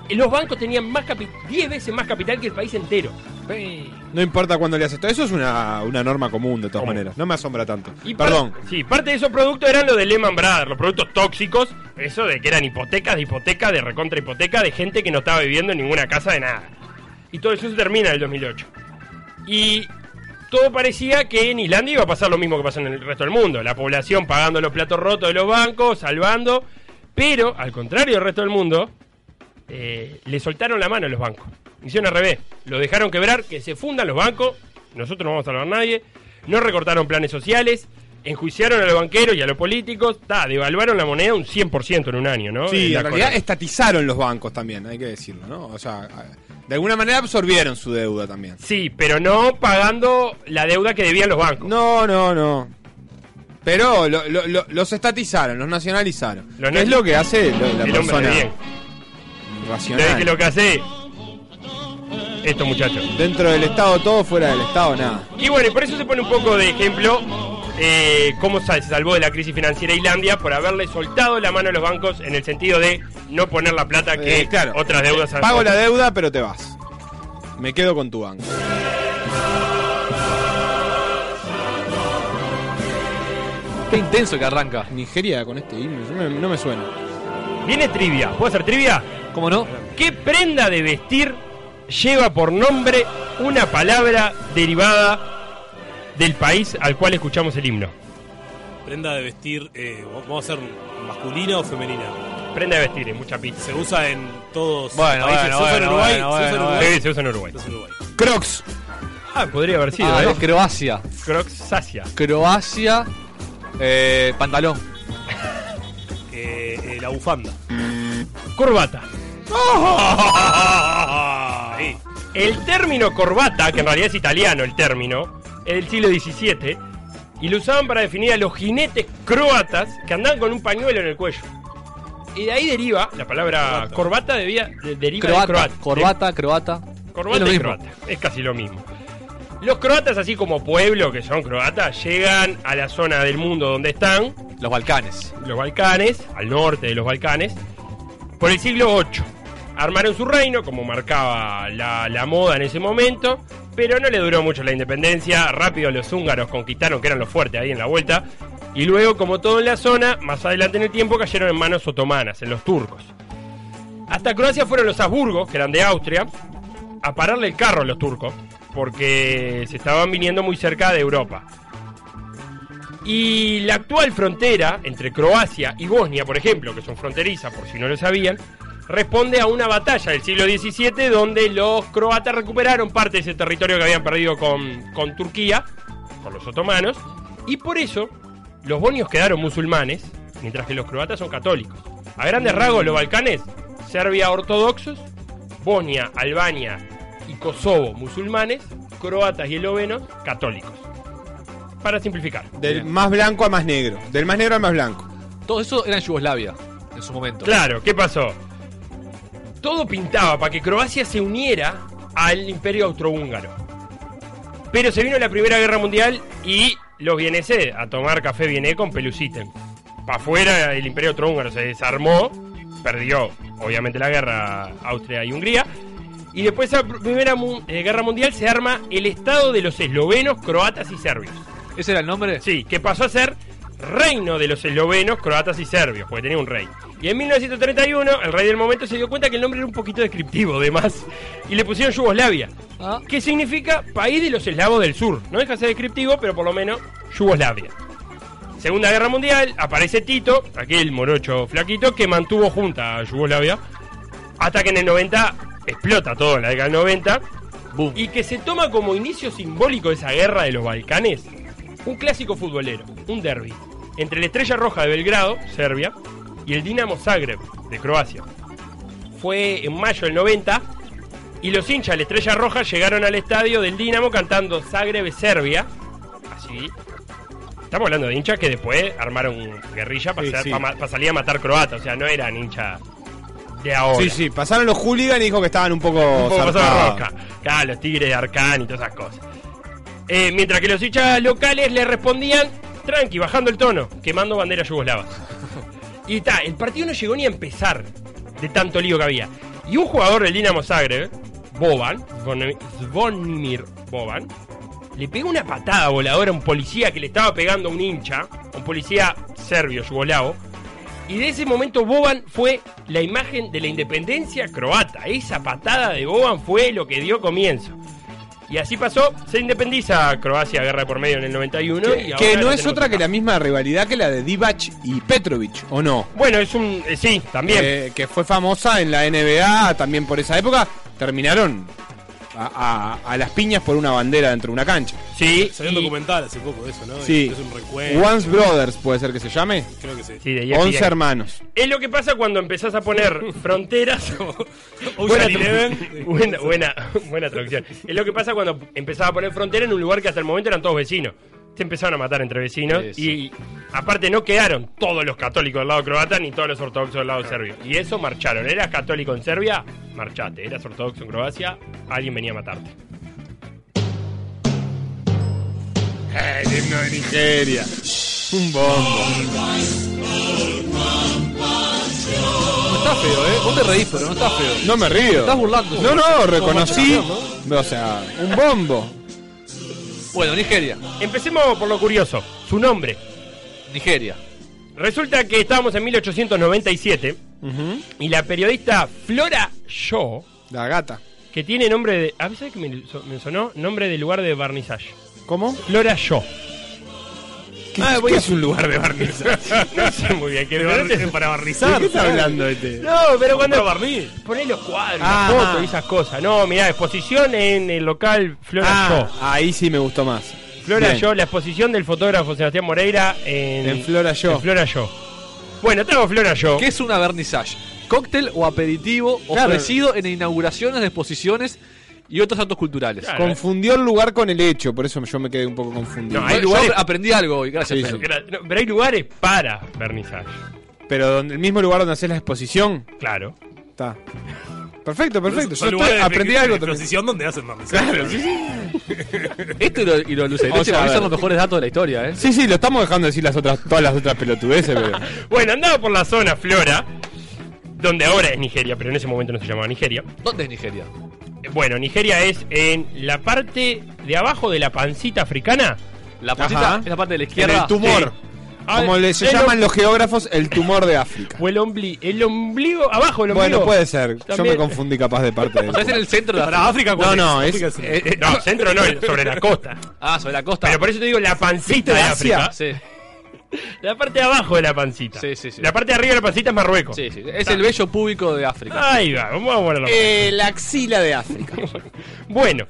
Speaker 18: Y Los bancos tenían más capi- 10 veces más capital que el país entero.
Speaker 7: No importa cuándo le haces esto. Eso es una, una norma común, de todas maneras. No me asombra tanto.
Speaker 18: Y par-
Speaker 7: Perdón.
Speaker 18: Sí, parte de esos productos eran los de Lehman Brothers, los productos tóxicos, eso de que eran hipotecas de hipotecas, de recontra hipoteca, de gente que no estaba viviendo en ninguna casa de nada. Y todo eso se termina en el 2008. Y todo parecía que en Islandia iba a pasar lo mismo que pasó en el resto del mundo. La población pagando los platos rotos de los bancos, salvando. Pero, al contrario del resto del mundo, eh, le soltaron la mano a los bancos. Hicieron al revés. Lo dejaron quebrar, que se fundan los bancos. Nosotros no vamos a salvar a nadie. No recortaron planes sociales. Enjuiciaron a los banqueros y a los políticos. Ta, devaluaron la moneda un 100% en un año, ¿no?
Speaker 7: Sí,
Speaker 18: Eh, la
Speaker 7: en realidad
Speaker 18: corona.
Speaker 7: estatizaron los bancos también, hay que decirlo, ¿no? O sea, de alguna manera absorbieron su deuda también.
Speaker 18: Sí, pero no pagando la deuda que debían los bancos.
Speaker 7: No, no, no. Pero lo- lo- lo- los estatizaron, los nacionalizaron.
Speaker 18: Los
Speaker 7: ¿Qué es
Speaker 18: naci-
Speaker 7: lo que hace lo- la
Speaker 18: El hombre
Speaker 7: persona
Speaker 18: de bien.
Speaker 7: racional?
Speaker 18: ¿Sabés que lo que hace? Esto, muchachos.
Speaker 7: Dentro del Estado todo, fuera del Estado nada.
Speaker 18: Y bueno, y por eso se pone un poco de ejemplo eh, cómo sa- se salvó de la crisis financiera Islandia por haberle soltado la mano a los bancos en el sentido de no poner la plata que
Speaker 7: Eh, claro.
Speaker 18: otras deudas han-
Speaker 7: Pago la deuda, pero te vas. Me quedo con tu banco.
Speaker 6: Qué intenso que arranca.
Speaker 7: Nigeria con este himno, yo me- no me suena.
Speaker 18: Viene trivia. ¿Puedo hacer trivia?
Speaker 6: ¿Cómo no?
Speaker 18: ¿Qué prenda de vestir lleva por nombre una palabra derivada del país al cual escuchamos el himno?
Speaker 4: Prenda de vestir, eh, vamos a ser masculina o femenina.
Speaker 18: Prenda de vestir, en mucha pista.
Speaker 4: Se usa en todos
Speaker 18: Bueno,
Speaker 4: los
Speaker 18: bueno,
Speaker 4: países. se usa en
Speaker 18: bueno,
Speaker 4: Uruguay.
Speaker 18: bueno,
Speaker 4: se usa en
Speaker 18: bueno,
Speaker 4: Uruguay.
Speaker 18: bueno. Sí, se usa en Uruguay.
Speaker 4: Se usa en Uruguay.
Speaker 7: Crocs.
Speaker 18: Ah, podría haber sido,
Speaker 6: Ah,
Speaker 18: ¿eh?
Speaker 6: no, Croacia.
Speaker 18: Crocs Croxasia.
Speaker 6: Croacia. Eh, pantalón.
Speaker 18: Eh,
Speaker 4: Eh, la bufanda.
Speaker 18: Corbata. Ah, Sí. El término corbata, que en realidad es italiano el término, es del siglo XVII, y lo usaban para definir a los jinetes croatas que andaban con un pañuelo en el cuello. Y de ahí deriva, la palabra corbata, debía, de- deriva
Speaker 6: Croata,
Speaker 18: de croata.
Speaker 6: corbata, croata.
Speaker 18: Corbata
Speaker 6: Es lo
Speaker 18: y
Speaker 6: mismo.
Speaker 18: croata. Es casi lo mismo. Los croatas, así como pueblo que son croatas, llegan a la zona del mundo donde están.
Speaker 6: Los Balcanes.
Speaker 18: Los Balcanes, al norte de los Balcanes, por el siglo VIII. Armaron su reino, como marcaba la, la moda en ese momento, pero no le duró mucho la independencia. Rápido los húngaros conquistaron, que eran los fuertes ahí en la vuelta. Y luego, como todo en la zona, más adelante en el tiempo cayeron en manos otomanas, en los turcos. Hasta Croacia fueron los Habsburgos, que eran de Austria, a pararle el carro a los turcos, porque se estaban viniendo muy cerca de Europa. Y la actual frontera entre Croacia y Bosnia, por ejemplo, que son fronterizas, por si no lo sabían, responde a una batalla del siglo XVII donde los croatas recuperaron parte de ese territorio que habían perdido con, con Turquía, con los otomanos, y por eso los bosnios quedaron musulmanes, mientras que los croatas son católicos. A grandes rasgos, los Balcanes, Serbia ortodoxos, Bosnia, Albania y Kosovo musulmanes, croatas y eslovenos católicos. Para simplificar.
Speaker 7: Del más blanco al más negro. Del más negro al más blanco.
Speaker 6: Todo eso era en Yugoslavia en su momento.
Speaker 18: Claro, ¿qué pasó? Todo pintaba para que Croacia se uniera al Imperio Austrohúngaro. Pero se vino la Primera Guerra Mundial y los vienesé a tomar café viené con Pelusiten. Para afuera el Imperio Austrohúngaro se desarmó, perdió obviamente la guerra Austria y Hungría. Y después de la Primera Mu- eh, Guerra Mundial se arma el Estado de los eslovenos, croatas y serbios.
Speaker 6: ¿Ese era el nombre?
Speaker 18: Sí, que pasó a ser Reino de los eslovenos, croatas y serbios, porque tenía un rey. Y en 1931, el rey del momento se dio cuenta que el nombre era un poquito descriptivo, además, y le pusieron Yugoslavia, que significa país de los eslavos del sur. No deja de ser descriptivo, pero por lo menos Yugoslavia. Segunda Guerra Mundial, aparece Tito, aquel morocho flaquito, que mantuvo junta a Yugoslavia, hasta que en el 90 explota todo en la década del 90, y que se toma como inicio simbólico de esa guerra de los Balcanes un clásico futbolero, un derby, entre la Estrella Roja de Belgrado, Serbia, y el Dinamo Zagreb, de Croacia. Fue en mayo del 90 y los hinchas de la Estrella Roja llegaron al estadio del Dinamo cantando Zagreb, Serbia. Así. Estamos hablando de hinchas que después armaron guerrilla para,
Speaker 7: Sí, sí.
Speaker 18: salir a matar croatas, o sea, no eran hinchas de ahora.
Speaker 7: Sí, sí, pasaron los hooligans y dijo que estaban un poco.
Speaker 18: Un poco pasado de
Speaker 7: zarpados.
Speaker 18: rosca. Claro, los tigres de Arcán y todas esas cosas. Eh, mientras que los hinchas locales le respondían, tranqui, bajando el tono, quemando banderas yugoslavas. Y está, el partido no llegó ni a empezar de tanto lío que había. Y un jugador del Dinamo Zagreb, Boban, Zvone- Zvonimir Boban, le pegó una patada voladora a un policía que le estaba pegando a un hincha, un policía serbio yugoslavo, y de ese momento Boban fue la imagen de la independencia croata. Esa patada de Boban fue lo que dio comienzo. Y así pasó, se independiza Croacia, guerra por medio en el 91. y ahora
Speaker 7: que
Speaker 18: la
Speaker 7: no es
Speaker 18: tenemos
Speaker 7: otra
Speaker 18: acá.
Speaker 7: que la misma rivalidad que la de Divac y Petrovic, ¿o no?
Speaker 18: Bueno, es un. eh, sí, también.
Speaker 7: Eh, que fue famosa en la NBA también por esa época. Terminaron a, a- a las piñas por una bandera dentro de una cancha.
Speaker 18: Sí.
Speaker 4: Salió un documental hace poco de eso, ¿no?
Speaker 7: Sí.
Speaker 4: Es un recuento.
Speaker 7: Once Brothers puede ser que se llame.
Speaker 4: Creo que sí.
Speaker 18: Sí, de ESPN.
Speaker 7: 11 hermanos.
Speaker 18: Es lo que pasa cuando empezás a poner fronteras.
Speaker 4: Ocean
Speaker 18: tra-
Speaker 4: Eleven.
Speaker 18: buena, buena, buena traducción. Es lo que pasa cuando empezás a poner frontera en un lugar que hasta el momento eran todos vecinos. Se empezaron a matar entre vecinos y aparte no quedaron todos los católicos del lado croata ni todos los ortodoxos del lado serbio. Y eso marcharon. Eras católico en Serbia, marchate. Eras ortodoxo en Croacia, alguien venía a matarte.
Speaker 7: El himno de Nigeria. Un bombo.
Speaker 6: No está feo, ¿eh? Vos te reís, pero no está feo.
Speaker 7: No me
Speaker 6: Te
Speaker 7: río.
Speaker 6: Estás burlando.
Speaker 7: No, no,
Speaker 6: Como
Speaker 7: reconocí.
Speaker 6: Marcelo, ¿no?
Speaker 7: O sea, un bombo.
Speaker 6: Bueno, Nigeria.
Speaker 18: Empecemos por lo curioso. Su nombre.
Speaker 6: Nigeria.
Speaker 18: Resulta que estábamos en 1897 y la periodista Flora Shaw.
Speaker 7: La gata.
Speaker 18: Que tiene nombre de. ¿A veces que me, so- me sonó? Nombre de lugar de barnizaje.
Speaker 7: ¿Cómo?
Speaker 18: Flora Shaw. Ah, voy a- es un lugar de barnizaje? no sé muy bien. ¿qué
Speaker 4: este De
Speaker 18: lugar
Speaker 4: bar-
Speaker 18: es?
Speaker 4: para barnizar. ¿De qué está hablando este?
Speaker 18: No, pero cuando.
Speaker 4: ¿Para barniz?
Speaker 18: Ponés los cuadros,
Speaker 7: Ah.
Speaker 18: las fotos y esas cosas. No, mirá, exposición en el local Flora
Speaker 7: Ah,
Speaker 18: Shaw.
Speaker 7: ahí sí me gustó más.
Speaker 18: Flora
Speaker 7: Bien.
Speaker 18: Yo, la exposición del fotógrafo Sebastián Moreira en,
Speaker 7: En Flora Yo.
Speaker 18: en Flora Yo. Bueno, tengo Flora Yo.
Speaker 6: ¿Qué es una vernissage? Cóctel o aperitivo
Speaker 18: Claro.
Speaker 6: ofrecido en inauguraciones de exposiciones y otros actos culturales.
Speaker 7: Confundió el lugar con el hecho, por eso yo me quedé un poco confundido.
Speaker 6: No, hay Yo lugares- aprendí algo hoy, gracias, Fer.
Speaker 18: Gra- no, Pero hay lugares para vernissage.
Speaker 7: Pero donde, el mismo lugar donde haces la exposición.
Speaker 18: Claro.
Speaker 7: Está. Perfecto, perfecto. Yo
Speaker 4: Son lugares
Speaker 7: estoy-
Speaker 4: de
Speaker 7: aprendí
Speaker 4: exposición
Speaker 7: algo también.
Speaker 4: exposición donde hacen más
Speaker 7: Claro, sí,
Speaker 6: Esto y lo, y lo de Luceleche
Speaker 7: O sea,
Speaker 6: para mí
Speaker 7: a
Speaker 6: son
Speaker 7: ver.
Speaker 6: los mejores datos de la historia, ¿eh?
Speaker 7: Sí, sí, lo estamos dejando decir las otras, todas las otras pelotudeces, pero.
Speaker 18: Bueno, andaba por la zona Flora, donde ahora es Nigeria, pero en ese momento no se llamaba Nigeria. Eh,
Speaker 6: ¿Dónde es Nigeria?
Speaker 18: Bueno, Nigeria es en la parte de abajo de la pancita africana.
Speaker 6: La pancita es la parte de la izquierda.
Speaker 7: En el tumor. Como le, se llaman los geógrafos, el tumor de África.
Speaker 18: O el, ombli- el ombligo, abajo el ombligo.
Speaker 7: Bueno, puede ser. Yo
Speaker 18: También-
Speaker 7: me confundí capaz de parte de.
Speaker 6: O sea, es en el centro de África.
Speaker 7: No, no, es.
Speaker 18: Eh, eh, no, centro no, sobre la costa.
Speaker 6: Ah, sobre la costa.
Speaker 18: Pero por eso te digo la pancita de África.
Speaker 6: Sí,
Speaker 18: La parte de abajo de la pancita.
Speaker 6: sí, sí. sí.
Speaker 18: La parte de arriba de la pancita es Marruecos.
Speaker 6: Sí, sí. Es el bello público de África. Eh,
Speaker 18: Ahí va, vamos a ponerlo.
Speaker 7: la axila de África.
Speaker 18: Bueno,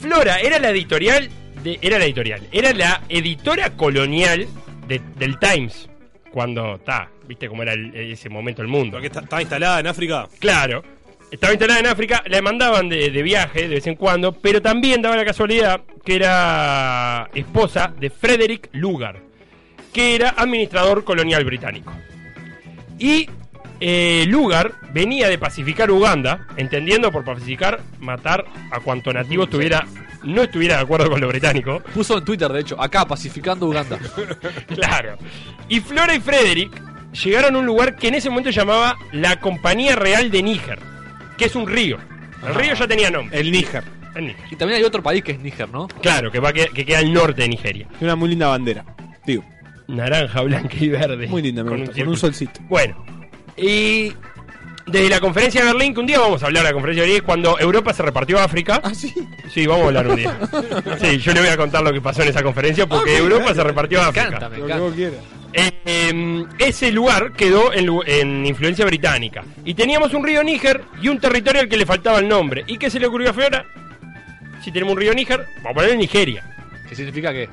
Speaker 18: Flora era la editorial de, era la editorial, era la editora colonial de- del Times cuando está, viste cómo era el- ese momento el mundo.
Speaker 4: Porque está- estaba instalada en África.
Speaker 18: Claro. Estaba instalada en África, la mandaban de, de viaje de vez en cuando, pero también daba la casualidad que era esposa de Frederick Lugar, que era administrador colonial británico. Y eh, Lugar venía de pacificar Uganda, entendiendo por pacificar matar a cuanto nativo estuviera, no estuviera de acuerdo con lo británico.
Speaker 6: Puso en Twitter, de hecho, acá, pacificando Uganda.
Speaker 18: Claro. Y Flora y Frederick llegaron a un lugar que en ese momento llamaba la Compañía Real de Níger, que es un río. El río ya tenía nombre.
Speaker 7: El Níger.
Speaker 18: El Níger.
Speaker 6: Y también hay otro país que es Níger, ¿no?
Speaker 18: Claro, que, va que, que queda al norte de Nigeria.
Speaker 7: Una muy linda bandera. Digo.
Speaker 18: Naranja, blanca y verde.
Speaker 7: Muy linda, me
Speaker 18: Con
Speaker 7: gusta.
Speaker 18: un
Speaker 7: con un
Speaker 18: círculo.
Speaker 7: solcito.
Speaker 18: Bueno, y desde la conferencia de Berlín, que un día vamos a hablar de la conferencia de Berlín, es cuando Europa se repartió a África. ¿Ah,
Speaker 7: sí?
Speaker 18: Sí, vamos a hablar un día. Sí, yo le voy a contar lo que pasó en esa conferencia porque Europa se repartió a África.
Speaker 6: Cántame,
Speaker 7: Lo que
Speaker 6: cántame.
Speaker 7: vos quieras.
Speaker 18: Eh, em, ese lugar quedó en, lu- en influencia británica. Y teníamos un río Níger y un territorio al que le faltaba el nombre. ¿Y qué se le ocurrió a Flora? Si tenemos un río Níger, vamos a ponerle Nigeria.
Speaker 6: ¿Qué significa qué?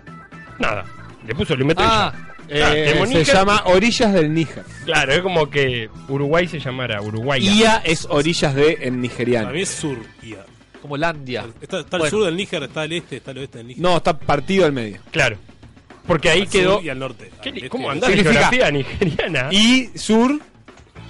Speaker 18: Nada. Le puso, lo inventó
Speaker 6: Ah,
Speaker 18: ella. Claro,
Speaker 7: Eh,
Speaker 18: tenemos
Speaker 7: se
Speaker 18: Níger.
Speaker 7: llama Orillas del Níger.
Speaker 18: Claro, es como que Uruguay se llamara Uruguay.
Speaker 7: IA es orillas de en
Speaker 4: Para
Speaker 7: nigeriano.
Speaker 4: mí es sur. Ia.
Speaker 6: Como Landia.
Speaker 4: Está, está
Speaker 6: Bueno.
Speaker 4: el sur del Níger, está el este, está el oeste del Níger.
Speaker 7: No, está partido al medio.
Speaker 18: Claro. Porque ahí
Speaker 4: Al sur
Speaker 18: quedó.
Speaker 4: Y al norte.
Speaker 18: ¿Qué
Speaker 4: Al
Speaker 18: li-
Speaker 4: este,
Speaker 18: ¿Cómo
Speaker 4: al
Speaker 18: andás de
Speaker 7: Significa-
Speaker 18: geografía nigeriana?
Speaker 7: Y sur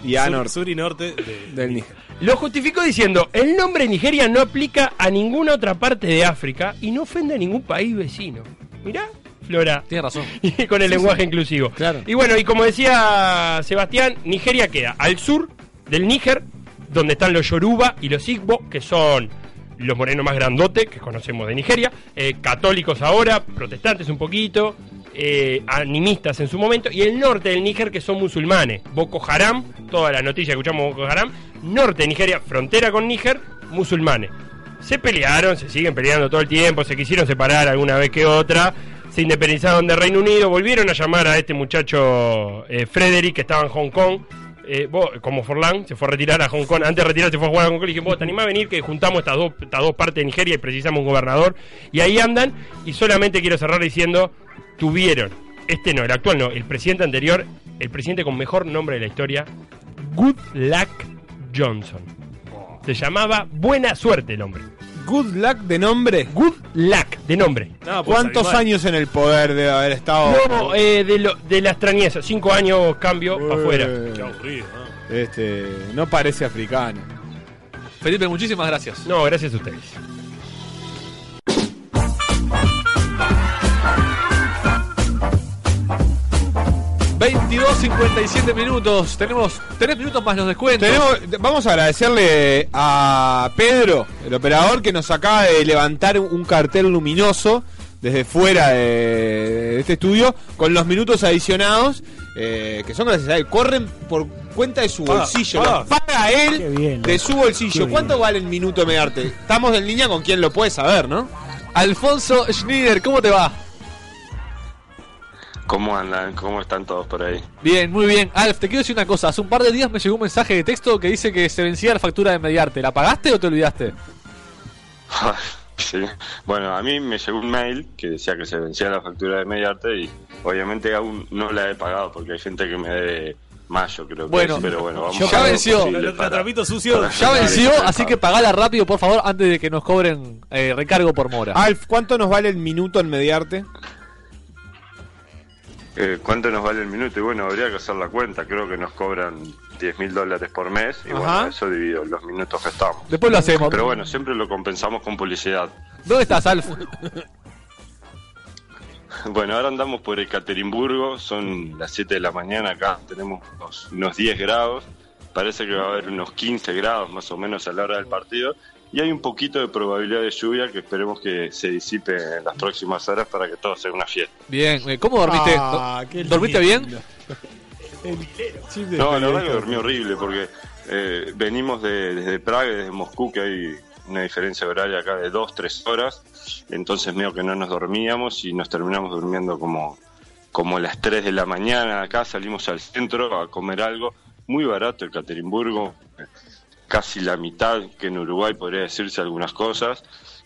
Speaker 7: y a
Speaker 4: sur,
Speaker 7: norte
Speaker 4: sur y norte de-
Speaker 7: del Níger.
Speaker 18: Lo justificó diciendo, el nombre Nigeria no aplica a ninguna otra parte de África y no ofende a ningún país vecino. Mirá, Flora.
Speaker 6: Tienes razón.
Speaker 18: Y con el lenguaje inclusivo. Y bueno, y como decía Sebastián, Nigeria queda al sur del Níger, donde están los Yoruba y los Igbo, que son los morenos más grandotes que conocemos de Nigeria, eh, católicos ahora, protestantes un poquito, eh, animistas en su momento, y el norte del Níger, que son musulmanes, Boko Haram, toda la noticia que escuchamos Boko Haram, norte de Nigeria, frontera con Níger, musulmanes. Se pelearon, se siguen peleando todo el tiempo, se quisieron separar alguna vez que otra, se independizaron del Reino Unido, volvieron a llamar a este muchacho eh, Frederick que estaba en Hong Kong. eh, vos, como Forlán se fue a retirar a Hong Kong, antes de retirarse fue a jugar a Hong Kong y dije, vos te animás a venir que juntamos estas dos, estas dos partes de Nigeria y precisamos un gobernador. Y ahí andan, y solamente quiero cerrar diciendo, tuvieron, este no, el actual no, el presidente anterior, el presidente con mejor nombre de la historia, Good Luck Johnson. Se llamaba Buena Suerte el hombre.
Speaker 7: Good luck de nombre.
Speaker 18: Good Luck, de nombre.
Speaker 4: No, pues,
Speaker 7: ¿Cuántos
Speaker 4: animal.
Speaker 7: años en el poder debe haber estado?
Speaker 18: No, eh, de, lo- de la extrañeza, cinco años cambio para afuera.
Speaker 4: Qué
Speaker 7: Eh,
Speaker 4: aburrido, ¿no?
Speaker 7: Este, no parece africano.
Speaker 6: Felipe, muchísimas gracias.
Speaker 18: No, gracias a ustedes.
Speaker 6: y siete minutos. Tenemos 3 minutos más los descuentos.
Speaker 7: Tenemos, vamos a agradecerle a Pedro, el operador, que nos acaba de levantar un cartel luminoso desde fuera de, de este estudio con los minutos adicionados eh, que son gracias a él. Corren por cuenta de su
Speaker 4: Paga,
Speaker 7: bolsillo.
Speaker 4: paga.
Speaker 7: los Paga
Speaker 2: Qué
Speaker 7: él
Speaker 2: bien.
Speaker 7: de su
Speaker 2: Qué
Speaker 7: bolsillo.
Speaker 2: bien.
Speaker 7: ¿Cuánto vale el minuto de Mediarte? Estamos en línea con quien lo puede saber, ¿no?
Speaker 6: Alfonso Schneider, ¿cómo te va?
Speaker 19: ¿Cómo andan? ¿Cómo están todos por ahí?
Speaker 6: Bien, muy bien. Alf, te quiero decir una cosa. Hace un par de días me llegó un mensaje de texto que dice que se vencía la factura de Mediarte. ¿La pagaste o te olvidaste?
Speaker 19: Sí. Bueno, a mí me llegó un mail que decía que se vencía la factura de Mediarte y obviamente aún no la he pagado porque hay gente que me debe mayo, creo que
Speaker 6: Bueno,
Speaker 19: es, pero bueno, vamos a
Speaker 6: ya
Speaker 19: hacer lo
Speaker 6: venció.
Speaker 19: posible para- para
Speaker 6: Ya
Speaker 19: llegar
Speaker 6: venció,
Speaker 19: ese
Speaker 6: así que pagala rápido, por favor, antes de que nos cobren eh, recargo por mora.
Speaker 7: Alf, ¿cuánto nos vale el minuto en mediarte?
Speaker 19: Eh, ¿Cuánto nos vale el minuto? Y bueno, habría que hacer la cuenta. Creo que nos cobran 10 mil dólares por mes. Y bueno,
Speaker 6: Ajá.
Speaker 19: eso dividido los minutos que estamos.
Speaker 6: Después lo hacemos.
Speaker 19: Pero bueno, siempre lo compensamos con publicidad.
Speaker 6: ¿Dónde estás, Alf?
Speaker 19: Bueno, ahora andamos por Ekaterimburgo. Son las 7 de la mañana acá. Tenemos unos, unos 10 grados. Parece que va a haber unos 15 grados más o menos a la hora del partido. Y hay un poquito de probabilidad de lluvia que esperemos que se disipe en las próximas horas para que todo sea una fiesta.
Speaker 6: Bien, eh, ¿cómo dormiste?
Speaker 19: Ah,
Speaker 6: Do-
Speaker 19: qué
Speaker 6: ¿Dormiste bien?
Speaker 19: No, la verdad que dormí horrible porque eh, venimos de, desde Praga, y desde Moscú, que hay una diferencia horaria acá de dos, tres horas. Entonces, medio que no nos dormíamos y nos terminamos durmiendo como, como a las 3 de la mañana. Acá salimos al centro a comer algo muy barato, Ekaterimburgo, casi la mitad que en Uruguay podría decirse algunas cosas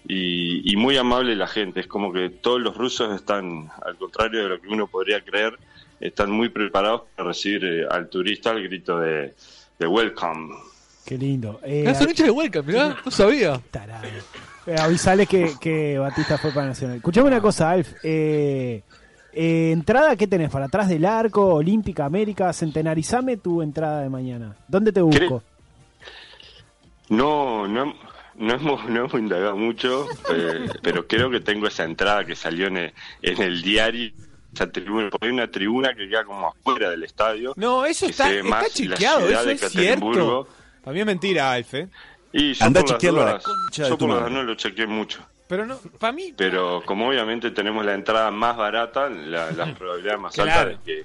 Speaker 19: y, y muy amable la gente es como que todos los rusos están al contrario de lo que uno podría creer están muy preparados para recibir eh, al turista al grito de, de welcome
Speaker 2: Qué lindo. Eh,
Speaker 6: Ah, Son hinchas de Welcome, mirá, no sabía.
Speaker 2: Eh, avisales que, que Batista fue para Nacional. Escuchame una cosa, Alf. Eh, eh, entrada, ¿qué tenés? ¿Para atrás del arco? Olímpica, América. Centenarizame tu entrada de mañana. ¿Dónde te busco?
Speaker 19: No, no, no hemos, no hemos indagado mucho, eh, pero creo que tengo esa entrada que salió en el, en el diario. Esa tribuna, porque hay una tribuna que queda como afuera del estadio.
Speaker 7: No, eso
Speaker 19: que
Speaker 7: está,
Speaker 19: se ve
Speaker 7: está
Speaker 19: más la
Speaker 7: chequeado,
Speaker 19: ciudad
Speaker 7: eso
Speaker 19: de
Speaker 7: es
Speaker 19: Ekaterimburgo.
Speaker 7: cierto. Para mí es mentira, Alf. eh.
Speaker 19: Y yo
Speaker 7: Andá
Speaker 19: por las
Speaker 7: chequealo a la
Speaker 19: dudas,
Speaker 7: concha de
Speaker 19: Yo
Speaker 7: tu
Speaker 19: por las
Speaker 7: madre.
Speaker 19: dudas no lo chequeé mucho.
Speaker 7: Pero no, para mí
Speaker 19: Pero como obviamente tenemos la entrada más barata, la, la probabilidad más
Speaker 6: Claro.
Speaker 19: alta de que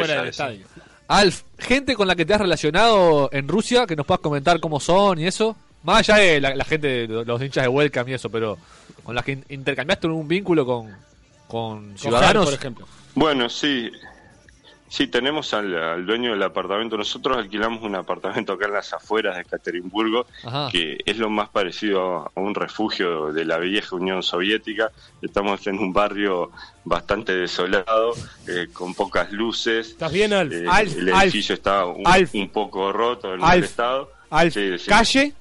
Speaker 6: Está fuera
Speaker 19: ya
Speaker 6: del
Speaker 19: es-
Speaker 6: estadio. Alf, gente con la que te has relacionado en Rusia, que nos puedas comentar cómo son y eso. Más allá de la, la gente, de los hinchas de Welcome y eso, pero con las que in- intercambiaste un vínculo con, con ciudadanos.
Speaker 19: Bueno, sí. Sí, tenemos al, al dueño del apartamento. Nosotros alquilamos un apartamento acá en las afueras de Ekaterimburgo,
Speaker 17: Ah.
Speaker 6: Ajá.
Speaker 19: que es lo más parecido a un refugio de la vieja Unión Soviética. Estamos en un barrio bastante desolado, eh, con pocas luces.
Speaker 4: ¿Estás bien, Alf?
Speaker 19: Eh,
Speaker 7: Alf,
Speaker 19: el
Speaker 7: Alf,
Speaker 19: edificio está un,
Speaker 7: Alf.
Speaker 19: un poco roto, en mal
Speaker 7: Alf,
Speaker 19: estado.
Speaker 7: Alf,
Speaker 19: Sí, sí.
Speaker 7: calle.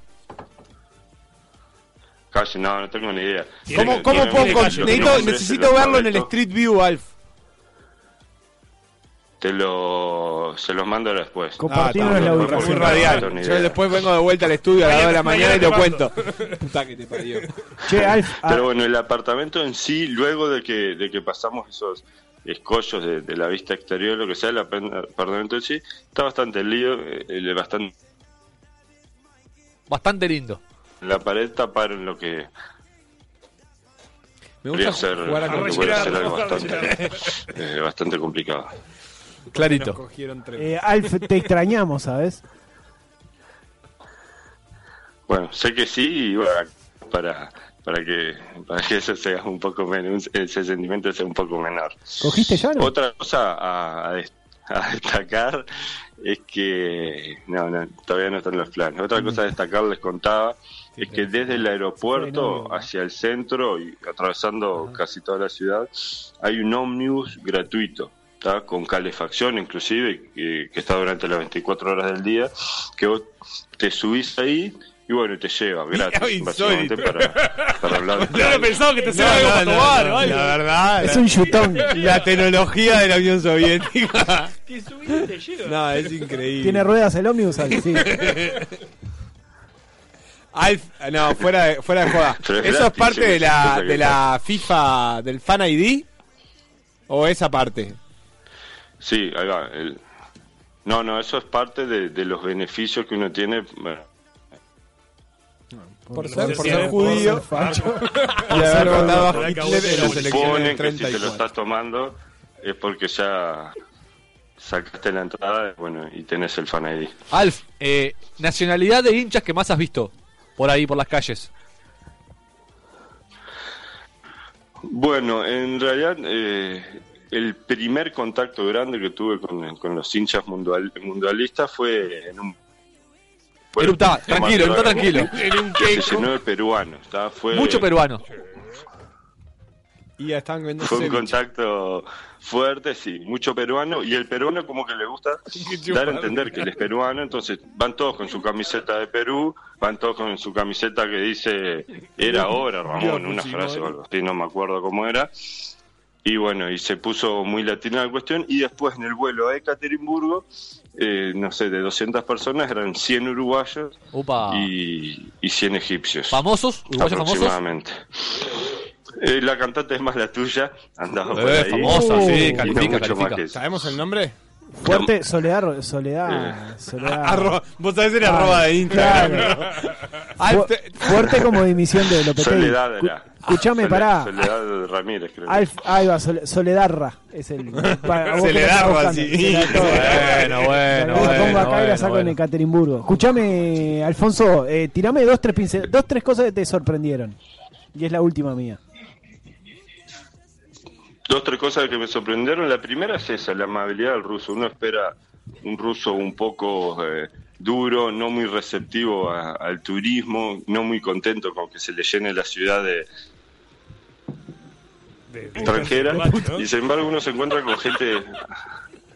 Speaker 19: Calle, no, no tengo ni idea.
Speaker 7: ¿Cómo,
Speaker 19: Tiene-
Speaker 7: cómo
Speaker 19: tiene
Speaker 7: puedo
Speaker 19: un
Speaker 7: con- necesito,
Speaker 19: precio, tiene un precio,
Speaker 7: necesito
Speaker 19: lo
Speaker 7: verlo en el
Speaker 19: correcto.
Speaker 7: Street View, Alf.
Speaker 19: Te lo, se los mando después. Ah,
Speaker 7: Compartimos
Speaker 19: No,
Speaker 7: la
Speaker 19: no, no,
Speaker 7: ubicación
Speaker 19: porque no, no tengo
Speaker 7: radial.
Speaker 19: ni
Speaker 7: Yo
Speaker 19: idea.
Speaker 7: después vengo de vuelta al estudio a las 2 de la mañana y te cuento.
Speaker 19: Puta que te parió.
Speaker 2: Che, Alf. ah,
Speaker 19: Pero bueno, el apartamento en sí, luego de que, de que pasamos esos escollos de, de la vista exterior, lo que sea, el apen- apartamento en sí, está bastante lío, eh, eh, bastante,
Speaker 6: Bastante lindo.
Speaker 19: la pared taparon lo que...
Speaker 7: Me
Speaker 19: podría
Speaker 7: gusta
Speaker 19: ser-
Speaker 7: jugar a
Speaker 19: lo que
Speaker 7: con-
Speaker 19: podría ser algo
Speaker 7: rellenar,
Speaker 19: bastante, eh, bastante complicado. Clarito.
Speaker 2: eh, Alf, te extrañamos, ¿sabes?
Speaker 19: Bueno, sé que sí, y bueno, para, para, que, para que eso sea un poco menos, ese sentimiento sea un poco menor.
Speaker 2: ¿Cogiste ya? No?
Speaker 19: Otra cosa a, a des- a destacar es que. No, no, todavía no están los planes. Otra cosa a destacar, les contaba, es que desde el aeropuerto hacia el centro y atravesando casi toda la ciudad, hay un ómnibus gratuito. ¿tá? con calefacción inclusive, que, que está durante las 24 horas del día, que vos te subís ahí y bueno, te lleva gratis, básicamente para, para hablar. de-
Speaker 4: pensado que te sea algo para tomar, ¿vale?
Speaker 7: La verdad.
Speaker 2: Es
Speaker 7: la-
Speaker 2: un chutón.
Speaker 7: La tecnología de la Unión Soviética. No, es
Speaker 2: Tiene
Speaker 7: increíble.
Speaker 2: ruedas el ómnibus, Alf, sí.
Speaker 7: Alf, no, fuera de, fuera de joda.
Speaker 2: Pero es
Speaker 7: ¿Eso es
Speaker 2: gratis, sí,
Speaker 7: parte de
Speaker 2: sí,
Speaker 7: la,
Speaker 2: sí,
Speaker 7: de
Speaker 2: sí.
Speaker 7: la FIFA, del Fan ID? ¿O esa parte?
Speaker 19: Sí, ahí va, el- No, no, eso es parte de, de los beneficios que uno tiene. bueno,
Speaker 7: Por
Speaker 11: ser- por
Speaker 7: ser, por
Speaker 11: ser
Speaker 7: ser judío.
Speaker 11: facho.
Speaker 7: Y haber votado a
Speaker 19: Se
Speaker 7: Hitler en las elecciones
Speaker 19: supone
Speaker 7: del
Speaker 19: que si te
Speaker 7: 34.
Speaker 19: lo estás tomando es porque ya sacaste la entrada bueno, y tenés el fan ID.
Speaker 6: Alf, eh, nacionalidad de hinchas que más has visto por ahí, por las calles.
Speaker 19: Bueno, en realidad eh, el primer contacto grande que tuve con, con los hinchas mundial- mundialistas fue en un
Speaker 6: Eruptá, tranquilo, eruptá tranquilo.
Speaker 19: Era un Se llenó de peruanos. está, Fue,
Speaker 6: Mucho peruano.
Speaker 7: Y ya estaban comiendo
Speaker 19: Fue un
Speaker 7: ceviche.
Speaker 19: contacto fuerte, sí, mucho peruano. Y el peruano, como que le gusta dar a entender que él es peruano. Entonces van todos con su camiseta de Perú, van todos con su camiseta que dice era ahora, Ramón, una frase o algo así, no me acuerdo cómo era. Y bueno, y se puso muy latina la cuestión. Y después en el vuelo a Ekaterimburgo, eh, no sé, de 200 personas eran 100 uruguayos
Speaker 6: Upa.
Speaker 19: y, y 100 egipcios.
Speaker 6: ¿Famosos? ¿Uruguayos famosos?
Speaker 19: Aproximadamente. Eh, la cantante es más la tuya. Andamos por
Speaker 6: Eh,
Speaker 19: ahí.
Speaker 6: famosa, sí,
Speaker 19: Y no
Speaker 6: califica,
Speaker 19: mucho más que eso.
Speaker 7: ¿Sabemos el nombre?
Speaker 2: Uh. Fuerte, Soledad,
Speaker 19: Eh.
Speaker 2: Soledad, Soledad.
Speaker 7: Arroba- vos sabés el arroba de Instagram. Ay,
Speaker 2: Fu- fuerte como dimisión de Lopetegui.
Speaker 19: Soledad de la-
Speaker 2: Escu- Escuchame,
Speaker 19: Sole-
Speaker 2: pará.
Speaker 19: Soledad Ramírez, creo.
Speaker 2: Alf, ahí va, Sole- Soledarra es el. para- vos que la estás buscando. Se la-
Speaker 6: Bueno, bueno,
Speaker 2: la pongo acá y la saco
Speaker 6: bueno.
Speaker 2: en Ekaterimburgo. Escuchame, Alfonso, eh, tirame dos tres, pincel- dos, tres cosas que te sorprendieron. Y es la última mía.
Speaker 19: Dos, tres cosas que me sorprendieron. La primera es esa, la amabilidad del ruso. Uno espera un ruso un poco eh, duro, no muy receptivo a- al turismo, no muy contento con que se le llene la ciudad de,
Speaker 6: ¿eh?
Speaker 19: extranjera y sin embargo uno se encuentra con gente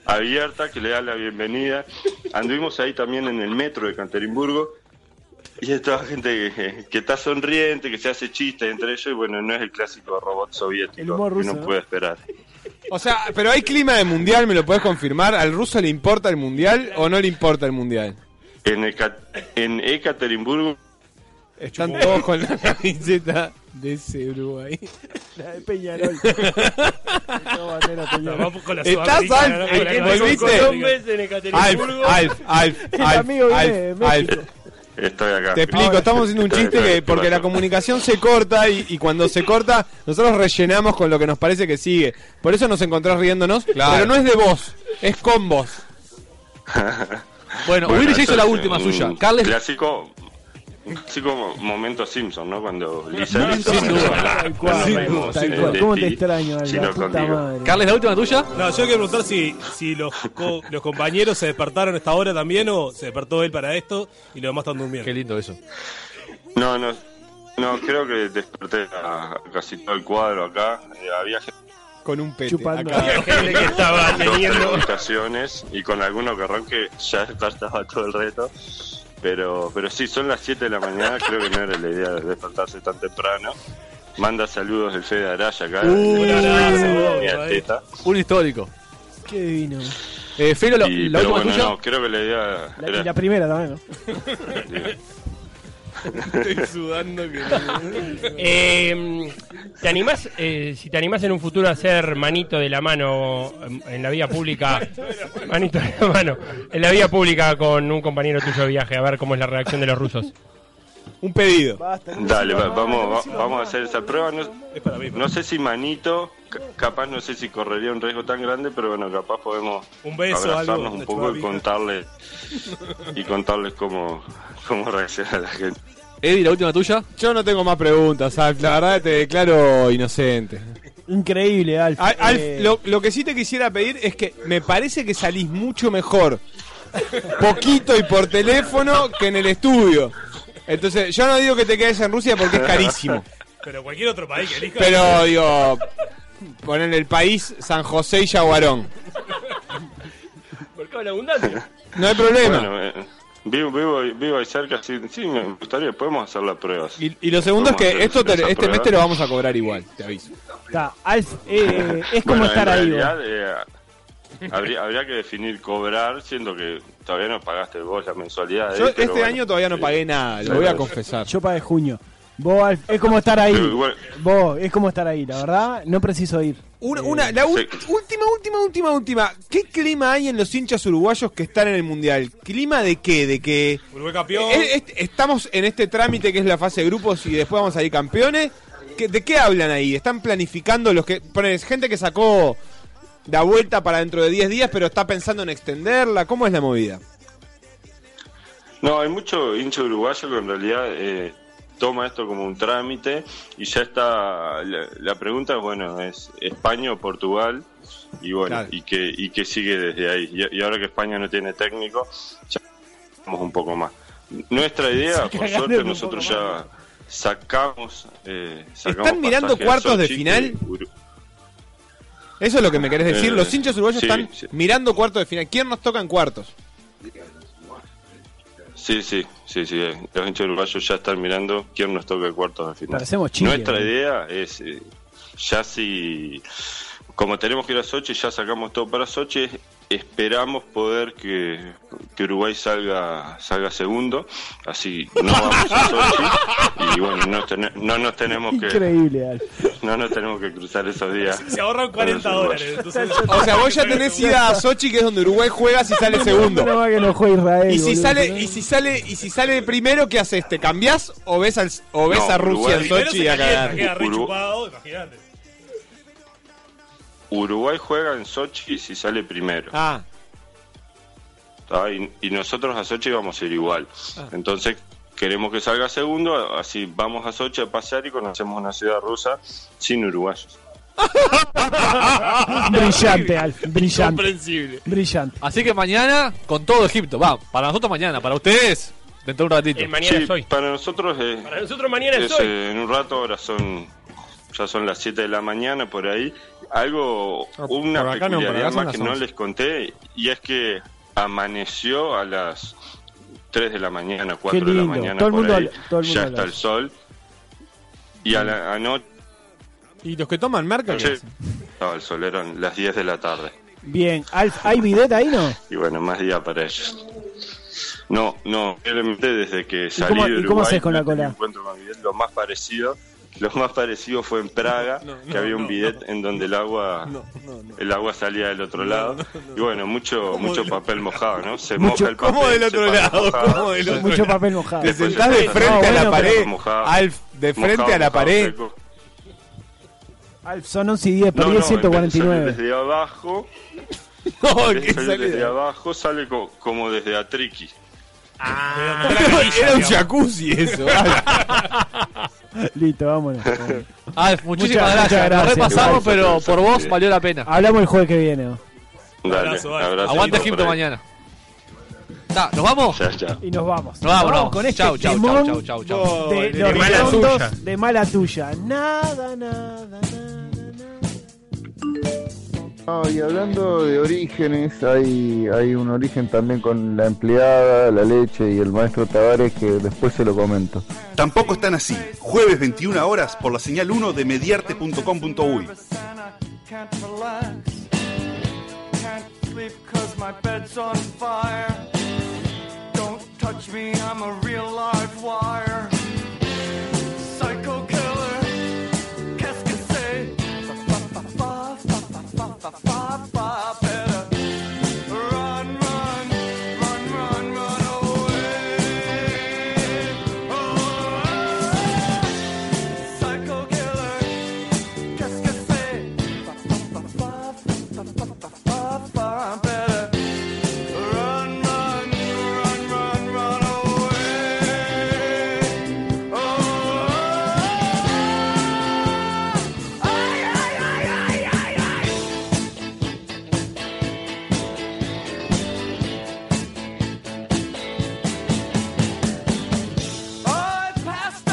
Speaker 19: abierta que le da la bienvenida. Anduvimos ahí también en el metro de Canterimburgo y estaba gente que, que está sonriente, que se hace chistes entre ellos y bueno, no es el clásico robot
Speaker 7: El
Speaker 19: soviético
Speaker 7: humor
Speaker 19: que
Speaker 7: ruso,
Speaker 19: uno
Speaker 7: ¿no?
Speaker 19: puede esperar.
Speaker 7: O sea, pero hay clima de mundial, ¿me lo podés confirmar? ¿Al ruso le importa el mundial o no le importa el mundial?
Speaker 19: En, Eca- en Ekaterimburgo
Speaker 7: Están todos con la camiseta de ese Uruguay.
Speaker 2: La de Peñarol.
Speaker 7: Vamos con la ¿Estás, Alf? ¿Eh, ¿Volviste? Alf, Alf, Alf,
Speaker 2: El
Speaker 7: Alf,
Speaker 2: amigo viene de
Speaker 7: Alf, Alf.
Speaker 19: Estoy acá.
Speaker 7: Te explico, estamos haciendo un chiste que porque la comunicación se corta y, y cuando se corta nosotros rellenamos con lo que nos parece que sigue. Por eso nos encontrás riéndonos,
Speaker 6: Claro.
Speaker 7: pero no es de vos, es con vos.
Speaker 6: Bueno, Uribe ya hizo la última suya.
Speaker 19: Carles. Clásico, un clásico momento Simpson, ¿no? Cuando Lisa
Speaker 6: Sin duda.
Speaker 19: Simpson.
Speaker 2: Tal cual. ¿Cómo te extraño, Alf?
Speaker 19: Eh, Si
Speaker 2: La
Speaker 19: no
Speaker 2: puta
Speaker 19: contigo.
Speaker 2: madre.
Speaker 6: Carles, ¿la última tuya?
Speaker 4: No, yo quiero preguntar si, si los, co- los compañeros se despertaron a esta hora también o se despertó él para esto y los demás están durmiendo. Qué
Speaker 6: lindo eso.
Speaker 19: No, no, no, creo que desperté a casi todo el cuadro acá. Eh, había gente
Speaker 7: Con un pete. acá.
Speaker 19: que
Speaker 18: estaba teniendo-
Speaker 19: estaciones y con alguno que ronque ya despertaba todo el reto. Pero, pero sí, son las 7 de la mañana, creo que no era la idea de despertarse tan temprano. Manda saludos el Fede Araya acá.
Speaker 6: Uh,
Speaker 19: de-
Speaker 6: un abrazo,
Speaker 19: de- de
Speaker 6: vos, ahí.
Speaker 19: Teta.
Speaker 6: Un histórico.
Speaker 2: Qué divino.
Speaker 6: Eh, Felo, la,
Speaker 19: Y-
Speaker 6: la
Speaker 19: pero
Speaker 6: última
Speaker 19: bueno,
Speaker 6: tuya.
Speaker 19: no, creo que la idea
Speaker 2: La,
Speaker 19: era...
Speaker 2: y la primera también, ¿no?
Speaker 7: sudando que
Speaker 18: Eh, ¿Te animás, eh, si te animás en un futuro a ser manito de la mano em, en la vía pública, manito de la mano, en la vía pública con un compañero tuyo de viaje, a ver cómo es la reacción de los rusos?
Speaker 7: Un pedido.
Speaker 19: Dale, va- vamos, va- vamos a hacer esa prueba. No, no sé si manito, ca- capaz no sé si correría un riesgo tan grande, pero bueno, capaz podemos
Speaker 4: Un beso,
Speaker 19: abrazarnos
Speaker 4: algo,
Speaker 19: un
Speaker 4: una
Speaker 19: poco y
Speaker 4: chupapija.
Speaker 19: contarle y contarles cómo, cómo reacciona la gente.
Speaker 6: Eddie, la última tuya.
Speaker 7: Yo no tengo más preguntas, Alf. La verdad te declaro inocente.
Speaker 2: Increíble, Alf.
Speaker 7: Al- Alf,
Speaker 2: Eh,
Speaker 7: lo, lo que sí te quisiera pedir es que me parece que salís mucho mejor, poquito y por teléfono, que en el estudio. Entonces, yo no digo que te quedes en Rusia porque es carísimo.
Speaker 4: Pero cualquier otro país que elija.
Speaker 7: Pero digo, ponen el país San José y Yaguarón.
Speaker 18: Porque habla abundante.
Speaker 7: No hay problema.
Speaker 19: Bueno, eh, vivo, vivo, ahí- vivo ahí cerca, sí, sí, me gustaría, podemos hacer la prueba. sí.
Speaker 7: Y lo segundo es
Speaker 19: Podemos
Speaker 7: que
Speaker 19: hacer
Speaker 7: esto te-
Speaker 19: esa
Speaker 7: este mes
Speaker 19: prueba.
Speaker 7: te lo vamos a cobrar igual, te aviso.
Speaker 2: está, Alf, eh, es como
Speaker 19: Bueno,
Speaker 2: estar
Speaker 19: en
Speaker 2: ahí. vos.
Speaker 19: realidad, eh, habría, habría que definir cobrar, siendo que todavía no pagaste vos la mensualidad.
Speaker 7: Yo
Speaker 19: eh, pero
Speaker 7: este
Speaker 19: bueno.
Speaker 7: año todavía no pagué nada, lo
Speaker 19: Pero-
Speaker 7: voy a confesar.
Speaker 2: Yo pagué junio. Vos, Alf, es como estar ahí.
Speaker 19: Pero igual-
Speaker 2: Vos, es como estar ahí, la verdad. No preciso ir.
Speaker 19: eh,
Speaker 7: Una, una- la ul- última, última, última, última. ¿Qué clima hay en los hinchas uruguayos que están en el mundial? ¿Clima de qué? ¿De que
Speaker 4: Uruguay campeón.
Speaker 7: Eh, est- estamos en este trámite que es la fase de grupos y después vamos a ir campeones? ¿Qué- ¿De qué hablan ahí? ¿Están planificando los que. Pones gente que sacó la vuelta para dentro de 10 días, pero está pensando en extenderla? ¿Cómo es la movida?
Speaker 19: No, hay mucho hincho uruguayo que en realidad eh, toma esto como un trámite y ya está. La, la pregunta, bueno, es España o Portugal y bueno,
Speaker 7: Claro.
Speaker 19: y, que, y que sigue desde ahí. Y, y ahora que España no tiene técnico, ya vamos un poco más. Nuestra idea, por
Speaker 7: cagaron
Speaker 19: suerte,
Speaker 7: un
Speaker 19: nosotros ya sacamos, eh, sacamos
Speaker 7: ¿Están mirando
Speaker 19: pasaje a
Speaker 7: cuartos de
Speaker 19: Sochi,
Speaker 7: final?
Speaker 19: que Uru-
Speaker 7: Eso es lo que me querés decir.
Speaker 19: Eh,
Speaker 7: Los hinchas uruguayos
Speaker 19: sí,
Speaker 7: están
Speaker 19: sí.
Speaker 7: mirando cuartos de final. ¿Quién nos toca en cuartos?
Speaker 19: Sí, sí, sí, sí. eh, Los hinchas uruguayos ya están mirando quién nos toca el cuarto de final.
Speaker 2: Parecemos Chile,
Speaker 19: Nuestra
Speaker 2: ¿no?
Speaker 19: idea es, eh, ya si, como tenemos que ir a Sochi, ya sacamos todo para Sochi, esperamos poder que, que Uruguay salga salga segundo, así no vamos a Sochi y bueno, no, ten- no nos tenemos que
Speaker 2: Increíble, Alf.
Speaker 19: no nos tenemos que cruzar esos días.
Speaker 4: Se ahorran 40 dólares. entonces-
Speaker 7: O sea, vos ya tenés ida a Sochi, que es donde Uruguay juega si sale segundo.
Speaker 2: Menos mal que no juega Israel.
Speaker 7: Y si
Speaker 2: boludo,
Speaker 7: sale,
Speaker 2: pero-
Speaker 7: y si sale, y si sale primero, ¿qué haces? ¿Te cambiás o ves al- o ves
Speaker 19: No,
Speaker 7: a Rusia
Speaker 19: Uruguay-
Speaker 7: en Sochi a
Speaker 19: Queda
Speaker 7: cagar?
Speaker 19: re chupado, Uruguay juega en Sochi si sale primero.
Speaker 7: Ah.
Speaker 19: Ah, Y, y nosotros a Sochi vamos a ir igual.
Speaker 7: Ah.
Speaker 19: Entonces queremos que salga segundo, así vamos a Sochi a pasear y conocemos una ciudad rusa sin uruguayos.
Speaker 2: Brillante, Alf. Brillante. Brillante.
Speaker 6: Así que mañana con todo Egipto. Va, para nosotros mañana, para ustedes dentro de un ratito.
Speaker 18: El mañana es hoy.
Speaker 19: Para nosotros, eh,
Speaker 18: Para nosotros mañana es
Speaker 19: es,
Speaker 18: hoy.
Speaker 19: eh, en un rato ahora son ya son las 7 de la mañana por ahí. Algo,
Speaker 7: por
Speaker 19: una
Speaker 7: acá no, por acá
Speaker 19: peculiaridad
Speaker 7: son
Speaker 19: más
Speaker 7: las
Speaker 19: que no
Speaker 7: 11.
Speaker 19: les conté y es que amaneció a las 3 de la mañana, 4 de la
Speaker 2: lindo.
Speaker 19: mañana
Speaker 2: Todo el
Speaker 19: por
Speaker 2: mundo
Speaker 19: ahí.
Speaker 2: al- todo el mundo
Speaker 19: ya
Speaker 2: al
Speaker 19: está
Speaker 2: lado.
Speaker 19: el sol. Y a la anoche
Speaker 7: Y los que toman marca, ¿qué hacen?
Speaker 19: estaba el sol, eran las 10 de la tarde.
Speaker 2: Bien. Alf, ¿hay bidet ahí, no?
Speaker 19: Y bueno, más día para ellos. No, no, realmente desde que salí
Speaker 2: cómo-
Speaker 19: de
Speaker 2: y
Speaker 19: Uruguay,
Speaker 2: cómo haces con la
Speaker 19: no tenía
Speaker 2: cola?
Speaker 19: encuentro con bidet. lo más parecido, lo más parecido fue en Praga, que había un bidet en donde el agua, el agua salía del otro lado. Y bueno, mucho, mucho papel mojado, ¿no? Se
Speaker 2: Mucho-
Speaker 19: moja el papel.
Speaker 7: ¿Cómo del
Speaker 19: se
Speaker 7: otro
Speaker 19: pasa
Speaker 7: lado?
Speaker 19: mojado.
Speaker 7: ¿Cómo del otro
Speaker 2: Mucho papel mojado.
Speaker 7: Te
Speaker 19: Después
Speaker 7: sentás
Speaker 19: se
Speaker 7: de
Speaker 19: pasa
Speaker 7: frente a la
Speaker 19: mojado,
Speaker 7: pared.
Speaker 19: mojado,
Speaker 7: Alf, de frente
Speaker 19: mojado,
Speaker 7: a la
Speaker 19: mojado,
Speaker 7: pared.
Speaker 19: seco.
Speaker 2: Alf, son 11 y 10.
Speaker 19: No,
Speaker 2: Perdí
Speaker 19: no,
Speaker 2: el
Speaker 19: en vez de salir
Speaker 2: 149.
Speaker 19: desde abajo.
Speaker 7: Oh,
Speaker 19: en vez de salir desde abajo sale co- como desde Atriqui.
Speaker 6: Ah,
Speaker 7: Era un jacuzzi eso.
Speaker 2: Listo, vámonos.
Speaker 6: Alf, Ah, muchísimas gracias.
Speaker 2: Muchas- muchas
Speaker 6: Nos
Speaker 2: gracias.
Speaker 6: repasamos,
Speaker 2: Igual,
Speaker 6: pero por vos
Speaker 19: sí.
Speaker 6: valió la pena.
Speaker 2: Hablamos el jueves que viene. ¿no?
Speaker 19: Dale,
Speaker 6: Abrazo, Alf.
Speaker 19: abrazo.
Speaker 6: Aguante
Speaker 19: Por
Speaker 6: Egipto
Speaker 19: ahí.
Speaker 6: mañana. Ta, ¿Nos vamos?
Speaker 19: Ya, ya.
Speaker 2: Y nos vamos.
Speaker 6: Nos vamos, nos vamos.
Speaker 2: con este
Speaker 6: Chau, chau,
Speaker 2: temón
Speaker 6: chau, chau, chau.
Speaker 2: De,
Speaker 6: De
Speaker 2: los
Speaker 6: mala
Speaker 2: redondos
Speaker 6: tuya.
Speaker 2: de mala tuya. Nada, nada.
Speaker 20: No, y hablando de orígenes, hay, hay un origen también con la empleada, la leche y el maestro Tavares que después se lo comento.
Speaker 5: Tampoco están así. Jueves 21 horas por la señal 1 de mediarte.com.uy.
Speaker 17: Can't relax. Can't sleep cause my bed's on fire. Don't touch me, I'm a real live wire. Psycho killer. Qu'est-ce que c'est? Fa, fa, fa, fa, fa, fa, fa, fa, fa, fa. Better run, run, run, run, run away. Oh, ah. psycho killer. Qu'est-ce que c'est? Oh, I passed